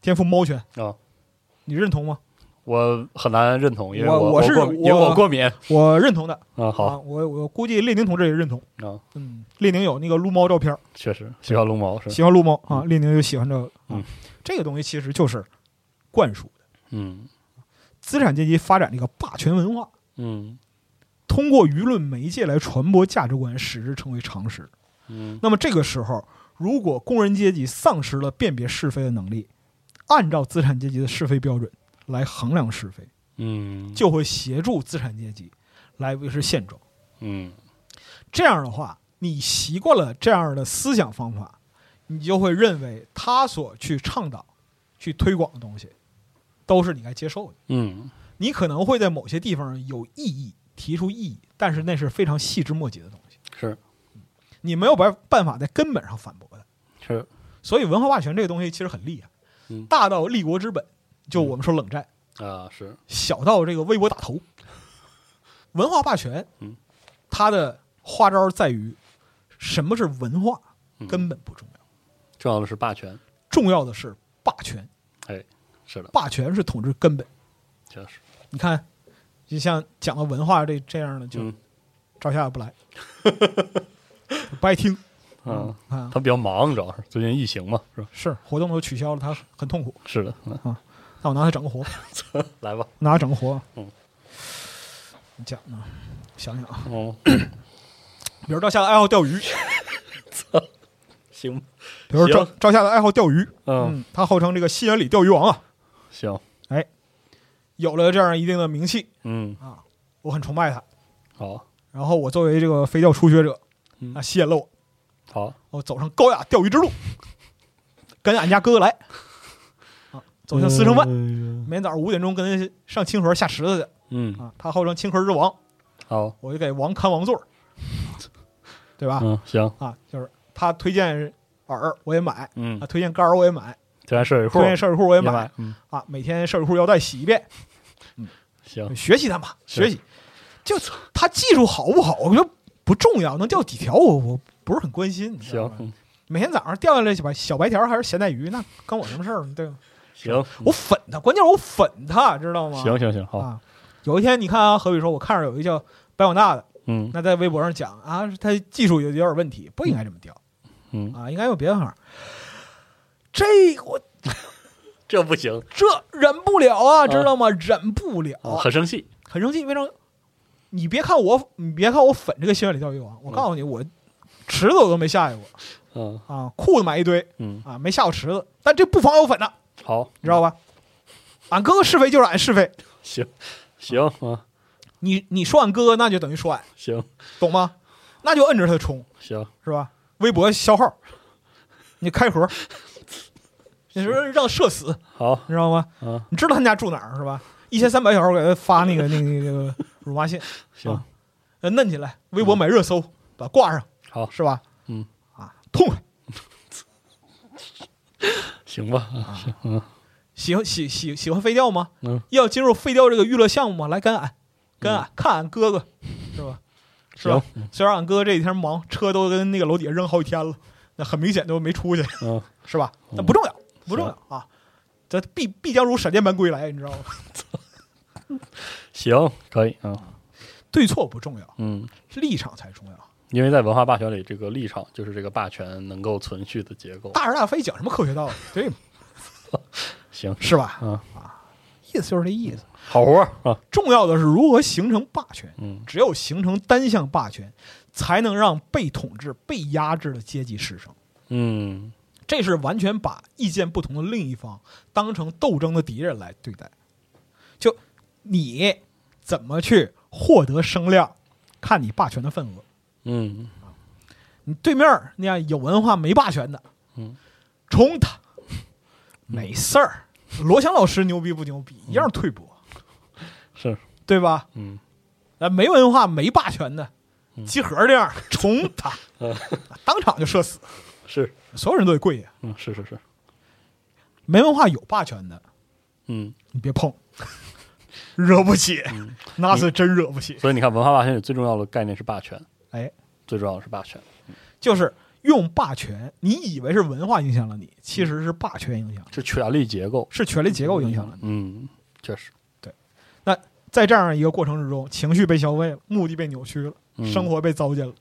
Speaker 4: 天赋猫拳，
Speaker 3: 啊。
Speaker 4: 你认同吗？
Speaker 3: 我很难认同，因为
Speaker 4: 我
Speaker 3: 我
Speaker 4: 我是
Speaker 3: 过敏因为
Speaker 4: 我
Speaker 3: 我过敏啊。
Speaker 4: 我认同的啊，
Speaker 3: 好
Speaker 4: 我我估计列宁同志也认同。
Speaker 3: 啊，
Speaker 4: 嗯，列宁有那个撸猫照片，
Speaker 3: 确实喜欢龙毛是，
Speaker 4: 喜欢撸猫啊，列宁就喜欢这个。啊
Speaker 3: 嗯
Speaker 4: 这个东西其实就是灌输的
Speaker 3: 嗯
Speaker 4: 资产阶级发展这个霸权文化，
Speaker 3: 嗯
Speaker 4: 通过舆论媒介来传播价值观，使之成为常识。
Speaker 3: 嗯
Speaker 4: 那么这个时候，如果工人阶级丧失了辨别是非的能力，按照资产阶级的是非标准来衡量是非，
Speaker 3: 嗯，
Speaker 4: 就会协助资产阶级来维持现状。
Speaker 3: 嗯
Speaker 4: 这样的话，你习惯了这样的思想方法，你就会认为他所去倡导、去推广的东西，都是你该接受的。
Speaker 3: 嗯
Speaker 4: 你可能会在某些地方有异议，提出异议，但是那是非常细枝末节的东西，
Speaker 3: 是
Speaker 4: 你没有办办法在根本上反驳它。
Speaker 3: 是
Speaker 4: 所以文化霸权这个东西其实很厉害
Speaker 3: 嗯，
Speaker 4: 大到立国之本，就我们说冷战；
Speaker 3: 啊是
Speaker 4: 小到这个微博打头，文化霸权
Speaker 3: 嗯，
Speaker 4: 它的花招在于什么是文化
Speaker 3: 嗯，
Speaker 4: 根本不重要，
Speaker 3: 重要的是霸权，
Speaker 4: 重要的是霸权，
Speaker 3: 哎是的，
Speaker 4: 霸权是统治根本。
Speaker 3: 确实
Speaker 4: 你看，就像讲到文化这这样的，就
Speaker 3: 嗯
Speaker 4: 照
Speaker 3: *laughs*
Speaker 4: 下不来，不爱听
Speaker 3: 嗯，
Speaker 4: 啊，
Speaker 3: 他比较忙，主要是最近疫情嘛，是吧？
Speaker 4: 是活动都取消了，他很痛苦，
Speaker 3: 是的，嗯
Speaker 4: 那我拿他整个活。
Speaker 3: 来吧，
Speaker 4: 拿整活。
Speaker 3: 嗯，
Speaker 4: 你讲呢？想想啊，
Speaker 3: 哦，
Speaker 4: 比如赵夏的爱好钓鱼，
Speaker 3: 行，
Speaker 4: 比如赵
Speaker 3: 行
Speaker 4: 赵夏的爱好钓鱼，
Speaker 3: 嗯
Speaker 4: 嗯，他号称这个西安里钓鱼王啊，
Speaker 3: 行，
Speaker 4: 哎有了这样一定的名气
Speaker 3: 嗯
Speaker 4: 啊，我很崇拜他。
Speaker 3: 好
Speaker 4: 然后我作为这个飞钓初学者
Speaker 3: 嗯，
Speaker 4: 啊，吸引了我，
Speaker 3: 好
Speaker 4: 我走上高雅钓鱼之路，跟俺家哥哥来，啊，走向私生饭。
Speaker 3: 饭，
Speaker 4: 每天早上五点钟跟上清河下池子
Speaker 3: 嗯
Speaker 4: 去啊，他号称清河之王，
Speaker 3: 好
Speaker 4: 我就给王看王座儿，对吧？
Speaker 3: 嗯行，
Speaker 4: 啊，就是他推荐饵我也买，
Speaker 3: 嗯
Speaker 4: 啊，，推荐杆儿我也买，
Speaker 3: 这还是水库
Speaker 4: 推荐
Speaker 3: 也
Speaker 4: 设计裤我也买
Speaker 3: 买，嗯
Speaker 4: 啊，每天设计裤腰带洗一遍，
Speaker 3: 行，
Speaker 4: 学习他嘛，
Speaker 3: 嗯是
Speaker 4: 学习。就他技术好不好，我觉得不重要，能钓几条我我不是很关心，你知道
Speaker 3: 行
Speaker 4: 吗，
Speaker 3: 嗯
Speaker 4: 每天早上掉下来小白小白条还是咸带鱼，那关我什么事儿呢？对吧？
Speaker 3: 行
Speaker 4: 我粉他，关键是我粉他，知道吗？
Speaker 3: 嗯行行行，好，
Speaker 4: 啊，有一天你看啊，何比说，我看着有一个叫白广大的，
Speaker 3: 嗯
Speaker 4: 那在微博上讲啊，他技术有有点问题，不应该这么掉
Speaker 3: 嗯，
Speaker 4: 啊，应该用别的方法。这我
Speaker 3: *laughs* 这不行，
Speaker 4: 这忍不了啊，知道吗？忍不了，啊
Speaker 3: 很生气，
Speaker 4: 很生气。为什么？你别看我，你别看我粉这个心理教育啊王，我告诉你，我池子我都没下去过
Speaker 3: 嗯
Speaker 4: 啊，裤子买一堆
Speaker 3: 嗯，
Speaker 4: 啊，没下过池子，但这不妨碍我粉的，
Speaker 3: 好，
Speaker 4: 你知道吧？俺哥哥是非就是俺是非，
Speaker 3: 行行啊，
Speaker 4: 你你说俺哥哥，那就等于说俺，
Speaker 3: 行
Speaker 4: 懂吗？那就摁着他冲，
Speaker 3: 行，
Speaker 4: 是吧？微博消号，你开盒，你说让社死，
Speaker 3: 好
Speaker 4: 你知道吗？
Speaker 3: 啊，
Speaker 4: 你知道他们家住哪儿是吧？一千三百小时我给他发那个那个那个那个辱骂信，
Speaker 3: 行
Speaker 4: 啊呃弄起来，微
Speaker 3: 嗯
Speaker 4: 博买热搜，把它挂上，
Speaker 3: 好
Speaker 4: 是吧？
Speaker 3: 嗯，
Speaker 4: 啊，痛快，
Speaker 3: 行吧，啊
Speaker 4: 喜欢喜喜喜欢废掉吗？
Speaker 3: 嗯，
Speaker 4: 要进入废掉这个娱乐项目吗？来跟俺，跟俺、看俺哥哥，是吧？是吧
Speaker 3: 行？
Speaker 4: 虽然俺哥这几天忙，车都跟那个楼底下扔好几天了，那很明显都没出去，
Speaker 3: 嗯，
Speaker 4: 是吧？但
Speaker 3: 嗯
Speaker 4: 不重要，不重要啊，这必必将如闪电般归来，你知道吗？
Speaker 3: 行，可以啊，
Speaker 4: 对错不重要，
Speaker 3: 嗯。
Speaker 4: 立场才重要。
Speaker 3: 因为在文化霸权里，这个立场就是这个霸权能够存续的结构。
Speaker 4: 大是大非讲什么科学道理，对吗？
Speaker 3: 嗯行，
Speaker 4: 是吧？
Speaker 3: 嗯
Speaker 4: 啊，意思就是这意思。
Speaker 3: 好活儿啊，
Speaker 4: 重要的是如何形成霸权。
Speaker 3: 嗯，
Speaker 4: 只有形成单向霸权，才能让被统治、被压制的阶级失声。
Speaker 3: 嗯，
Speaker 4: 这是完全把意见不同的另一方当成斗争的敌人来对待。就你怎么去获得声量，看你霸权的份额。
Speaker 3: 嗯，
Speaker 4: 你对面儿那样有文化没霸权的，
Speaker 3: 嗯，
Speaker 4: 冲他，没事儿。罗翔老师牛逼不牛逼？一样退步，啊
Speaker 3: 是，
Speaker 4: 对吧？
Speaker 3: 嗯，
Speaker 4: 啊，没文化、没霸权的
Speaker 3: 嗯，
Speaker 4: 集合这样冲他，
Speaker 3: *laughs* 嗯
Speaker 4: *laughs* 当场就射死，
Speaker 3: 是，
Speaker 4: 所有人都得跪下。
Speaker 3: 嗯，是是是，
Speaker 4: 没文化有霸权的，
Speaker 3: 嗯，
Speaker 4: 你别碰，惹不起，那是真惹不起。
Speaker 3: 所以你看，文化霸权里最重要的概念是霸权，
Speaker 4: 哎，
Speaker 3: 最重要的是霸权。
Speaker 4: 就是用霸权，你以为是文化影响了你，其实是霸权影响了，
Speaker 3: 是权力结构
Speaker 4: 是权力结构影响了你。
Speaker 3: 嗯，确实，嗯
Speaker 4: 在这样一个过程之中，情绪被消费了，目的被扭曲了，
Speaker 3: 嗯
Speaker 4: 生活被糟践了，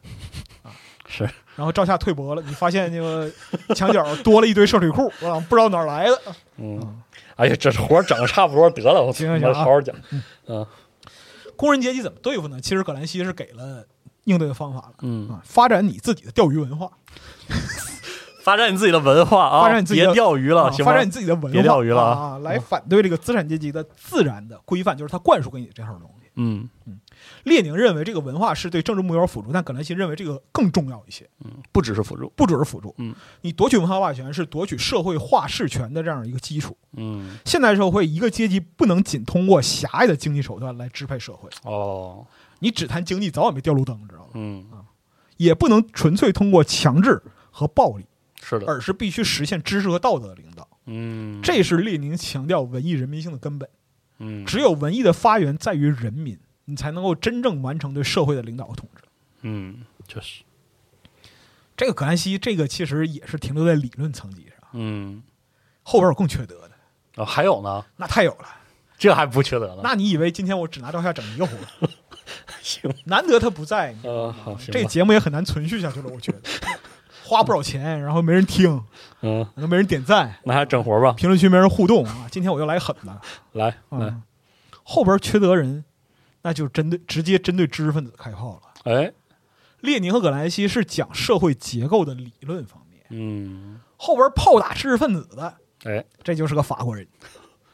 Speaker 3: 是，
Speaker 4: 然后照下退步了。你发现那个墙角多了一堆社腿裤，我不知道哪儿来的。
Speaker 3: 嗯，哎呀，这活儿整差不多得了，我
Speaker 4: 行行
Speaker 3: 我
Speaker 4: 行啊
Speaker 3: 好好讲，
Speaker 4: 工人阶级怎么对付呢？其实葛兰西是给了应对的方法了
Speaker 3: 嗯，
Speaker 4: 啊，发展你自己的钓鱼文化，
Speaker 3: 发展你自己的文化啊，
Speaker 4: 发展你自己的
Speaker 3: 别钓鱼
Speaker 4: 啊
Speaker 3: 了，行吗
Speaker 4: 发展你自己的文化，
Speaker 3: 别钓鱼了啊
Speaker 4: 啊，来反对这个资产阶级的自然的规范，就是他灌输给你这套东西。
Speaker 3: 嗯，
Speaker 4: 列宁认为这个文化是对政治目标辅助，但葛兰西认为这个更重要一些，
Speaker 3: 嗯不只是辅助，
Speaker 4: 不只是辅助。
Speaker 3: 嗯，
Speaker 4: 你夺取文化霸权是夺取社会话事权的这样一个基础。
Speaker 3: 嗯，
Speaker 4: 现代社会，一个阶级不能仅通过狭隘的经济手段来支配社会，
Speaker 3: 哦，你
Speaker 4: 你只谈经济，早晚被吊路灯，知道吗？
Speaker 3: 嗯，
Speaker 4: 也不能纯粹通过强制和暴力。
Speaker 3: 是的，
Speaker 4: 而是必须实现知识和道德的领导。
Speaker 3: 嗯，
Speaker 4: 这是列宁强调文艺人民性的根本。
Speaker 3: 嗯，
Speaker 4: 只有文艺的发源在于人民，你才能够真正完成对社会的领导和统治。
Speaker 3: 嗯，确实，
Speaker 4: 这个葛兰西，这个其实也是停留在理论层级上，
Speaker 3: 嗯。
Speaker 4: 后边有更缺德的，
Speaker 3: 啊、还有呢，
Speaker 4: 那太有了。
Speaker 3: 这还不缺德呢？
Speaker 4: 那你以为今天我只拿赵夏整一个活？
Speaker 3: *laughs* 行，
Speaker 4: 难得他不在，
Speaker 3: 呃，好，行吧
Speaker 4: 这节目也很难存续下去了。我觉得花不少钱，然后没人听，
Speaker 3: 嗯，
Speaker 4: 都没人点赞，
Speaker 3: 那还整活吧，
Speaker 4: 评论区没人互动啊。今天我又来狠了。
Speaker 3: 来来，
Speaker 4: 嗯，后边缺德人，那就针对直接针对知识分子开炮了。
Speaker 3: 哎，
Speaker 4: 列宁和葛兰西是讲社会结构的理论方面，
Speaker 3: 嗯，
Speaker 4: 后边炮打知识分子的，
Speaker 3: 哎，
Speaker 4: 这就是个法国人，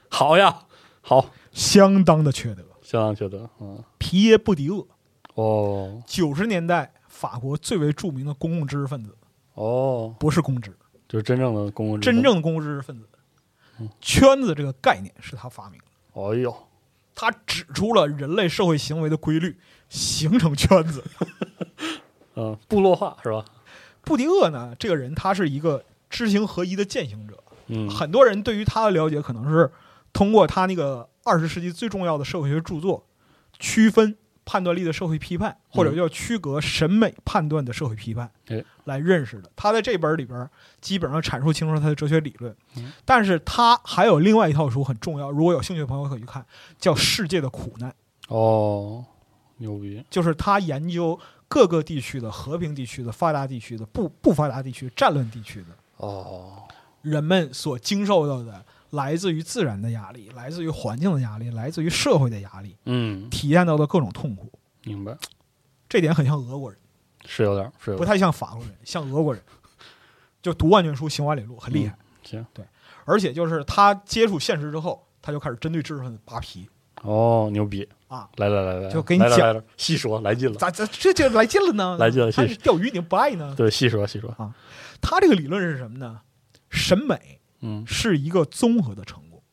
Speaker 3: 好呀，好，
Speaker 4: 相当的缺德。
Speaker 3: 相当缺德，嗯，
Speaker 4: 皮耶布迪厄，
Speaker 3: 哦
Speaker 4: 九十年代法国最为著名的公共知识分子，
Speaker 3: 哦，
Speaker 4: 不是公知，
Speaker 3: 就是真正的公共
Speaker 4: 真，正的公共知识分子。圈子这个概念是他发明的，
Speaker 3: 哎呦，
Speaker 4: 他指出了人类社会行为的规律，形成圈 *laughs* 子。
Speaker 3: 嗯，部落化是吧？
Speaker 4: 布迪厄呢，这个人他是一个知行合一的践行者，
Speaker 3: 嗯，
Speaker 4: 很多人对于他的了解可能是通过他那个二十世纪最重要的社会学著作《区分判断力的社会批判，
Speaker 3: 嗯
Speaker 4: 或者叫区隔审美判断的社会批判
Speaker 3: 哎，
Speaker 4: 来认识的。他在这本里边基本上阐述清楚了他的哲学理论
Speaker 3: 嗯，
Speaker 4: 但是他还有另外一套书很重要，如果有兴趣的朋友可以去看，叫《世界的苦难》，
Speaker 3: 哦，牛逼，
Speaker 4: 就是他研究各个地区的和平地区的、发达地区的、不不发达地区、战乱地区的
Speaker 3: 哦，
Speaker 4: 人们所经受到的来自于自然的压力、来自于环境的压力、来自于社会的压力，
Speaker 3: 嗯，
Speaker 4: 体验到的各种痛苦。
Speaker 3: 明白，
Speaker 4: 这点很像俄国人，
Speaker 3: 是有点儿，是有
Speaker 4: 不
Speaker 3: 点儿，
Speaker 4: 太像法国人，像俄国人。就读万卷书，行万里路，很厉害。
Speaker 3: 行，
Speaker 4: 而且就是他接触现实之后，他就开始针对知识分子扒皮。
Speaker 3: 哦，牛逼
Speaker 4: 啊！
Speaker 3: 来来来来，
Speaker 4: 就给你
Speaker 3: 来来
Speaker 4: 讲
Speaker 3: 来来细说，来劲了，
Speaker 4: 咋咋这就来劲了呢？
Speaker 3: 嗯来劲了
Speaker 4: 他
Speaker 3: 谢
Speaker 4: 是钓鱼，你不爱呢？
Speaker 3: 对，细说细说，
Speaker 4: 他这个理论是什么呢？审美
Speaker 3: 嗯，
Speaker 4: 是一个综合的成果。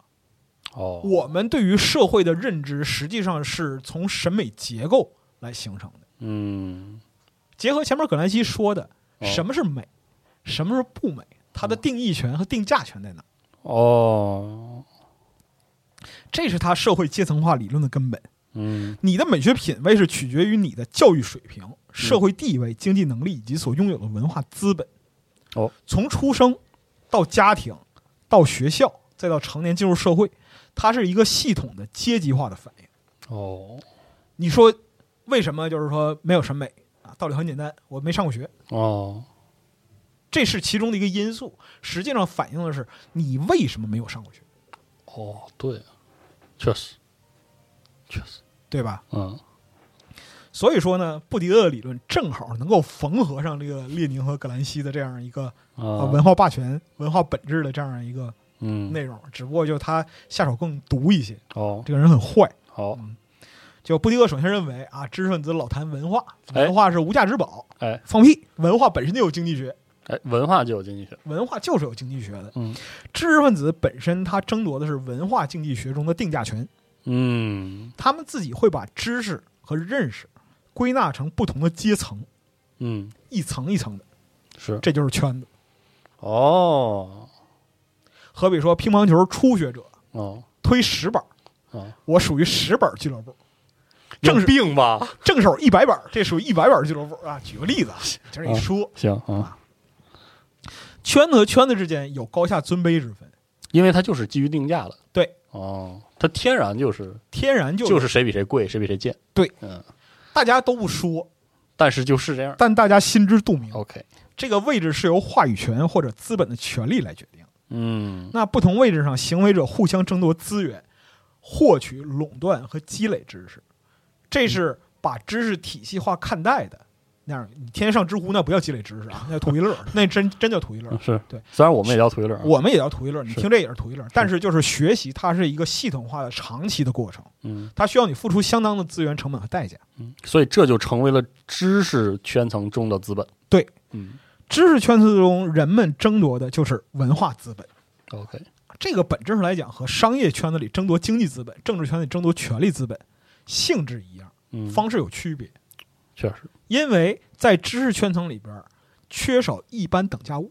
Speaker 3: 哦，
Speaker 4: 我们对于社会的认知，实际上是从审美结构来形成的。
Speaker 3: 嗯，
Speaker 4: 结合前面葛兰西说的，
Speaker 3: 哦
Speaker 4: 什么是美，什么是不美，它的定义权和定价权在哪？
Speaker 3: 哦，
Speaker 4: 这是他社会阶层化理论的根本。
Speaker 3: 嗯，
Speaker 4: 你的美学品味是取决于你的教育水平、社会地位、经济能力以及所拥有的文化资本。
Speaker 3: 哦，
Speaker 4: 从出生到家庭，到学校，再到成年进入社会，它是一个系统的阶级化的反应。
Speaker 3: 哦，
Speaker 4: 你说为什么就是说没有审美啊？道理很简单，我没上过学，
Speaker 3: 哦，
Speaker 4: 这是其中的一个因素。实际上反映的是你为什么没有上过学，
Speaker 3: 哦，对，确实，确实，
Speaker 4: 对吧？
Speaker 3: 嗯，
Speaker 4: 所以说呢，布迪厄理论正好能够缝合上这个列宁和葛兰西的这样一个、呃、
Speaker 3: 啊，
Speaker 4: 文化霸权、文化本质的这样一个
Speaker 3: 嗯，
Speaker 4: 内容，只不过就他下手更毒一些。
Speaker 3: 哦，
Speaker 4: 这个人很坏。
Speaker 3: 好，
Speaker 4: 就布迪厄首先认为啊，知识分子老谈文化，
Speaker 3: 哎
Speaker 4: 文化是无价之宝，
Speaker 3: 哎
Speaker 4: 放屁！文化本身就有经济学，
Speaker 3: 哎，文化就有经济学，
Speaker 4: 文化就是有经济学的。
Speaker 3: 嗯
Speaker 4: 知识分子本身他争夺的是文化经济学中的定价权，
Speaker 3: 嗯
Speaker 4: 他们自己会把知识和认识归纳成不同的阶层，
Speaker 3: 嗯，
Speaker 4: 一层一层的，
Speaker 3: 是，
Speaker 4: 这就是圈子。
Speaker 3: 哦
Speaker 4: 好比说乒乓球初学者
Speaker 3: 哦
Speaker 4: 推十板，
Speaker 3: 哦，
Speaker 4: 我属于十板俱乐部，
Speaker 3: 有
Speaker 4: 正是
Speaker 3: 病吧？
Speaker 4: 正手一百板，这属于一百板俱乐部啊。举个例子，啊，就是一说，
Speaker 3: *laughs* 行啊，
Speaker 4: 圈子和圈子之间有高下尊卑之分，
Speaker 3: 因为它就是基于定价的，
Speaker 4: 对，
Speaker 3: 哦，它天然就是
Speaker 4: 天然就
Speaker 3: 就是谁比谁贵，谁比谁贱，
Speaker 4: 对，
Speaker 3: 嗯，
Speaker 4: 大家都不说，
Speaker 3: 但是就是这样
Speaker 4: 但大家心知肚明，
Speaker 3: ，OK，
Speaker 4: 这个位置是由话语权或者资本的权利来决定。
Speaker 3: 嗯
Speaker 4: 那不同位置上，行为者互相争夺资源，获取、垄断和积累知识，这是把知识体系化看待的。那样，你天天上知乎，那不叫积累知识啊，那叫图一乐，那真真叫图一乐。
Speaker 3: 是
Speaker 4: 对，
Speaker 3: 虽然我们也聊图一乐啊，
Speaker 4: 我们也叫图一乐，你
Speaker 3: 嗯是
Speaker 4: 听这也是图一乐，但是就是学习，它是一个系统化的、长期的过程，
Speaker 3: 嗯
Speaker 4: 它需要你付出相当的资源、成本和代价。
Speaker 3: 嗯，所以这就成为了知识圈层中的资本，
Speaker 4: 对，
Speaker 3: 嗯
Speaker 4: 知识圈子中人们争夺的就是文化资本，
Speaker 3: ，OK，
Speaker 4: 这个本质上来讲和商业圈子里争夺经济资本、政治圈子里争夺权力资本性质一样，
Speaker 3: 嗯，
Speaker 4: 方式有区别。
Speaker 3: 确实，
Speaker 4: 因为在知识圈层里边儿缺少一般等价物，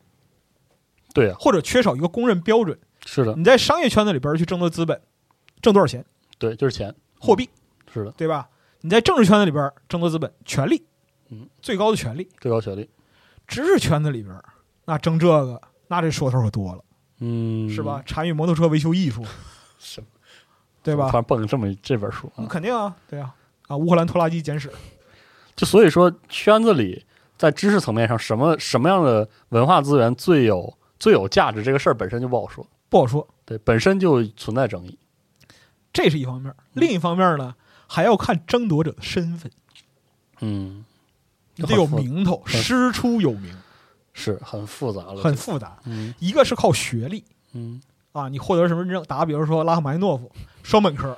Speaker 3: 对啊，
Speaker 4: 或者缺少一个公认标准。
Speaker 3: 是的，
Speaker 4: 你在商业圈子里边儿去争夺资本，挣多少钱？
Speaker 3: 对，就是钱，
Speaker 4: 货币，
Speaker 3: 是的，
Speaker 4: 对吧？你在政治圈子里边儿争夺资本，权力
Speaker 3: 嗯，
Speaker 4: 最高的权力。
Speaker 3: 最高学历，
Speaker 4: 知识圈子里边儿，那争这个，那这说头可多了，
Speaker 3: 嗯，
Speaker 4: 是吧？？参与摩托车维修艺术，
Speaker 3: *laughs* 什么
Speaker 4: 对吧
Speaker 3: 突？然蹦这么一这本书
Speaker 4: 那
Speaker 3: 啊，
Speaker 4: 肯定啊，对啊，啊，乌克兰拖拉机简史，
Speaker 3: 就所以说圈子里在知识层面上，什么什么样的文化资源最有最有价值，这个事儿本身就不好说，
Speaker 4: 不好说，
Speaker 3: 对，本身就存在争议。
Speaker 4: 这是一方面儿。另一方面儿呢，还要看争夺者的身份，
Speaker 3: 嗯，
Speaker 4: 你得有
Speaker 3: 很复
Speaker 4: 名头，
Speaker 3: 很
Speaker 4: 师出有名，
Speaker 3: 是很复杂了，
Speaker 4: 很复杂。
Speaker 3: 嗯
Speaker 4: 一个是靠学历
Speaker 3: 嗯
Speaker 4: 啊，你获得什么认证？打个比如说拉赫玛尼诺夫，双
Speaker 3: *laughs*
Speaker 4: 本科，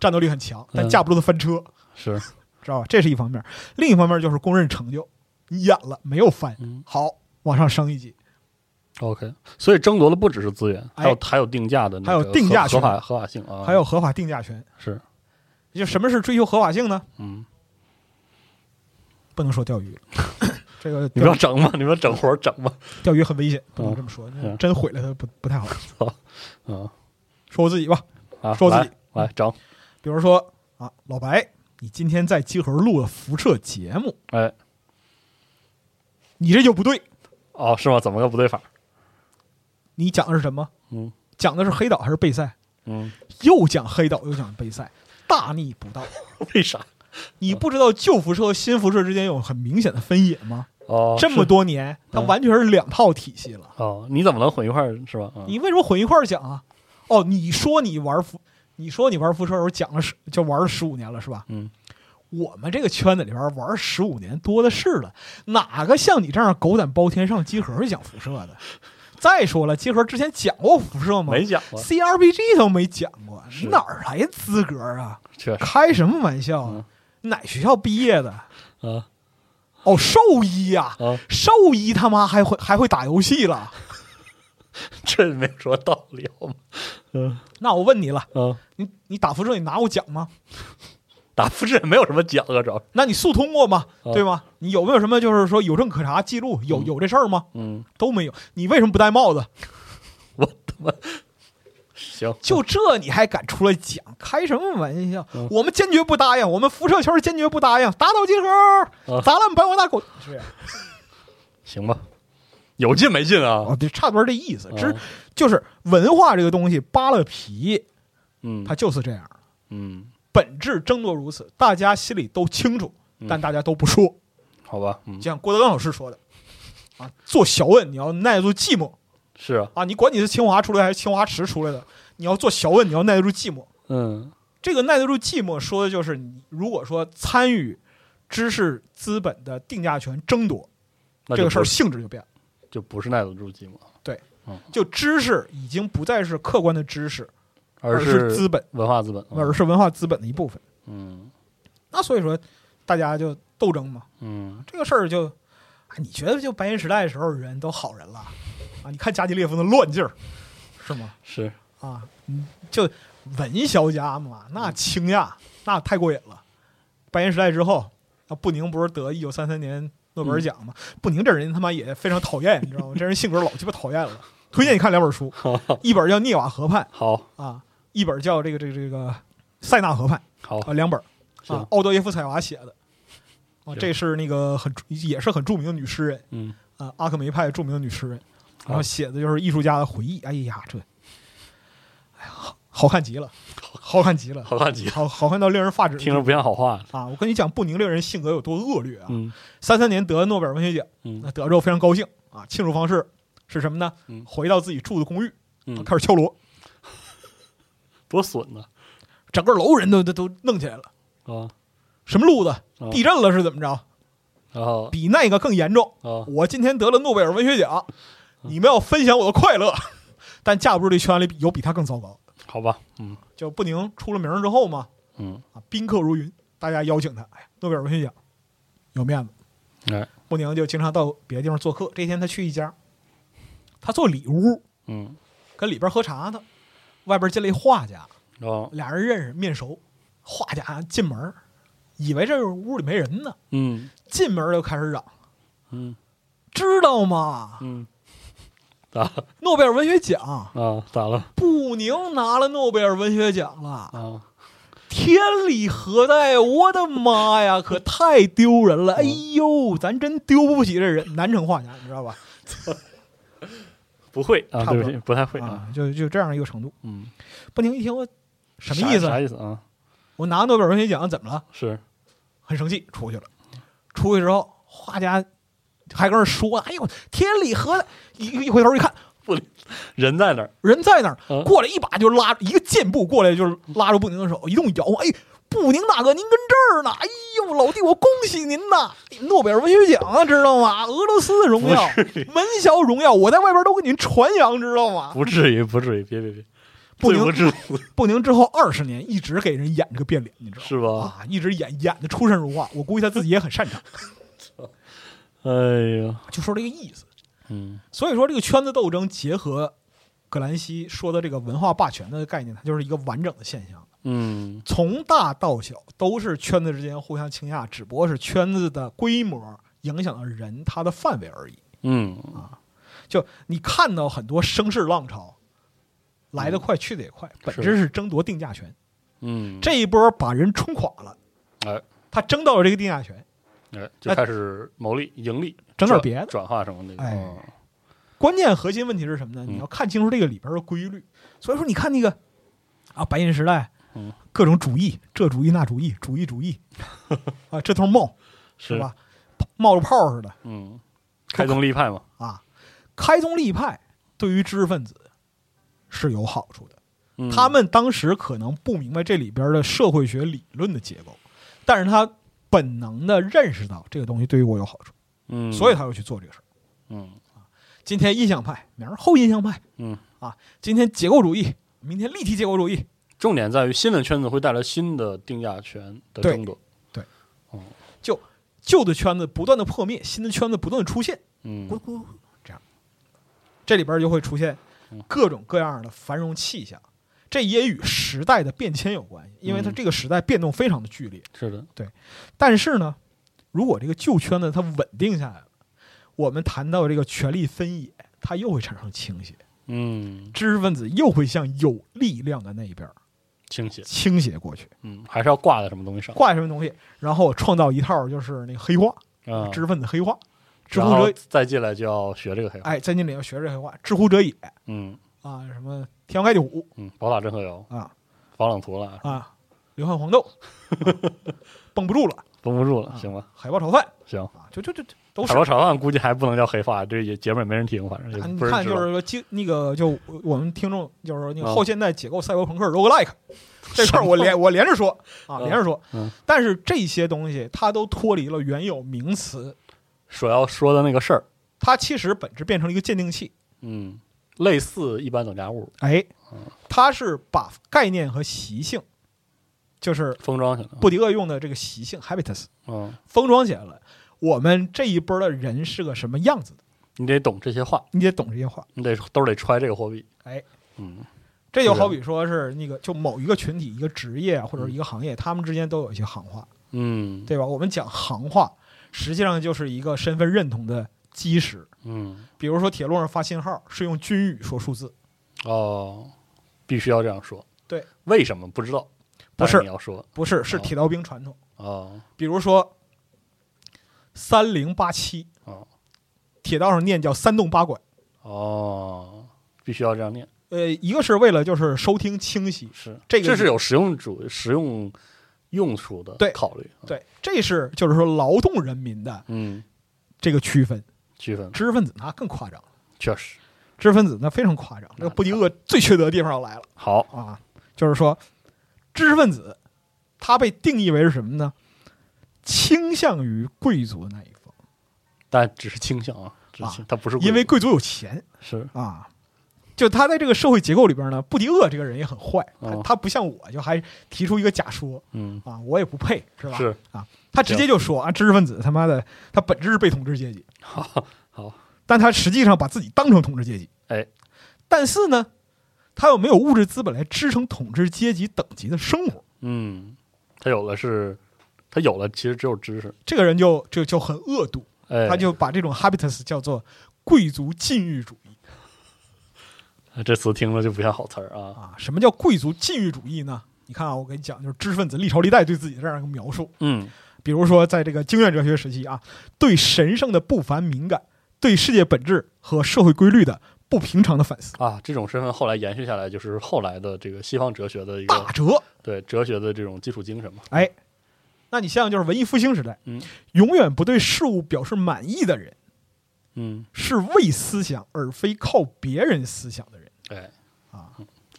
Speaker 4: 战斗力很强，但
Speaker 3: 嗯
Speaker 4: 架不住他翻车，
Speaker 3: 是
Speaker 4: 知道吧？这是一方面儿。另一方面儿就是公认成就，你演了没有翻，
Speaker 3: 嗯
Speaker 4: 好，往上升一级。
Speaker 3: OK，所以争夺的不只是资源，
Speaker 4: 哎
Speaker 3: 还有还有定价的那个
Speaker 4: 还有
Speaker 3: 合，
Speaker 4: 定价
Speaker 3: 合
Speaker 4: 权
Speaker 3: 法合法性啊，
Speaker 4: 还有合法定价权。
Speaker 3: 是
Speaker 4: 就什么是追求合法性呢？
Speaker 3: 嗯，
Speaker 4: 不能说钓
Speaker 3: *laughs*
Speaker 4: 鱼了，这个
Speaker 3: 你
Speaker 4: 钓
Speaker 3: 不要整 *laughs* 嘛，你不要整活儿整嘛，
Speaker 4: 钓鱼很危险，不能
Speaker 3: 嗯
Speaker 4: 这么说，那
Speaker 3: 嗯
Speaker 4: 真毁了它不不太好。
Speaker 3: 嗯
Speaker 4: 说我自己吧，
Speaker 3: 啊，
Speaker 4: 说自
Speaker 3: 来
Speaker 4: 己
Speaker 3: 来整，
Speaker 4: 比如说啊，老白你今天在集合录了辐射节目，
Speaker 3: 哎，
Speaker 4: 你这就不对。
Speaker 3: 哦，是吗？怎么个不对法？
Speaker 4: 你讲的是什么？
Speaker 3: 嗯，
Speaker 4: 讲的是黑岛还是贝塞？
Speaker 3: *laughs* 嗯，
Speaker 4: 又讲黑岛，又讲贝塞，大逆不道。
Speaker 3: 为啥？
Speaker 4: 你不知道旧辐射和新辐射之间有很明显的分野吗？
Speaker 3: 哦，
Speaker 4: 这么
Speaker 3: 是
Speaker 4: 多年，它
Speaker 3: 嗯
Speaker 4: 完全是两套体系了。
Speaker 3: 哦，你怎么能混一块儿是吧？嗯
Speaker 4: 你为什么混一块儿讲啊？哦，你说你玩辐，你说你玩辐射的时候讲了十，就玩了十五年了是吧？
Speaker 3: 嗯，
Speaker 4: 我们这个圈子里边玩十五年多的是了，哪个像你这样狗胆包天上集合去讲辐射的？再说了，集合之前讲过辐射吗？
Speaker 3: 没讲过，
Speaker 4: CRPG 都没讲过，
Speaker 3: 是
Speaker 4: 你哪儿来资格啊？
Speaker 3: 确实
Speaker 4: 开什么玩笑
Speaker 3: 嗯
Speaker 4: 啊？哪学校毕业的？
Speaker 3: 啊
Speaker 4: 哦，兽医呀、
Speaker 3: 啊，
Speaker 4: 兽医他妈还会还会打游戏了？
Speaker 3: 这没说道理好吗？嗯
Speaker 4: 那我问你了，
Speaker 3: 嗯，
Speaker 4: 你你打辐射你拿过奖吗？
Speaker 3: 打复制也没有什么讲啊，主要是
Speaker 4: 那你速通过吗？
Speaker 3: 啊
Speaker 4: 对吗？你有没有什么就是说有证可查记录？有
Speaker 3: 嗯
Speaker 4: 有这事儿吗？
Speaker 3: 嗯，
Speaker 4: 都没有，你为什么不戴帽子？
Speaker 3: 我他妈行，
Speaker 4: 就这你还敢出来讲？开什么玩笑
Speaker 3: 嗯？
Speaker 4: 我们坚决不答应，我们辐射圈坚决不答应，打倒集合，
Speaker 3: 啊
Speaker 4: 砸烂白花大狗。是这样
Speaker 3: 行吧，有劲没劲啊？
Speaker 4: 哦，对，差不多这意思。
Speaker 3: 啊
Speaker 4: 之就是文化这个东西扒了皮，
Speaker 3: 嗯
Speaker 4: 它就是这样，
Speaker 3: 嗯，
Speaker 4: 本质争夺如此，大家心里都清楚，
Speaker 3: 嗯
Speaker 4: 但大家都不说。
Speaker 3: 好吧，嗯
Speaker 4: 就，像郭德纲老师说的，啊，做小问你要耐得住寂寞
Speaker 3: 是啊，
Speaker 4: 啊，你管你是清华出来还是清华池出来的，你要做小问，你要耐得住寂寞。
Speaker 3: 嗯
Speaker 4: 这个耐得住寂寞，说的就是你如果说参与知识资本的定价权争夺，
Speaker 3: 那
Speaker 4: 这
Speaker 3: 就
Speaker 4: 个事儿
Speaker 3: 不是
Speaker 4: 性质就变了。
Speaker 3: 就不是耐得住寂寞，
Speaker 4: 就知识已经不再是客观的知识，而
Speaker 3: 是
Speaker 4: 资本，
Speaker 3: 文化资本，
Speaker 4: 而是文化资本的一部分。
Speaker 3: 嗯
Speaker 4: 那所以说，大家就斗争嘛，
Speaker 3: 嗯，
Speaker 4: 这个事儿就，哎你觉得就白银时代的时候人都好人了啊？你看加吉列夫那乱劲儿，是吗？
Speaker 3: 是
Speaker 4: 啊，嗯就文学家嘛，那倾轧那太过瘾了。白银时代之后，啊，布宁不是得一九三三年诺贝尔奖嘛？布宁这人他妈也非常讨厌，你知道吗？这人性格老鸡巴讨厌了。推荐你看两本书，一本叫《涅瓦河畔
Speaker 3: 好》
Speaker 4: 啊，一本叫这个这个这个塞纳河畔
Speaker 3: 好
Speaker 4: 啊，两本
Speaker 3: 行
Speaker 4: 啊，奥德耶夫·采娃写的。啊，
Speaker 3: 行
Speaker 4: 这是那个很著也是很著名的女诗人
Speaker 3: 嗯
Speaker 4: 啊，阿克梅派著名的女诗人，然后
Speaker 3: 好
Speaker 4: 写的就是艺术家的回忆。哎呀，这，哎呀，好好看极了，好看极了，
Speaker 3: 好看极了，
Speaker 4: 好好看到令人发指。
Speaker 3: 听着不像好话，
Speaker 4: 啊，我跟你讲，布宁令人性格有多恶劣啊！
Speaker 3: 嗯
Speaker 4: 三三年得诺贝尔文学奖，
Speaker 3: 嗯
Speaker 4: 那得了之后非常高兴啊，庆祝方式是什么呢
Speaker 3: 嗯？
Speaker 4: 回到自己住的公寓，
Speaker 3: 嗯，
Speaker 4: 开始敲锣，
Speaker 3: 多损呢
Speaker 4: 整个楼人都都都弄起来了。
Speaker 3: 啊，
Speaker 4: 什么路子？
Speaker 3: 哦
Speaker 4: 地震了是怎么着？
Speaker 3: 然后
Speaker 4: 比那个更严重。
Speaker 3: 啊
Speaker 4: 我今天得了诺贝尔文学奖，你们要分享我的快乐， *laughs* 但架不住这圈里有比他更糟糕。
Speaker 3: 好吧，嗯
Speaker 4: 就布宁出了名儿之后嘛，
Speaker 3: 嗯，
Speaker 4: 啊，宾客如云，大家邀请他，哎，诺贝尔文学奖，有面子。
Speaker 3: 哎
Speaker 4: 布宁就经常到别的地方做客。这天他去一家，他做里屋，
Speaker 3: 嗯，
Speaker 4: 跟里边喝茶呢。外边进来一画家，
Speaker 3: 然后
Speaker 4: 俩人认识面熟。画家进门儿，以为这屋里没人呢，
Speaker 3: 嗯
Speaker 4: 进门儿就开始嚷，
Speaker 3: 嗯
Speaker 4: 知道吗？
Speaker 3: 嗯，咋了
Speaker 4: 诺贝尔文学奖，
Speaker 3: 啊？咋了
Speaker 4: 布宁拿了诺贝尔文学奖了。
Speaker 3: 啊？
Speaker 4: 天理何在？我的妈呀，可太丢人
Speaker 3: 嗯
Speaker 4: 了！哎呦，咱真丢不起这人，南城画家，你知道吧？
Speaker 3: 不会啊，
Speaker 4: 差
Speaker 3: 对
Speaker 4: 不多
Speaker 3: 不起，不太会啊
Speaker 4: 啊，，就就这样一个程度。
Speaker 3: 嗯，
Speaker 4: 不宁一听我什么意思
Speaker 3: 啥？啥意思啊？
Speaker 4: 我拿诺贝尔文学奖怎么了？
Speaker 3: 是
Speaker 4: 很生气，出去了。出去之后，画家还跟那说：“哎呦，天理何在？”一一回头一看，
Speaker 3: 人在那儿，
Speaker 4: 人在那儿，
Speaker 3: 嗯
Speaker 4: 过来一把就拉，一个箭步过来就是拉住布宁的手，一动摇，哎，布宁大哥，您跟这儿呢？哎呦，老弟，我恭喜您呐！诺贝尔文学奖啊，知道吗？俄罗斯的荣耀，门校荣耀，我在外边都给您传扬，知道
Speaker 3: *laughs*
Speaker 4: 吗？
Speaker 3: 不至于，不至于，别别别，
Speaker 4: 不
Speaker 3: 罪
Speaker 4: 能
Speaker 3: 不至死，
Speaker 4: *laughs* 布宁之后二十年一直给人演这个变脸，你知道吗？
Speaker 3: 是吧？
Speaker 4: 啊，一直演演的出神入化，我估计他自己也很擅长，
Speaker 3: 哎呀，
Speaker 4: 就说这个意思。
Speaker 3: 嗯
Speaker 4: 所以说，这个圈子斗争结合葛兰西说的这个文化霸权的概念，它就是一个完整的现象。
Speaker 3: 嗯
Speaker 4: 从大到小都是圈子之间互相倾轧，只不过是圈子的规模影响了人他的范围而已。
Speaker 3: 嗯，
Speaker 4: 就你看到很多声势浪潮，来得快去得也快，本
Speaker 3: 嗯是
Speaker 4: 质是争夺定价权。
Speaker 3: 嗯，
Speaker 4: 这一波把人冲垮了，
Speaker 3: 哎，
Speaker 4: 他争到了这个定价权，
Speaker 3: 哎，就开始牟利、盈利，
Speaker 4: 整点别的。
Speaker 3: 转化什么的。
Speaker 4: 哎
Speaker 3: 嗯
Speaker 4: 关键核心问题是什么呢？
Speaker 3: 嗯
Speaker 4: 你要看清楚这个里边的规律。所以说，你看那个啊，白银时代，
Speaker 3: 嗯
Speaker 4: 各种主义，这主义那主义，主义
Speaker 3: *laughs*
Speaker 4: 主义，啊，这头冒是
Speaker 3: 是
Speaker 4: 吧？冒着泡似的
Speaker 3: 嗯，开宗立派嘛，
Speaker 4: 啊。开宗立派对于知识分子是有好处的，
Speaker 3: 嗯
Speaker 4: 他们当时可能不明白这里边的社会学理论的结构，但是他本能的认识到这个东西对于我有好处，
Speaker 3: 嗯，
Speaker 4: 所以他要去做这个事儿。
Speaker 3: 嗯
Speaker 4: 今天印象派，明儿后印象派，
Speaker 3: 嗯，
Speaker 4: 啊，今天结构主义，明天立体结构主义，
Speaker 3: 重点在于新的圈子会带来新的定价权的
Speaker 4: 对
Speaker 3: 争夺。
Speaker 4: 旧的圈子不断的破灭，新的圈子不断的出现，
Speaker 3: 嗯
Speaker 4: 咕，咕这样，这里边就会出现
Speaker 3: 嗯
Speaker 4: 各种各样的繁荣气象。这也与时代的变迁有关系，因为它
Speaker 3: 嗯
Speaker 4: 这个时代变动非常的剧烈。
Speaker 3: 是的，
Speaker 4: 但是呢，如果这个旧圈子它稳定下来了，我们谈到这个权力分野，它又会产生倾斜，
Speaker 3: 嗯，
Speaker 4: 知识分子又会向有力量的那一边
Speaker 3: 倾斜，
Speaker 4: 倾斜过去，
Speaker 3: 嗯，还是要挂在什么东西上
Speaker 4: 挂什么东西，然后创造一套就是那个黑化，
Speaker 3: 啊？
Speaker 4: 知识分子黑化，知
Speaker 3: 然
Speaker 4: 乎
Speaker 3: 后
Speaker 4: 者
Speaker 3: 再进来就要学这个黑话，
Speaker 4: 哎，在那里要学这黑话，知乎者也
Speaker 3: 嗯
Speaker 4: 啊，什么天王盖九
Speaker 3: 嗯，宝塔镇河游，
Speaker 4: 啊
Speaker 3: 防朗图了，
Speaker 4: 啊，流汗黄豆，啊绷不住了，
Speaker 3: 绷不住了，行吧，
Speaker 4: 海豹炒饭
Speaker 3: 行。
Speaker 4: 啊，就就就都啊是
Speaker 3: 海。螺炒饭估计还不能叫黑话，这也节目也没人听，反正也
Speaker 4: 啊你
Speaker 3: 不人
Speaker 4: 看，
Speaker 3: 知
Speaker 4: 就
Speaker 3: 道
Speaker 4: 是说，经那个，就我们听众，就是说那个
Speaker 3: 啊
Speaker 4: 后现代解构赛博朋克
Speaker 3: *laughs*
Speaker 4: roguelike 这块儿，我连我连着说啊，
Speaker 3: 嗯
Speaker 4: 连着说
Speaker 3: 嗯。
Speaker 4: 但是这些东西它都脱离了原有名词，
Speaker 3: 所要说的那个事儿，
Speaker 4: 它其实本质变成了一个鉴定器。
Speaker 3: 嗯，类似一般等价物
Speaker 4: 哎，它是把概念和习性，就是
Speaker 3: 封装起来，
Speaker 4: 布迪厄用的这个习性 habitus
Speaker 3: 嗯，
Speaker 4: 封装起来了。我们这一波的人是个什么样子的，
Speaker 3: 你得懂这些话，
Speaker 4: 你得懂这些话。
Speaker 3: 你得兜里揣这个货币，
Speaker 4: 哎，
Speaker 3: 嗯
Speaker 4: 这就好比说是那个，就某一个群体、一个职业啊，或者一个行业，他们之间都有一些行话，
Speaker 3: 嗯
Speaker 4: 对吧？我们讲行话，实际上就是一个身份认同的基石。
Speaker 3: 嗯，
Speaker 4: 比如说铁路上发信号是用军语说数字，
Speaker 3: 哦，必须要这样说，
Speaker 4: 对，
Speaker 3: 为什么不知道？
Speaker 4: 不
Speaker 3: 但
Speaker 4: 是
Speaker 3: 你要说
Speaker 4: 不是是
Speaker 3: 哦
Speaker 4: 铁道兵传统。
Speaker 3: 哦
Speaker 4: 比如说三零八七，
Speaker 3: 哦
Speaker 4: 铁道上念叫三动八拐。
Speaker 3: 哦，必须要这样念，
Speaker 4: 呃，一个是为了就是收听清晰，
Speaker 3: 是
Speaker 4: 这个
Speaker 3: 这是有实用主实用用处的
Speaker 4: 对
Speaker 3: 考虑，
Speaker 4: 对，这是就是说劳动人民的
Speaker 3: 嗯，
Speaker 4: 这个区分。
Speaker 3: 区分
Speaker 4: 知识分子那更夸张了，
Speaker 3: 确实
Speaker 4: 知识分子那非常夸张。这个布迪厄最缺德的地方要来了
Speaker 3: 好，
Speaker 4: 啊，就是说，知识分子他被定义为是什么呢？倾向于贵族那一方，
Speaker 3: 但只是倾向啊，只是倾它不是
Speaker 4: 因为
Speaker 3: 贵
Speaker 4: 贵族有钱
Speaker 3: 族是
Speaker 4: 啊。就他在这个社会结构里边呢，布迪厄这个人也很坏，他
Speaker 3: 哦
Speaker 4: 他不像我，就还提出一个假说
Speaker 3: 嗯
Speaker 4: 啊，我也不配，是吧？
Speaker 3: 是 *laughs*
Speaker 4: 他直接就说啊，知识分子他妈的，他本质是被统治阶级，
Speaker 3: 好好
Speaker 4: 但他实际上把自己当成统治阶级。
Speaker 3: 哎，
Speaker 4: 但是呢，他又没有物质资本来支撑统治阶级等级的生活，
Speaker 3: 嗯，他有的是他有的其实只有知识，
Speaker 4: 这个人就就就很恶毒，
Speaker 3: 哎，
Speaker 4: 他就把这种 habitus 叫做贵族禁欲主义
Speaker 3: 这词听着就不像好词儿啊，
Speaker 4: 啊。什么叫贵族禁欲主义呢？你看啊，我跟你讲，就是知识分子历朝历代对自己的这样一个描述，
Speaker 3: 嗯
Speaker 4: 比如说在这个经验哲学时期啊，对神圣的不凡敏感，对世界本质和社会规律的不平常的反思，
Speaker 3: 啊，这种身份后来延续下来，就是后来的这个西方哲学的一
Speaker 4: 大
Speaker 3: 个
Speaker 4: 哲。
Speaker 3: 对哲学的这种基础精神嘛，
Speaker 4: 哎，那你想想，就是文艺复兴时代，
Speaker 3: 嗯
Speaker 4: 永远不对事物表示满意的人，
Speaker 3: 嗯，
Speaker 4: 是为思想而非靠别人思想的人
Speaker 3: 哎
Speaker 4: 啊。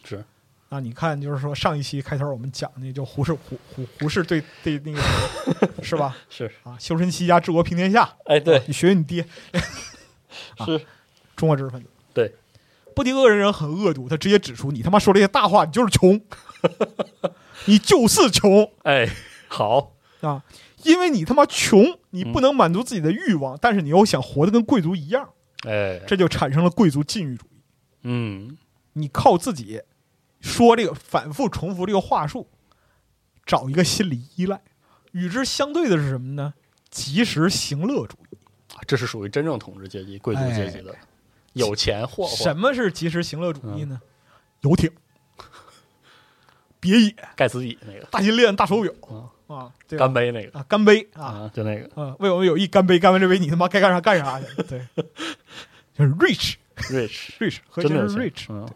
Speaker 3: 是
Speaker 4: 那你看，就是说上一期开头我们讲那就胡适胡胡胡适对对那个 *laughs* 是吧？
Speaker 3: 是
Speaker 4: 啊，修身齐家治国平天下，
Speaker 3: 哎对
Speaker 4: 你学学你爹
Speaker 3: 是
Speaker 4: 中国知识分子。
Speaker 3: 对，
Speaker 4: 布迪厄人很恶毒，他直接指出你他妈说这些大话，你就
Speaker 3: *laughs*
Speaker 4: 是穷，你就是穷
Speaker 3: 哎好
Speaker 4: 啊！因为你他妈穷，你
Speaker 3: 嗯
Speaker 4: 不能满足自己的欲望，但是你又想活得跟贵族一样，
Speaker 3: 哎
Speaker 4: 这就产生了贵族禁欲主义。
Speaker 3: 嗯
Speaker 4: 你靠自己说这个反复重复这个话术，找一个心理依赖。与之相对的是什么呢？及时行乐主义。
Speaker 3: 这是属于真正统治阶级贵族阶级的。
Speaker 4: 哎
Speaker 3: 有钱霍霍，嗯
Speaker 4: 什么是及时行乐主义呢？游艇、别野、
Speaker 3: 盖茨比那个
Speaker 4: 大金链、大手表
Speaker 3: 啊
Speaker 4: 啊，这个
Speaker 3: 干杯那个
Speaker 4: 啊，干杯啊，
Speaker 3: 啊，就那个
Speaker 4: 啊，为我们友谊干杯，干完这杯你他妈该干啥干啥去，对， *laughs* 就是 rich
Speaker 3: rich，
Speaker 4: rich 核
Speaker 3: 真
Speaker 4: 心
Speaker 3: 的
Speaker 4: 是
Speaker 3: 钱
Speaker 4: rich，
Speaker 3: 嗯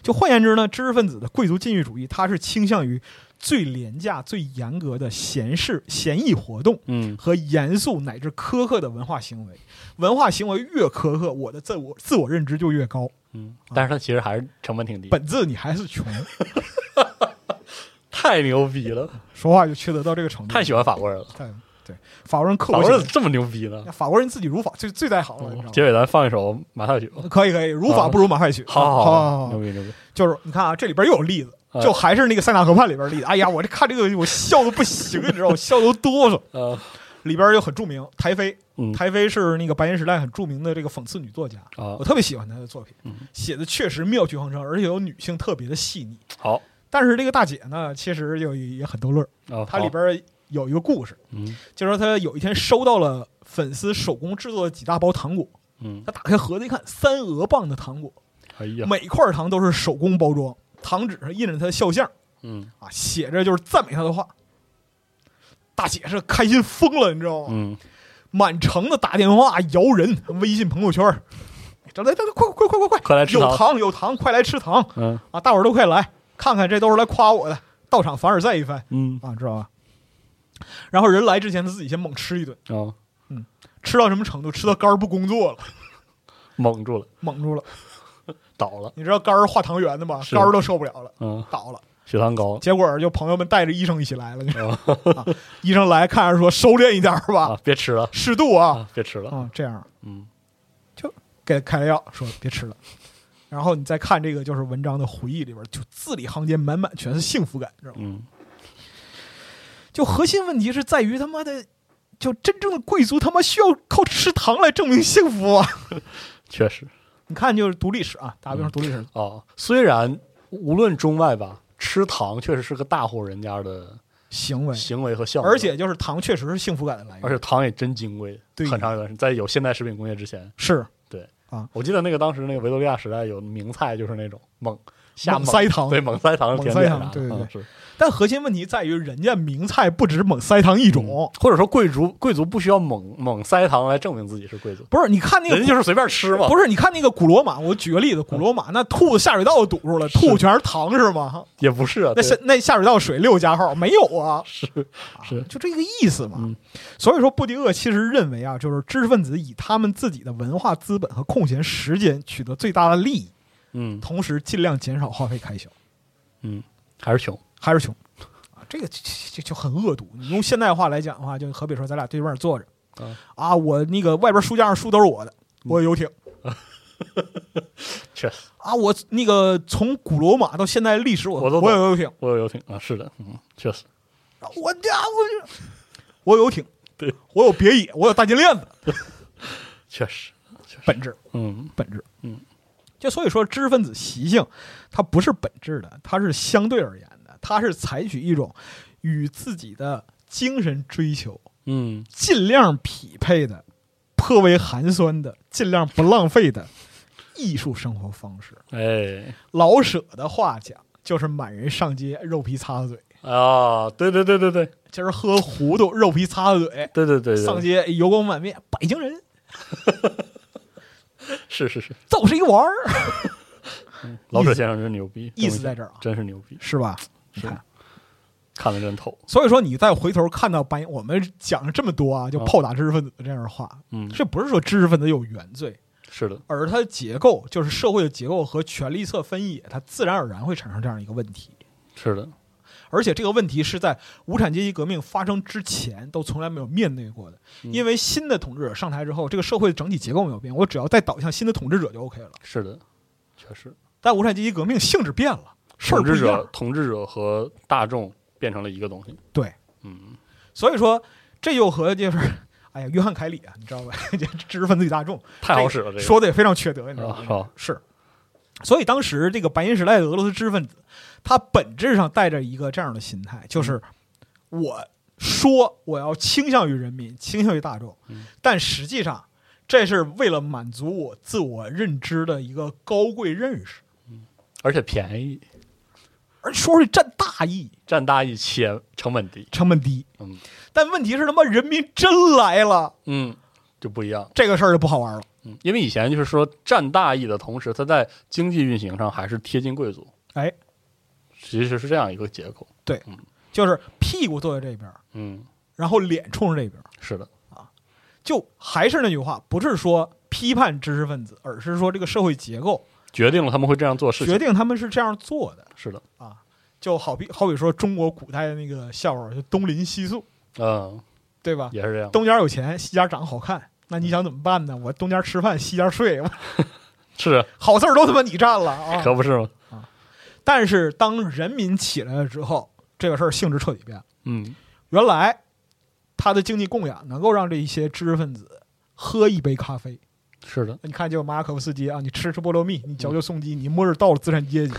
Speaker 4: 就换言之呢，知识分子的贵族禁欲主义，它是倾向于最廉价、最严格的闲事、闲逸活动
Speaker 3: 嗯
Speaker 4: 和严肃乃至苛刻的文化行为。文化行为越苛刻，我的自我自我认知就越高。
Speaker 3: 嗯，
Speaker 4: 啊
Speaker 3: 但是它其实还是成本挺低，
Speaker 4: 本质你还是穷，
Speaker 3: 太牛逼了，
Speaker 4: 说话就缺德到这个程度。
Speaker 3: 太喜欢法国
Speaker 4: *laughs*
Speaker 3: 人了，
Speaker 4: 太对，法国人刻
Speaker 3: 法
Speaker 4: 薄
Speaker 3: 国
Speaker 4: 起
Speaker 3: 人怎
Speaker 4: 来，
Speaker 3: 么这么牛逼呢？
Speaker 4: 法国人自己如法最最带好了，你
Speaker 3: 嗯
Speaker 4: 知道
Speaker 3: 结
Speaker 4: 吗？
Speaker 3: 尾咱放一首马太曲吧，
Speaker 4: 可以可以，如法
Speaker 3: 好
Speaker 4: 不如马快曲。
Speaker 3: 好
Speaker 4: 好
Speaker 3: 好牛
Speaker 4: 好，
Speaker 3: 逼牛逼，
Speaker 4: 就是你看啊，这里边又有例子，
Speaker 3: 哎
Speaker 4: 就还是那个塞纳河畔里边的例子。哎呀，我这看这个我笑的不行，你知道吗，我笑的都哆嗦。
Speaker 3: 呃，
Speaker 4: 里边就很著名，台飞，
Speaker 3: 嗯
Speaker 4: 台飞是那个白银时代很著名的这个讽刺女作家，
Speaker 3: 啊嗯
Speaker 4: 我特别喜欢她的作品，写的确实妙趣横生，而且有女性特别的细腻。
Speaker 3: 好，
Speaker 4: 但是这个大姐呢，其实有也很逗乐儿，
Speaker 3: 啊，
Speaker 4: 她里
Speaker 3: 好
Speaker 4: 边有一个故事，
Speaker 3: 嗯
Speaker 4: 就说她有一天收到了粉丝手工制作的几大包糖果，
Speaker 3: 嗯，
Speaker 4: 她打开盒子一看，三俄磅的糖果，
Speaker 3: 哎呀，
Speaker 4: 每块糖都是手工包装，糖纸上印着她的肖像，
Speaker 3: 嗯
Speaker 4: 啊，写着就是赞美她的话。大姐是开心疯了，你知道吗？
Speaker 3: 嗯
Speaker 4: 满城的打电话、摇人、微信朋友圈儿，哎这来这这快快快快快，
Speaker 3: 快来吃
Speaker 4: 有
Speaker 3: 糖
Speaker 4: 糖有糖，快来吃糖
Speaker 3: 嗯
Speaker 4: 啊！大伙儿都快来看看，这都是来夸我的，到场凡尔赛一番
Speaker 3: 嗯
Speaker 4: 啊，知道吧？然后人来之前，他自己先猛吃一顿，
Speaker 3: 啊，
Speaker 4: 吃到什么程度？吃到肝儿不工作了， *laughs*
Speaker 3: 蒙住了，
Speaker 4: 蒙住了。
Speaker 3: 倒了，
Speaker 4: 你知道肝儿画糖圆的吗？
Speaker 3: 是
Speaker 4: 肝儿都受不了了，
Speaker 3: 嗯，
Speaker 4: 倒了。
Speaker 3: 血糖高
Speaker 4: 结果就朋友们带着医生一起来了，你知道吗？ *laughs* 啊医生来看着说：“收敛一点儿吧，
Speaker 3: 啊，别吃了
Speaker 4: 适度啊。”
Speaker 3: 啊，别吃了，
Speaker 4: 啊，这样，
Speaker 3: 嗯，
Speaker 4: 就给开了药，说别吃了。然后你再看这个，就是文章的回忆里边，就字里行间满满全是幸福感，知道吗？
Speaker 3: 嗯
Speaker 4: 就核心问题是在于他妈的，就真正的贵族他妈需要靠吃糖来证明幸福啊！
Speaker 3: 确实
Speaker 4: *laughs* 你看，就是读历史啊，打个比方说读历史，
Speaker 3: 啊，虽然无论中外吧，吃糖确实是个大户人家的
Speaker 4: 行为，
Speaker 3: 行为和项目，
Speaker 4: 而且就是糖确实是幸福感的来源，
Speaker 3: 而且糖也真金贵，
Speaker 4: 对
Speaker 3: 很长一段时间，在有现代食品工业之前，
Speaker 4: 是
Speaker 3: 我记得那个当时那个维多利亚时代有名菜就是那种猛下
Speaker 4: 猛塞 *laughs* 糖
Speaker 3: 对猛塞糖是甜点啊
Speaker 4: 猛塞糖对对对
Speaker 3: 嗯是
Speaker 4: 但核心问题在于，人家名菜不止猛塞糖一种，
Speaker 3: 嗯或者说贵族贵族不需要猛猛塞糖来证明自己是贵族，
Speaker 4: 不是？你看那个
Speaker 3: 人家就是随便吃嘛，
Speaker 4: 不
Speaker 3: 是
Speaker 4: 是，你看那个古罗马，我举个例子，古罗马那兔子下水道堵住了，
Speaker 3: 是
Speaker 4: 兔子全是糖是吗？
Speaker 3: 也不嗯是啊，
Speaker 4: 那下
Speaker 3: 对
Speaker 4: 那下水道水六加号没有啊？
Speaker 3: 是
Speaker 4: 啊
Speaker 3: 是
Speaker 4: 就这个意思嘛。
Speaker 3: 嗯
Speaker 4: 所以说，布迪厄其实认为啊，就是知识分子以他们自己的文化资本和空闲时间取得最大的利益，
Speaker 3: 嗯
Speaker 4: 同时尽量减少花费开销，
Speaker 3: 嗯还是穷，
Speaker 4: 还是穷啊，这个就就就很恶毒。你用现代话来讲的话，就好比说咱俩对面坐着
Speaker 3: 啊嗯
Speaker 4: 啊，我那个外边书架上书都是我的，我有游艇。
Speaker 3: 确实
Speaker 4: 啊，我那个从古罗马到现代历史我，
Speaker 3: 我都懂
Speaker 4: 我有游艇，
Speaker 3: 我有游艇啊，是的，嗯确实
Speaker 4: 啊我家我就我有游艇，
Speaker 3: *laughs* 对
Speaker 4: 我有别野，我有大金链子，
Speaker 3: 确实
Speaker 4: 本质
Speaker 3: 嗯
Speaker 4: 本质，
Speaker 3: 嗯，
Speaker 4: 就所以说知识分子习性，它不是本质的，它是相对而言的，它是采取一种与自己的精神追求
Speaker 3: 嗯
Speaker 4: 尽量匹配的、颇为寒酸的、尽量不浪费的艺术生活方式。
Speaker 3: 哎
Speaker 4: 老舍的话讲，就是满人上街，肉皮擦擦嘴。
Speaker 3: 啊对对对对对
Speaker 4: 今儿喝糊涂，肉皮擦嘴，
Speaker 3: 对对对对
Speaker 4: 上街油光满面，北京人
Speaker 3: 是是是，
Speaker 4: 就是一玩儿，
Speaker 3: 老舍先生真牛逼，
Speaker 4: 意思在这儿啊
Speaker 3: 真是牛逼，
Speaker 4: 是吧？你
Speaker 3: 是
Speaker 4: 看，
Speaker 3: 看得真透，
Speaker 4: 所以说你再回头看到白，我们讲了这么多啊，就
Speaker 3: 啊
Speaker 4: 炮打知识分子的这样的话，
Speaker 3: 嗯
Speaker 4: 这不是说知识分子有原罪，
Speaker 3: 是的，
Speaker 4: 而它的结构就是社会的结构和权力侧分野，它自然而然会产生这样一个问题。
Speaker 3: 是的，
Speaker 4: 而且这个问题是在无产阶级革命发生之前都从来没有面对过的，
Speaker 3: 嗯
Speaker 4: 因为新的统治者上台之后，这个社会整体结构没有变，我只要再倒向新的统治者就 OK 了。
Speaker 3: 是的，确实。
Speaker 4: 但无产阶级革命性质变了，事儿
Speaker 3: 统
Speaker 4: 不
Speaker 3: 治
Speaker 4: 一样
Speaker 3: 者、统治者和大众变成了一个东西。
Speaker 4: 对，
Speaker 3: 嗯，
Speaker 4: 所以说这就和就是，哎呀，约翰凯里啊，你知道吧？ *laughs* 这知识分子与大众
Speaker 3: 太好使了，这个
Speaker 4: 说的也非常缺德，你知道
Speaker 3: 啊，
Speaker 4: 吗？
Speaker 3: 好，
Speaker 4: 是，所以当时这个白银时代的俄罗斯知识分子，他本质上带着一个这样的心态，就是我说我要倾向于人民，倾向于大众，但实际上这是为了满足我自我认知的一个高贵认识。
Speaker 3: 而且便宜，
Speaker 4: 而且说出去占大义，
Speaker 3: 占大义且成本低，
Speaker 4: 成本低。
Speaker 3: 嗯
Speaker 4: 但问题是他妈人民真来了，
Speaker 3: 嗯，就不一样。
Speaker 4: 这个事儿就不好玩了。
Speaker 3: 嗯，因为以前就是说占大义的同时，它在经济运行上还是贴近贵族，
Speaker 4: 哎，
Speaker 3: 其实是这样一个结构。
Speaker 4: 就是屁股坐在这边儿，
Speaker 3: 嗯，
Speaker 4: 然后脸冲着这边儿，
Speaker 3: 是的，
Speaker 4: 就还是那句话，不是说批判知识分子，而是说这个社会结构
Speaker 3: 决定了他们会这样做事
Speaker 4: 决
Speaker 3: 情。
Speaker 4: 定他们是这样做的
Speaker 3: 是的，
Speaker 4: 啊。就好比好比说中国古代的那个笑话，就东邻西绌，
Speaker 3: 嗯，
Speaker 4: 对吧？
Speaker 3: 也是这样，
Speaker 4: 东家有钱，西家长得好看，那你想怎么办呢？我东家吃饭，西家睡，我 *laughs*
Speaker 3: 是啊
Speaker 4: 好事儿都他妈你占了啊！
Speaker 3: 可不是吗？
Speaker 4: 但是当人民起来了之后，这个事儿性质彻底变了。
Speaker 3: 嗯，
Speaker 4: 原来他的经济供养能够让这一些知识分子喝一杯咖啡，
Speaker 3: 是的，
Speaker 4: 你看就马可夫斯基啊，你吃吃菠萝
Speaker 3: 嗯
Speaker 4: 蜜，你嚼嚼松鸡，你末日到了资产阶
Speaker 3: *laughs*
Speaker 4: 级。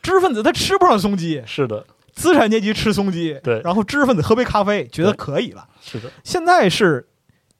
Speaker 4: 知识分子他吃不上松鸡，
Speaker 3: 是的，
Speaker 4: 资产阶级吃松鸡，
Speaker 3: 对
Speaker 4: 然后知识分子喝杯咖啡，觉得可以了。
Speaker 3: 是的，
Speaker 4: 现在是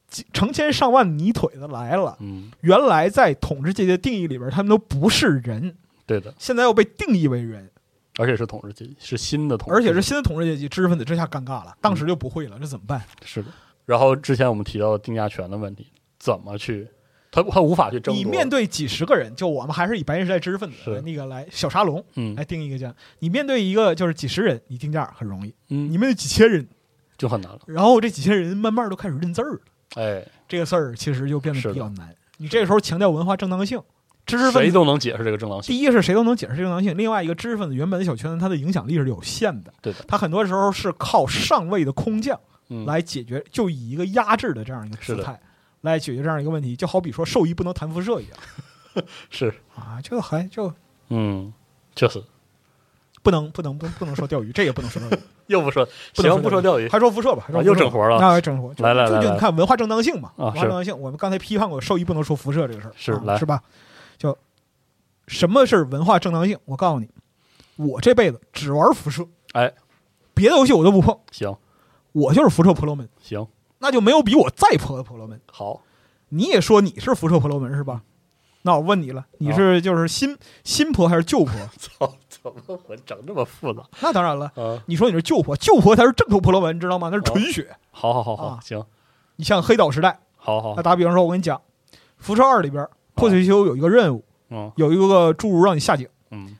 Speaker 4: 几成千上万泥腿子来了，
Speaker 3: 嗯，
Speaker 4: 原来在统治阶级的定义里边，他们都不是人，
Speaker 3: 对的，
Speaker 4: 现在又被定义为人，
Speaker 3: 而且是统治阶级，是嗯新的统治
Speaker 4: 而
Speaker 3: 阶级，
Speaker 4: 且是新的统治阶级，知识分子这下尴尬了，当时就不会了，这怎么办？
Speaker 3: 是的。然后之前我们提到的定价权的问题，怎么去，他他无法去争夺。
Speaker 4: 你面对几十个人，就我们还是以白人时代知识分子的
Speaker 3: 是
Speaker 4: 那个来小沙龙
Speaker 3: 嗯
Speaker 4: 来定一个价，你面对一个就是几十人，你定价很容易，
Speaker 3: 嗯，
Speaker 4: 你面对几千人，
Speaker 3: 就很难了。
Speaker 4: 然后这几千人慢慢都开始认字儿了，
Speaker 3: 哎，
Speaker 4: 这个事儿其实就变
Speaker 3: 是
Speaker 4: 得
Speaker 3: 的
Speaker 4: 比较难。你这个时候强调文化正当性，知识分
Speaker 3: 谁
Speaker 4: 子。
Speaker 3: 都能解释这个正当性。
Speaker 4: 第一是谁都能解释正当性，另外一个知识分子原本的小圈子，他的影响力是有限的。
Speaker 3: 对的
Speaker 4: 他很多时候是靠上位的空降
Speaker 3: 嗯，
Speaker 4: 来解决，就以一个压制的这样一个姿
Speaker 3: 是的
Speaker 4: 态来解决这样一个问题，就好比说兽医不能谈辐射一样
Speaker 3: 是，
Speaker 4: 啊，就还就
Speaker 3: 嗯，确实，
Speaker 4: 不能不能不不能说钓鱼，这也不能说
Speaker 3: *laughs*
Speaker 4: 钓鱼，
Speaker 3: 又不说，
Speaker 4: 不能
Speaker 3: 行，不说钓鱼，
Speaker 4: 还说辐射吧，还说
Speaker 3: 啊
Speaker 4: 辐射吧
Speaker 3: 又整活了
Speaker 4: 那还整活，就
Speaker 3: 来来来
Speaker 4: 就就
Speaker 3: 来
Speaker 4: 你看文化正当性嘛，
Speaker 3: 啊
Speaker 4: 文化
Speaker 3: 是
Speaker 4: 正当性，我们刚才批判过兽医不能说辐射这个事儿，
Speaker 3: 是
Speaker 4: 啊
Speaker 3: 来
Speaker 4: 是吧？就什么是文化正当性？我告诉你，我这辈子只玩辐射，
Speaker 3: 哎，
Speaker 4: 别的游戏我都不碰，
Speaker 3: 行
Speaker 4: 我就是辐射婆罗门，
Speaker 3: 行，
Speaker 4: 那就没有比我再婆的婆罗门。
Speaker 3: 好，
Speaker 4: 你也说你是辐射婆罗门是吧？那我问你了，你
Speaker 3: 啊
Speaker 4: 是就是新新婆还是旧婆？ *laughs*
Speaker 3: 操， *laughs* 怎么我整这么复杂
Speaker 4: 那当然了，
Speaker 3: 啊？
Speaker 4: 你说你是旧婆，旧婆才是正统婆罗门，知道吗？
Speaker 3: 哦
Speaker 4: 那是纯血。
Speaker 3: 好好好好，
Speaker 4: 啊
Speaker 3: 行，
Speaker 4: 你像黑岛时代，
Speaker 3: 好好
Speaker 4: 那，打比方说，我跟你讲，《辐射二》里边，破碎修有一个任务，
Speaker 3: 嗯
Speaker 4: 有一个侏儒让你下井。
Speaker 3: 嗯，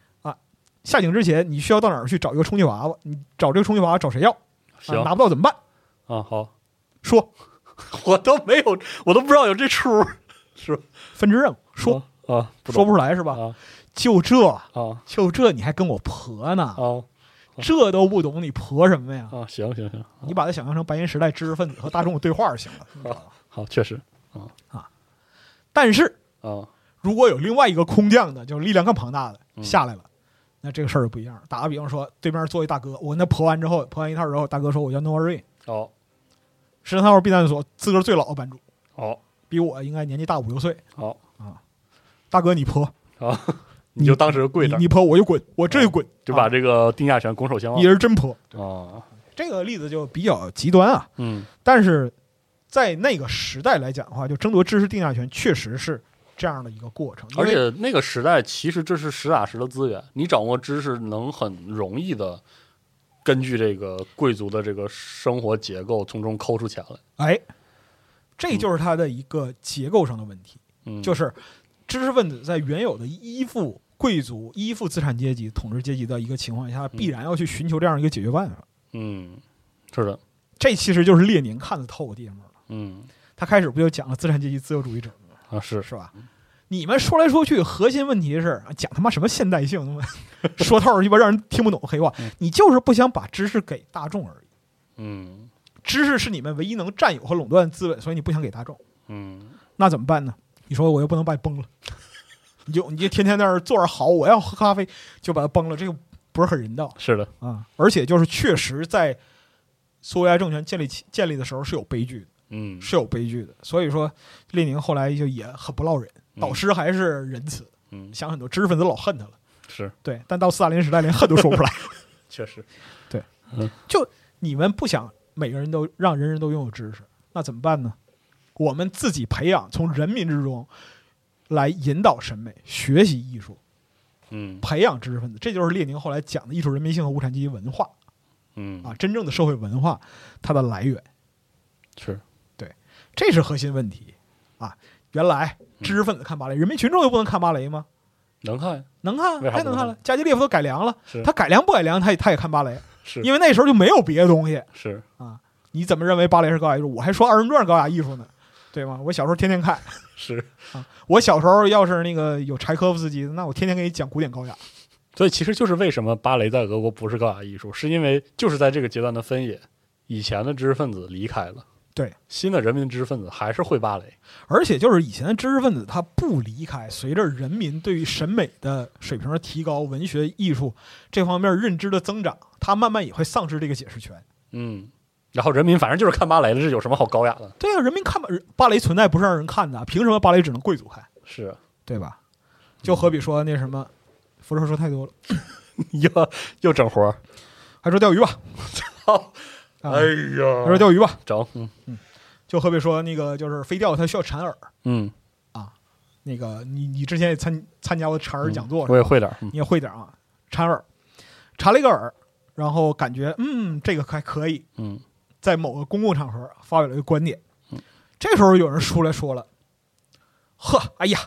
Speaker 4: 下井之前，你需要到哪儿去找一个充气娃娃？你找这个充气娃娃找谁要？
Speaker 3: 行
Speaker 4: 啊拿不到怎么办？
Speaker 3: 啊，好，
Speaker 4: 说
Speaker 3: *laughs* 我都没有，我都不知道有这出儿，
Speaker 4: 分支任务，说
Speaker 3: 嗯啊，啊
Speaker 4: 说不出来是吧？
Speaker 3: 啊
Speaker 4: 就这
Speaker 3: 啊
Speaker 4: 就这，你还跟我婆呢？
Speaker 3: 啊
Speaker 4: 这都不懂，你婆什么呀？
Speaker 3: 啊，行行行，
Speaker 4: 你把它想象成白银时代知识分子和大众的对话就行了。你知道吗
Speaker 3: 好，确实
Speaker 4: 但是
Speaker 3: 啊，
Speaker 4: 如果有另外一个空降的，就是力量更庞大的
Speaker 3: 嗯
Speaker 4: 下来了，那这个事儿就不一样了。打个比方说，对面坐一大哥，我跟他婆完之后，婆完一套之后，大哥说我叫 Nova Rain，
Speaker 3: 好，
Speaker 4: 十三号避难所资格最老的版主，
Speaker 3: 好，
Speaker 4: 比我应该年纪大五六岁。啊
Speaker 3: 好，
Speaker 4: 大哥你婆，
Speaker 3: 你就当时跪那
Speaker 4: 你
Speaker 3: 儿，
Speaker 4: 你婆我就滚，我这就滚，
Speaker 3: 就把
Speaker 4: 啊
Speaker 3: 这个定价权拱手相
Speaker 4: 你
Speaker 3: 让
Speaker 4: 是真婆。
Speaker 3: 啊，
Speaker 4: 这个例子就比较极端啊，
Speaker 3: 嗯，
Speaker 4: 但是在那个时代来讲的话，就争夺知识定价权确实是这样的一个过程，因
Speaker 3: 而
Speaker 4: 为
Speaker 3: 且那个时代，其实这是实打实的资源，你掌握知识能很容易的根据这个贵族的这个生活结构从中抠出钱来。
Speaker 4: 哎，这就是它的一个结构上的问题，
Speaker 3: 嗯，
Speaker 4: 就是知识分子在原有的依附贵族、依附资产阶级、统治阶级的一个情况下，必然要去寻求这样一个解决办法。
Speaker 3: 嗯，是的，
Speaker 4: 这其实就是列宁看得透的地方了。
Speaker 3: 嗯
Speaker 4: 他开始不就讲了资产阶级自由主义者吗？
Speaker 3: 啊是
Speaker 4: 是吧？你们说来说去，核心问题是啊讲他妈什么现代性，他妈 *laughs* 说套儿鸡巴让人听不懂的黑话
Speaker 3: 嗯。
Speaker 4: 你就是不想把知识给大众而已，
Speaker 3: 嗯
Speaker 4: 知识是你们唯一能占有和垄断的资本，所以你不想给大众，
Speaker 3: 嗯
Speaker 4: 那怎么办呢？你说我又不能把你崩了， *laughs* 你就你就天天在那儿坐着嚎，我要喝咖啡，就把它崩了，这个不是很人道
Speaker 3: 是的，
Speaker 4: 啊！而且就是确实在苏维埃政权建立起建立的时候是有悲剧的。
Speaker 3: 嗯
Speaker 4: 是有悲剧的。所以说，列宁后来就也很不落忍，
Speaker 3: 嗯
Speaker 4: 导师还是仁慈，
Speaker 3: 嗯
Speaker 4: 想很多知识分子老恨他了。
Speaker 3: 是
Speaker 4: 对，但到斯大林时代连恨都说不出来。 *laughs*
Speaker 3: 确实
Speaker 4: 你们不想每个人都让人人都拥有知识，那怎么办呢？我们自己培养，从人民之中来引导审美，学习艺术，
Speaker 3: 嗯
Speaker 4: 培养知识分子，这就是列宁后来讲的艺术人民性和无产阶级文化
Speaker 3: 嗯
Speaker 4: 啊，真正的社会文化它的来源，
Speaker 3: 是
Speaker 4: 这是核心问题啊。原来知识分子看芭蕾，人民群众就不能看芭蕾吗？
Speaker 3: 能看呀
Speaker 4: 能看，
Speaker 3: 为啥
Speaker 4: 太
Speaker 3: 不
Speaker 4: 能
Speaker 3: 能
Speaker 4: 看
Speaker 3: 看
Speaker 4: 了。加基列夫都改良了
Speaker 3: 是，
Speaker 4: 他改良不改良，他也他也看芭蕾，
Speaker 3: 是嗯
Speaker 4: 因为那时候就没有别的东西。啊
Speaker 3: 是
Speaker 4: 你怎么认为芭蕾是高雅艺术？我还说二人转是高雅艺术呢，对吗？我小时候天天看，
Speaker 3: 是，
Speaker 4: 我小时候要是那个有柴可夫斯基，那我天天给你讲古典高雅。
Speaker 3: 所以其实就是为什么芭蕾在俄国不是高雅艺术，是因为就是在这个阶段的分野，以前的知识分子离开了，
Speaker 4: 对，
Speaker 3: 新的人民知识分子还是会芭蕾，
Speaker 4: 而且就是以前的知识分子他不离开，随着人民对于审美的水平的提高，文学艺术这方面认知的增长，他慢慢也会丧失这个解释权。
Speaker 3: 嗯，然后人民反正就是看芭蕾了，这有什么好高雅的？
Speaker 4: 对啊，人民看芭芭蕾存在不是让人看的，啊凭什么芭蕾只能贵族看，
Speaker 3: 是啊
Speaker 4: 对吧？就好比说那什么，福寿说太多了，
Speaker 3: *laughs* 又又整活儿，
Speaker 4: 还说钓鱼吧，啊
Speaker 3: 哎
Speaker 4: 还
Speaker 3: 呀，
Speaker 4: 说钓鱼吧，
Speaker 3: 整，嗯
Speaker 4: 就好比说那个就是飞钓，它需要缠饵。
Speaker 3: 嗯，
Speaker 4: 那个你你之前也参参加过缠饵讲座，
Speaker 3: 我也会点儿，嗯
Speaker 4: 你也会点啊，缠饵，缠了一个饵，然后感觉嗯这个还可以，
Speaker 3: 嗯
Speaker 4: 在某个公共场合发表了一个观点，这时候有人出来说了，呵，哎呀，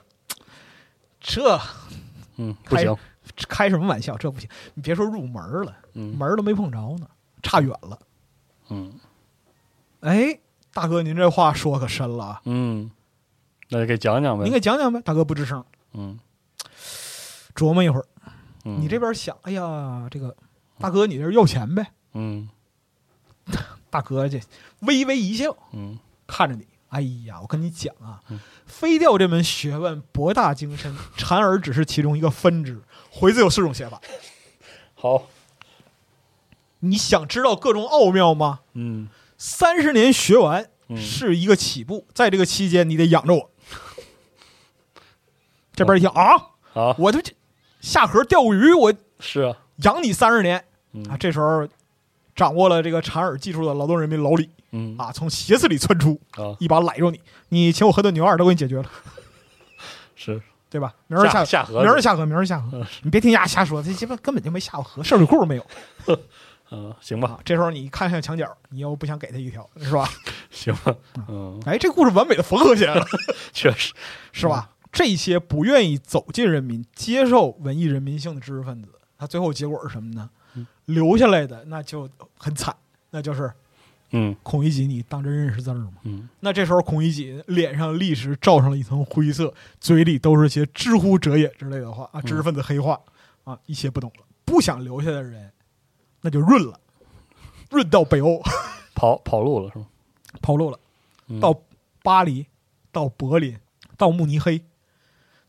Speaker 4: 这
Speaker 3: 嗯，不行，
Speaker 4: 这开什么玩笑，这不行，你别说入门儿了，
Speaker 3: 嗯
Speaker 4: 门儿都没碰着呢，差远了。
Speaker 3: 嗯
Speaker 4: 哎，大哥，您这话说可深了啊，
Speaker 3: 嗯，那就给讲讲呗，
Speaker 4: 您给讲讲呗。大哥不吱声，
Speaker 3: 嗯，
Speaker 4: 琢磨一会儿，
Speaker 3: 嗯
Speaker 4: 你这边想，哎呀，这个大哥，你这是要钱呗？
Speaker 3: 嗯
Speaker 4: 大哥这微微一笑，
Speaker 3: 嗯
Speaker 4: 看着你。哎呀，我跟你讲啊，飞钓这门学问博大精深，蝉饵只是其中一个分支。回字有四种写法，
Speaker 3: 好，
Speaker 4: 你想知道各种奥妙吗？
Speaker 3: 嗯
Speaker 4: 三十年学完
Speaker 3: 嗯
Speaker 4: 是一个起步，在这个期间你得养着我。这边一听啊，
Speaker 3: 好
Speaker 4: 我就这下河钓鱼，我
Speaker 3: 是啊，
Speaker 4: 养你三十年
Speaker 3: 嗯
Speaker 4: 啊！这时候掌握了这个蝉饵技术的劳动人民老李
Speaker 3: 嗯
Speaker 4: 啊，从鞋子里窜出，
Speaker 3: 啊
Speaker 4: 一把揽住你，你请我喝顿牛二都给你解决了，
Speaker 3: 是
Speaker 4: 对吧？明儿
Speaker 3: 下
Speaker 4: 下
Speaker 3: 下河
Speaker 4: 明儿下河，明儿
Speaker 3: *laughs*
Speaker 4: 下河，你别听丫瞎说，这鸡巴根本就没下过河，涉水库都没有
Speaker 3: 嗯行吧
Speaker 4: 啊！这时候你看向墙角，你又不想给他一条，是吧？
Speaker 3: 行吧，嗯
Speaker 4: 哎，这故事完美的缝合起来了，
Speaker 3: 确实
Speaker 4: 是吧？这些不愿意走进人民、接受文艺人民性的知识分子，他最后结果是什么呢？留下来的那就很惨，那就是
Speaker 3: 嗯
Speaker 4: 孔乙己，你当真认识字儿吗？
Speaker 3: 嗯
Speaker 4: 那这时候孔乙己脸上立时罩上了一层灰色，嘴里都是些“知乎者也”之类的话啊，知识分子黑话啊，一些不懂了，不想留下的人，那就润了，润到北欧
Speaker 3: 跑跑路了是吗？
Speaker 4: 跑路了，
Speaker 3: 嗯
Speaker 4: 到巴黎，到柏林，到慕尼黑，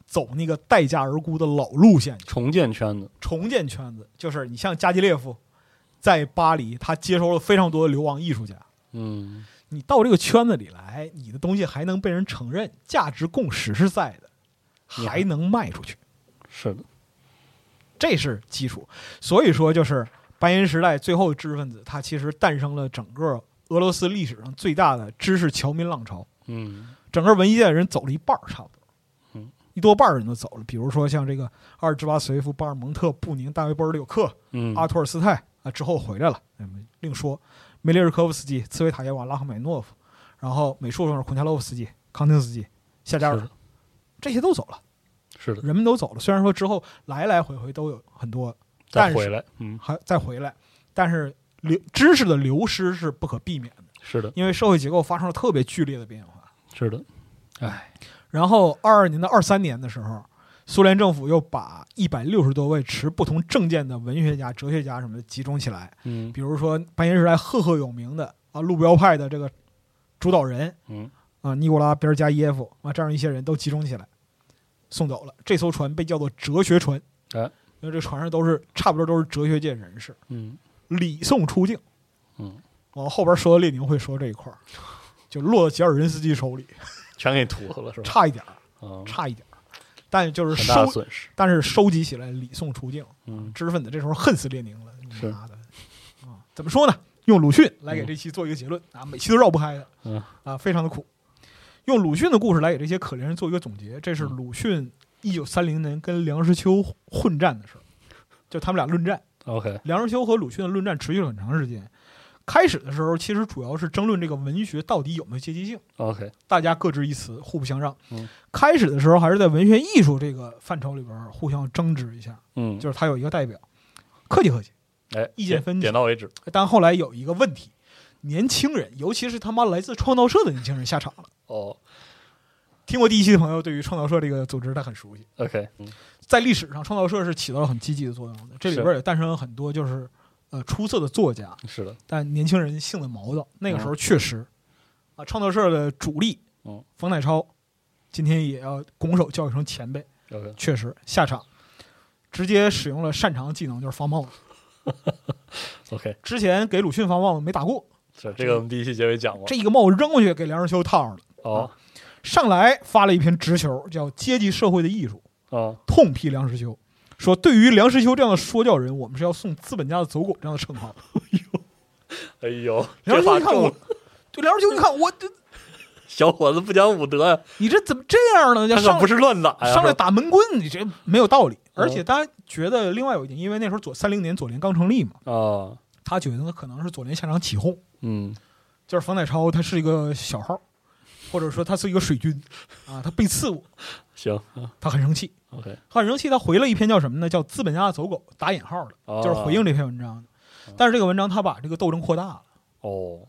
Speaker 4: 走那个待价而沽的老路线去，
Speaker 3: 重建圈子，
Speaker 4: 重建圈子。就是你像加基列夫，在巴黎，他接收了非常多的流亡艺术家，
Speaker 3: 嗯
Speaker 4: 你到这个圈子里来，你的东西还能被人承认，价值共识是在的，
Speaker 3: 你还
Speaker 4: 还能卖出去，
Speaker 3: 是的，
Speaker 4: 这是基础。所以说，就是白银时代最后知识分子，他其实诞生了整个俄罗斯历史上最大的知识侨民浪潮，
Speaker 3: 嗯
Speaker 4: 整个文艺界的人走了一半儿，差不多。
Speaker 3: 嗯，
Speaker 4: 一多半儿人都走了，比如说像这个阿尔芝巴随夫、巴尔蒙特、布宁、大卫波尔柳克、
Speaker 3: 嗯
Speaker 4: 阿托尔斯泰啊，之后回来了，嗯另说。梅列日科夫斯基、茨维塔耶娃、拉赫买诺夫，然后美术上是孔恰洛夫斯基、康定斯基、夏加
Speaker 3: 是
Speaker 4: 尔
Speaker 3: 的，
Speaker 4: 这些都走了，
Speaker 3: 是的，
Speaker 4: 人们都走了。虽然说之后来来回回都有很多，但
Speaker 3: 再
Speaker 4: 是
Speaker 3: 回来，嗯
Speaker 4: 还再回来，但是流知识的流失是不可避免的，
Speaker 3: 是的，
Speaker 4: 因为社会结构发生了特别剧烈的变化。
Speaker 3: 是的，哎
Speaker 4: 然后二二年到二三年的时候，苏联政府又把一百六十多位持不同政见的文学家、哲学家什么的集中起来，
Speaker 3: 嗯
Speaker 4: 比如说白银时代赫赫有名的啊路标派的这个主导人
Speaker 3: 嗯
Speaker 4: 啊尼古拉·别尔加耶夫啊这样一些人都集中起来送走了。这艘船被叫做哲学船，
Speaker 3: 哎
Speaker 4: 因为这船上都是差不多都是哲学界人士，
Speaker 3: 嗯
Speaker 4: 礼送出境。
Speaker 3: 嗯，
Speaker 4: 我后边说列宁会说这一块儿，就落到吉尔任斯基手里，
Speaker 3: 全给吐了是吧？
Speaker 4: 差一点儿，
Speaker 3: 啊，
Speaker 4: 差一点儿。但就是
Speaker 3: 很大
Speaker 4: 收
Speaker 3: 的损失，
Speaker 4: 但是收集起来礼送出境，
Speaker 3: 嗯
Speaker 4: 知识分子这时候恨死列宁了，你
Speaker 3: 是
Speaker 4: 妈的啊！怎么说呢？用鲁迅来给这期做一个结论、啊，每期都绕不开的，
Speaker 3: 嗯嗯
Speaker 4: 啊，非常的苦。用鲁迅的故事来给这些可怜人做一个总结，这是鲁迅一九三零年跟梁实秋混战的事儿，就他们俩论战。
Speaker 3: OK，
Speaker 4: 梁实秋和鲁迅的论战持续了很长时间。开始的时候，其实主要是争论这个文学到底有没有阶级性，
Speaker 3: OK，
Speaker 4: 大家各执一词，互不相让。
Speaker 3: 嗯
Speaker 4: 开始的时候还是在文学艺术这个范畴里边儿互相争执一下，
Speaker 3: 嗯，
Speaker 4: 就是他有一个代表，客气客气。
Speaker 3: 哎，
Speaker 4: 意见分歧
Speaker 3: 点点到为止。
Speaker 4: 但后来有一个问题，年轻人，尤其是他妈来自创造社的年轻人下场了。
Speaker 3: 哦
Speaker 4: 听过第一期的朋友，对于创造社这个组织他很熟悉。
Speaker 3: ，OK，嗯
Speaker 4: 在历史上，创造社是起到了很积极的作用的。这里边儿也诞生了很多就是呃出色的作家，
Speaker 3: 嗯是的，
Speaker 4: 但年轻人性子毛躁。那个时候确实，啊，创造社的主力，
Speaker 3: 嗯，
Speaker 4: 冯乃超，今天也要拱手叫一声前辈，
Speaker 3: ，OK，
Speaker 4: 确实下场，直接使用了擅长技能，就是防帽子。
Speaker 3: OK，
Speaker 4: 之前给鲁迅防帽子没打过，
Speaker 3: 是这个我们第一期结尾讲过。
Speaker 4: 这一个帽子扔过去给梁实秋套上了。
Speaker 3: 哦
Speaker 4: 上来发了一篇直球，叫《阶级社会的艺术》，
Speaker 3: 啊
Speaker 4: 痛批梁实秋，说对于梁实秋这样的说教人，我们是要送资本家的走狗这样的称号。
Speaker 3: 哎呦，这
Speaker 4: 梁实秋
Speaker 3: 话
Speaker 4: 一看
Speaker 3: 中
Speaker 4: 我
Speaker 3: *laughs* 了，，
Speaker 4: 对梁实秋一看我，这
Speaker 3: 小伙子不讲武德呀，
Speaker 4: 你这怎么这样呢？要
Speaker 3: 他
Speaker 4: 上
Speaker 3: 可不是乱打呀。
Speaker 4: 上来
Speaker 3: 是吧
Speaker 4: 打闷棍，你这没有道理。
Speaker 3: 嗯
Speaker 4: 而且他觉得另外有一点，因为那时候左三零年左联刚成立嘛，
Speaker 3: 啊，
Speaker 4: 他觉得可能是左联下场起哄，
Speaker 3: 嗯
Speaker 4: 就是冯乃超他是一个小号，或者说他是一个水军啊，他被刺过，
Speaker 3: 行
Speaker 4: 他很生气。
Speaker 3: ，OK，
Speaker 4: 很生气，他回了一篇叫什么呢？叫“资本家的走狗”，打引号的，
Speaker 3: 哦
Speaker 4: 就是回应这篇文章的。但是这个文章他把这个斗争扩大了，
Speaker 3: 哦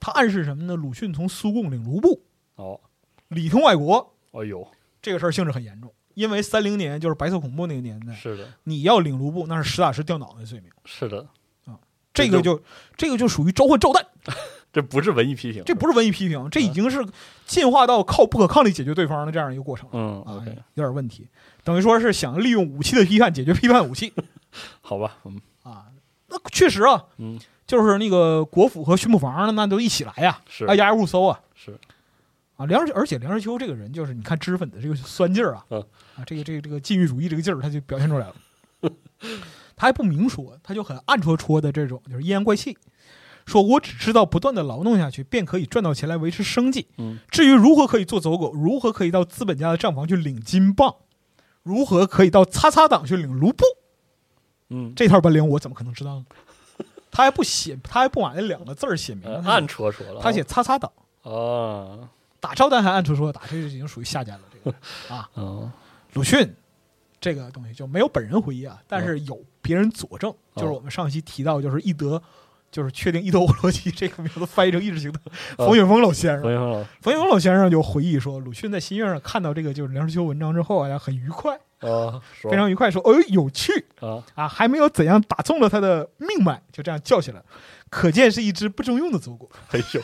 Speaker 4: 他暗示什么呢？鲁迅从苏共领卢布，
Speaker 3: 哦，
Speaker 4: 里通外国，
Speaker 3: 哎呦，
Speaker 4: 这个事儿性质很严重。因为三零年就是白色恐怖那个年代，
Speaker 3: 是的，
Speaker 4: 你要领卢布，那是实打实掉脑袋的罪名。
Speaker 3: 是的，这就
Speaker 4: 这个就这个就属于召唤炸弹，
Speaker 3: 这不是文艺批评，
Speaker 4: 这不是文艺批评，这已经是进化到靠不可抗力解决对方的这样一个过程了。
Speaker 3: 嗯
Speaker 4: 啊
Speaker 3: ，OK，，
Speaker 4: 有点问题，等于说是想利用武器的批判解决批判武器
Speaker 3: 好吧，嗯
Speaker 4: 啊。那确实啊，
Speaker 3: 嗯，
Speaker 4: 就是那个国府和巡捕房，那都一起来呀、
Speaker 3: 是
Speaker 4: 挨家挨户搜啊
Speaker 3: 是，
Speaker 4: 啊！梁实，而且梁实秋这个人，就是你看知识分子这个酸劲儿啊，
Speaker 3: 嗯
Speaker 4: 啊，这个这个这个禁欲主义这个劲儿，他就表现出来了。
Speaker 3: *laughs*
Speaker 4: 他还不明说，他就很暗戳戳的这种，就是阴阳怪气，说我只知道不断的劳动下去，便可以赚到钱来维持生计。
Speaker 3: 嗯，
Speaker 4: 至于如何可以做走狗，如何可以到资本家的账房去领金棒，如何可以到擦擦党去领卢布，
Speaker 3: 嗯，
Speaker 4: 这套本领我怎么可能知道呢？他还不写，他还不把那两个字儿写明
Speaker 3: 呃
Speaker 4: 了，
Speaker 3: 暗戳戳了，
Speaker 4: 他写擦擦党，
Speaker 3: 啊，
Speaker 4: 打招单还暗戳戳打，这就已经属于下家了。这个
Speaker 3: *laughs*
Speaker 4: 啊
Speaker 3: 嗯，
Speaker 4: 鲁迅这个东西就没有本人回忆啊，但是有别人佐证，
Speaker 3: 哦
Speaker 4: 就是我们上一期提到，就是一德。就是确定伊德沃罗基这个名字翻译成意识形态，
Speaker 3: 哦
Speaker 4: 冯雪峰老先
Speaker 3: 冯
Speaker 4: 生，
Speaker 3: 云峰老师，
Speaker 4: 冯雪峰老先生就回忆说，鲁迅在新月上看到这个就是梁实秋文章之后啊，很愉快，
Speaker 3: 啊，说
Speaker 4: 非常愉快，说：“哎，有趣，
Speaker 3: 啊，
Speaker 4: 啊，还没有怎样打中了他的命脉，就这样叫起来，可见是一只不中用的走狗。
Speaker 3: 哎呦，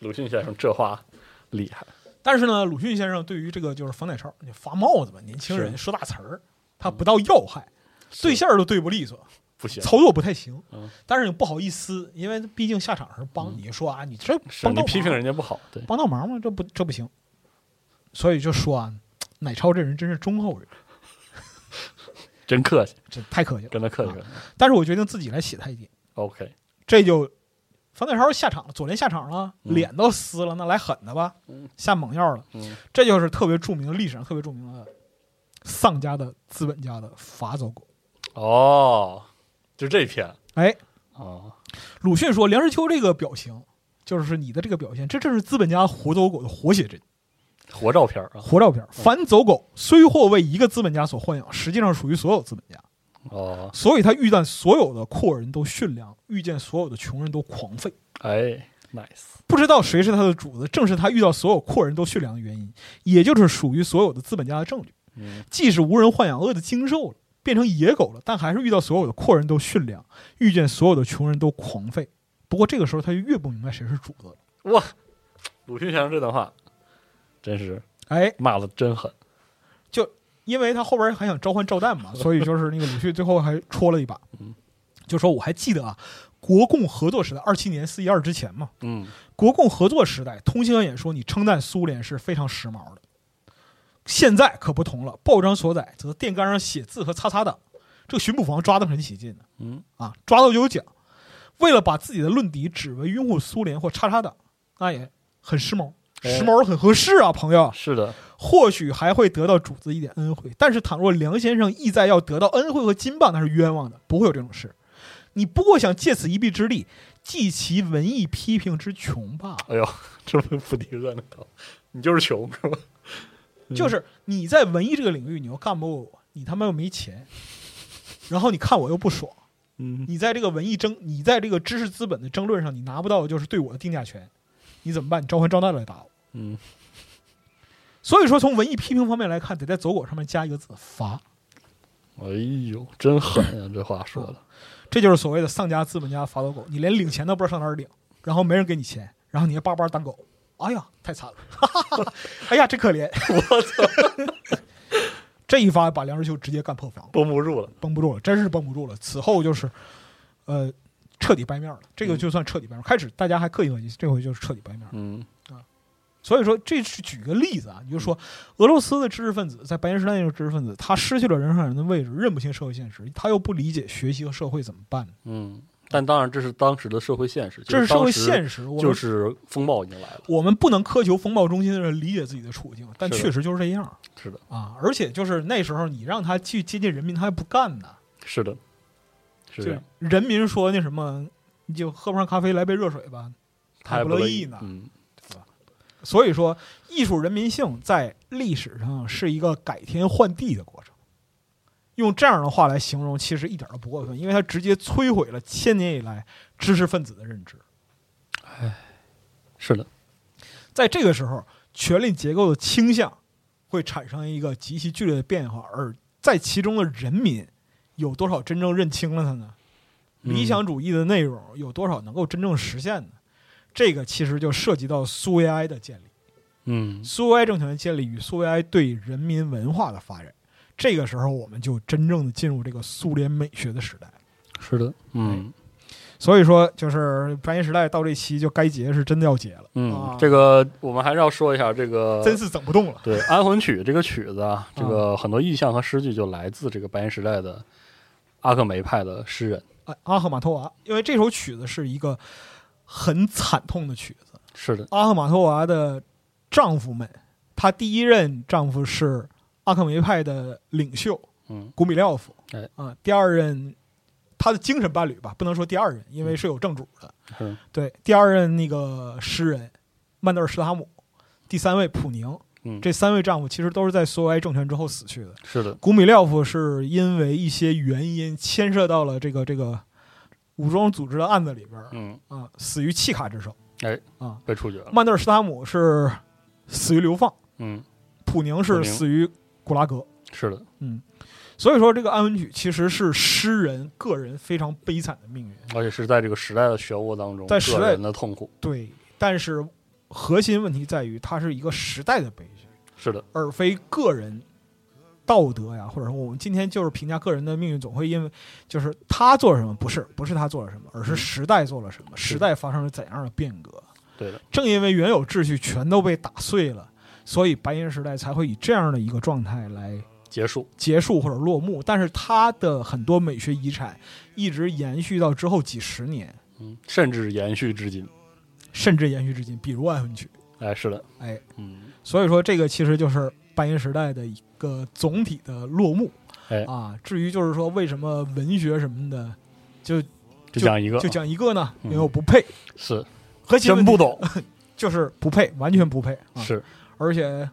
Speaker 3: 鲁迅先生这话厉害，
Speaker 4: 但是呢，鲁迅先生对于这个就是冯乃超，你发帽子吧，年轻人
Speaker 3: 是嗯
Speaker 4: 说大词儿，他不到要害，对线儿都对不利索，
Speaker 3: 不行，
Speaker 4: 操作不太行
Speaker 3: 嗯。
Speaker 4: 但是你不好意思，因为毕竟下场是帮你说啊，你这
Speaker 3: 是
Speaker 4: 帮
Speaker 3: 你
Speaker 4: 倒
Speaker 3: 批评
Speaker 4: 忙
Speaker 3: 人家不好，对，
Speaker 4: 帮倒忙吗？这不这不行。所以就说啊，乃超这人真是忠厚人，
Speaker 3: 真客气，
Speaker 4: 这太客气了。
Speaker 3: 跟他客气客气
Speaker 4: 但是我决定自己来写他一点。
Speaker 3: ，OK，
Speaker 4: 这就冯乃超下场了，左联下场了，
Speaker 3: 嗯
Speaker 4: 脸都撕了，那来狠的吧，下猛药了。
Speaker 3: 嗯
Speaker 4: 这就是特别著名的历史上特别著名的丧家的资本家的法走狗。
Speaker 3: 哦，就这篇
Speaker 4: 哎，
Speaker 3: 啊，
Speaker 4: 鲁迅说梁实秋这个表情，就是你的这个表现，这正是资本家活走狗的活写真、
Speaker 3: 活照片啊，
Speaker 4: 活照片。凡走狗虽或为一个资本家所豢养，实际上属于所有资本家。
Speaker 3: 哦，
Speaker 4: 所以他遇见所有的阔人都驯良，遇见所有的穷人都狂吠。
Speaker 3: 哎，nice，
Speaker 4: 不知道谁是他的主子，正是他遇到所有阔人都驯良的原因，也就是属于所有的资本家的证据。
Speaker 3: 嗯
Speaker 4: 既是无人豢养饿的精瘦了，变成野狗了，但还是遇到所有的阔人都驯良，遇见所有的穷人都狂吠。不过这个时候他就越不明白谁是主子了。
Speaker 3: 哇，鲁迅先生这段话真是
Speaker 4: 哎，
Speaker 3: 骂的真狠，
Speaker 4: 因为他后边还想召唤赵
Speaker 3: *laughs*
Speaker 4: 旦嘛，所以就是那个鲁迅最后还戳了一把
Speaker 3: 嗯，
Speaker 4: 就说我还记得啊，国共合作时代，二七年四一二之前嘛，
Speaker 3: 嗯，
Speaker 4: 国共合作时代，通信和演说你称赞苏联是非常时髦的。现在可不同了，报章所载则电杆上写字和擦擦党，这个巡捕房抓得很起劲的，
Speaker 3: 嗯
Speaker 4: 啊，抓到就有奖。为了把自己的论敌指为拥护苏联或叉叉党，那也很时髦。时髦很合适啊，朋友。
Speaker 3: 是的，
Speaker 4: 或许还会得到主子一点恩惠，但是倘若梁先生意在要得到恩惠和金棒，那是冤枉的，不会有这种事。你不过想借此一臂之力，济其文艺批评之穷罢了。
Speaker 3: 哎呦， *laughs* 这不不提恶呢，你就是穷是吧？
Speaker 4: 就是你在文艺这个领域，你又干不过我，你他妈又没钱， *laughs* 然后你看我又不爽，
Speaker 3: 嗯，
Speaker 4: 你在这个文艺争，你在这个知识资本的争论上，你拿不到的就是对我的定价权，你怎么办？你召唤赵娜来打我。
Speaker 3: 嗯，
Speaker 4: 所以说，从文艺批评方面来看，得在走狗上面加一个字“罚
Speaker 3: 哎呦，真狠呀、这话说的，”，
Speaker 4: 这就是所谓的丧家资本家罚走狗。你连领钱都不知道上哪儿领，然后没人给你钱，然后你还巴巴当狗。哎呀，太惨了！ *laughs* 哎呀，真可怜！我操！ *laughs* 这一发把梁实秋直接干破防。
Speaker 3: 绷不住了。
Speaker 4: 绷不住了，真是绷不住了。此后就是，呃，彻底掰面了。这个就算彻底掰面。开始大家还客气客气，这回就是彻底掰面。啊
Speaker 3: 嗯
Speaker 4: 所以说，这是举个例子啊，你就说
Speaker 3: 嗯
Speaker 4: 俄罗斯的知识分子在白银时代那种知识分子，他失去了人上人的位置，认不清社会现实，他又不理解学习和社会怎么办，
Speaker 3: 嗯，但当然这是当时的社会现实，
Speaker 4: 这是社会
Speaker 3: 实，
Speaker 4: 现实。我们、
Speaker 3: 就是风暴已经来了。
Speaker 4: 我们不能苛求风暴中心的人理解自己的处境，但
Speaker 3: 是的
Speaker 4: 确实就是这样
Speaker 3: 是的，
Speaker 4: 啊。而且就是那时候你让他去接近人民，他还不干呢。
Speaker 3: 是的，是
Speaker 4: 就
Speaker 3: 这
Speaker 4: 是
Speaker 3: 样，
Speaker 4: 人民说那什么，你就喝不上咖啡，来杯热水吧，
Speaker 3: 他还
Speaker 4: 不
Speaker 3: 不
Speaker 4: 乐
Speaker 3: 乐
Speaker 4: 意呢
Speaker 3: 嗯，
Speaker 4: 所以说，艺术人民性在历史上是一个改天换地的过程。用这样的话来形容，其实一点都不过分，因为它直接摧毁了千年以来知识分子的认知。
Speaker 3: 是的，
Speaker 4: 在这个时候，权力结构的倾向会产生一个极其剧烈的变化，而在其中的人民有多少真正认清了它呢？
Speaker 3: 嗯
Speaker 4: 理想主义的内容有多少能够真正实现呢？这个其实就涉及到苏维埃的建立。
Speaker 3: 嗯，
Speaker 4: 苏维埃政权的建立与苏维埃对人民文化的发展，这个时候我们就真正的进入这个苏联美学的时代。
Speaker 3: 是
Speaker 4: 哎
Speaker 3: 的，嗯
Speaker 4: 所以说，就是白银时代到这期就该结是真的要结了，啊
Speaker 3: 嗯，这个我们还是要说一下这个，
Speaker 4: 真是整不动了。
Speaker 3: 对《安魂曲》这个曲子啊，这个很多意象和诗句就来自这个白银时代的阿克梅派的诗人。
Speaker 4: 哎阿赫马托娃，因为这首曲子是一个很惨痛的曲子。
Speaker 3: 是的，
Speaker 4: 阿赫马托娃的丈夫们，她第一任丈夫是阿克梅派的领袖
Speaker 3: 嗯
Speaker 4: 古米廖夫，
Speaker 3: 哎
Speaker 4: 啊，第二任他的精神伴侣吧，不能说第二任，
Speaker 3: 嗯
Speaker 4: 因为是有正主的。
Speaker 3: 是的，
Speaker 4: 对，第二任那个诗人曼德尔施塔姆，第三位普宁，
Speaker 3: 嗯，
Speaker 4: 这三位丈夫其实都是在苏维埃政权之后死去的。
Speaker 3: 是的，
Speaker 4: 古米廖夫是因为一些原因牵涉到了这个这个武装组织的案子里边儿
Speaker 3: 嗯，
Speaker 4: 啊，死于契卡之手。
Speaker 3: 哎
Speaker 4: 啊，
Speaker 3: 被处决了。
Speaker 4: 曼德尔施塔姆是死于流放，
Speaker 3: 嗯，
Speaker 4: 普宁
Speaker 3: 普
Speaker 4: 是
Speaker 3: 宁
Speaker 4: 死于古拉格。
Speaker 3: 是的，
Speaker 4: 所以说，这个安魂曲其实是诗人个人非常悲惨的命运。
Speaker 3: 而且是在这个时代的漩涡当中，
Speaker 4: 在时代
Speaker 3: 个人的痛苦。
Speaker 4: 对，但是核心问题在于，它是一个时代的悲剧。
Speaker 3: 是的，
Speaker 4: 而非个人道德呀，或者说我们今天就是评价个人的命运，总会因为就是他做了什么，不是不是他做了什么，
Speaker 3: 嗯
Speaker 4: 而是时代做了什么，时代发生了怎样的变革。
Speaker 3: 对的，
Speaker 4: 正因为原有秩序全都被打碎了，所以白银时代才会以这样的一个状态来
Speaker 3: 结束。
Speaker 4: 结束或者落幕。但是它的很多美学遗产一直延续到之后几十年，
Speaker 3: 嗯，甚至延续至今。
Speaker 4: 甚至延续至今，比如《安魂曲》。
Speaker 3: 哎，是的，
Speaker 4: 哎，
Speaker 3: 嗯，
Speaker 4: 所以说这个其实就是白银时代的一个总体的落幕。
Speaker 3: 哎
Speaker 4: 啊，至于就是说为什么文学什么的，就
Speaker 3: 就讲一个，
Speaker 4: 就讲一个呢，
Speaker 3: 嗯
Speaker 4: 因为我不配，
Speaker 3: 是
Speaker 4: 核心
Speaker 3: 真不懂，
Speaker 4: 就是不配，完全不配啊！，
Speaker 3: 是
Speaker 4: 而且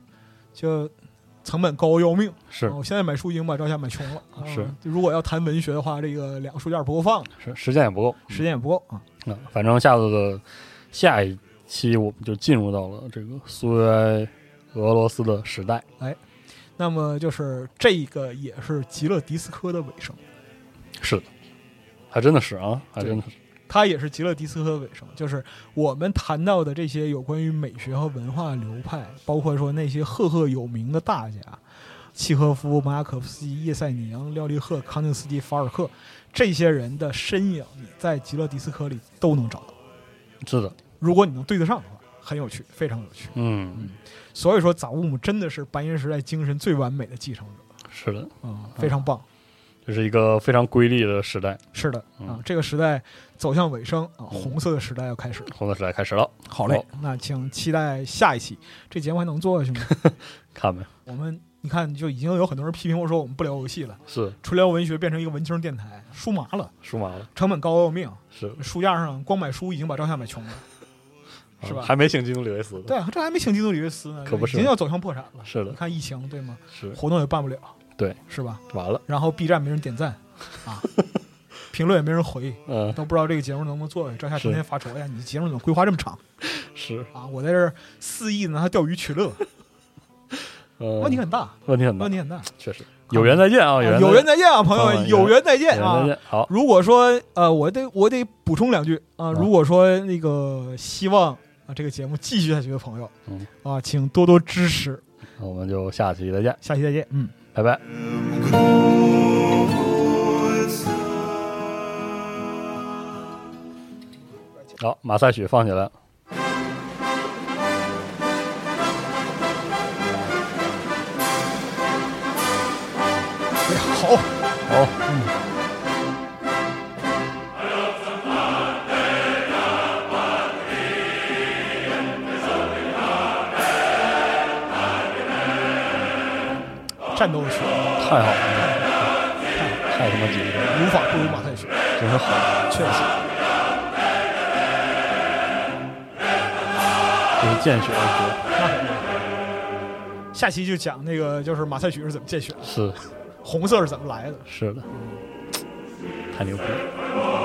Speaker 4: 就成本高要命。
Speaker 3: 是
Speaker 4: 啊我现在买书已经把赵夏买穷了。啊
Speaker 3: 是，嗯
Speaker 4: 如果要谈文学的话，这个两个书架不够放的，
Speaker 3: 是，时间也不够。
Speaker 4: 时间也不够啊。
Speaker 3: 那反正下次的下一期，我们就进入到了这个苏维埃俄罗斯的时代。
Speaker 4: 那么就是这个也是极乐迪斯科的尾声。
Speaker 3: 是的，还真的是啊，还真的是。
Speaker 4: 它也是极乐迪斯科的尾声，就是我们谈到的这些有关于美学和文化流派，包括说那些赫赫有名的大家，契诃夫、马雅可夫斯基、叶塞宁、廖立赫、康定斯基、法尔克，这些人的身影，你在极乐迪斯科里都能找到。
Speaker 3: 是的，
Speaker 4: 如果你能对得上的话，很有趣，非常有趣。
Speaker 3: 嗯，
Speaker 4: 所以说，杂乌姆真的是白银时代精神最完美的继承者嗯
Speaker 3: 是的，
Speaker 4: 啊、非常棒。
Speaker 3: 就这是一个非常瑰丽的时代，
Speaker 4: 是的
Speaker 3: 嗯
Speaker 4: 啊，这个时代走向尾声啊，红色的时代要开始了。
Speaker 3: 红色时代开始了，
Speaker 4: 好
Speaker 3: 嘞，
Speaker 4: 那请期待下一期，这节目还能
Speaker 3: *laughs*
Speaker 4: 做下去吗？
Speaker 3: 看没？
Speaker 4: 我们你看，就已经有很多人批评我说我们不聊游戏了，
Speaker 3: 是
Speaker 4: 纯聊文学变成一个文青电台，输麻了，
Speaker 3: 输麻了，
Speaker 4: 成本高得要命，
Speaker 3: 是
Speaker 4: 书架上光买书已经把照相买穷
Speaker 3: *laughs*
Speaker 4: 了，是吧
Speaker 3: 啊还没请基努里维斯呢，
Speaker 4: 对啊，这还没请基努里维斯呢，
Speaker 3: 可不是
Speaker 4: 已经要走向破产了。
Speaker 3: 是
Speaker 4: 你
Speaker 3: 的，
Speaker 4: 看疫情对吗？
Speaker 3: 是
Speaker 4: 活动也办不了，
Speaker 3: 对，
Speaker 4: 是吧？
Speaker 3: 完了，
Speaker 4: 然后 B 站没人点赞
Speaker 3: *laughs*
Speaker 4: 啊，评论也没人回，
Speaker 3: 嗯，
Speaker 4: 都不知道这个节目能不能做下去。赵夏成天发愁，哎呀，你节目怎么规划这么长
Speaker 3: 呃是，
Speaker 4: 啊？我在这儿肆意拿它钓鱼取乐，
Speaker 3: 嗯，
Speaker 4: 问题很大，
Speaker 3: 问题很大
Speaker 4: 问，题很大。
Speaker 3: 确实，有缘再见啊，
Speaker 4: 啊
Speaker 3: 缘
Speaker 4: 有
Speaker 3: 有
Speaker 4: 缘再见啊，朋友
Speaker 3: 啊
Speaker 4: 们，有缘再见
Speaker 3: 有
Speaker 4: 啊
Speaker 3: 缘再。见，好，
Speaker 4: 如果说呃，我得我得补充两句啊。
Speaker 3: 啊
Speaker 4: 如果说那个希望啊这个节目继续下去的朋友
Speaker 3: 嗯
Speaker 4: 啊，请多多支持，
Speaker 3: 那我们就下期再见，
Speaker 4: 下期再见，嗯。
Speaker 3: 拜拜。
Speaker 2: Im Große
Speaker 3: 好，马赛曲放起来。
Speaker 4: 哎呀好，
Speaker 3: 好，
Speaker 4: 战斗的曲
Speaker 3: 太好了，太他妈吉利了，
Speaker 4: 无法不如马赛曲，
Speaker 3: 真是好，
Speaker 4: 确实。
Speaker 3: 这是见血而
Speaker 4: 嗯下期就讲那个就是马赛曲是怎么建选，
Speaker 3: 学，是
Speaker 4: 红色是怎么来的。
Speaker 3: 是的，太牛逼了。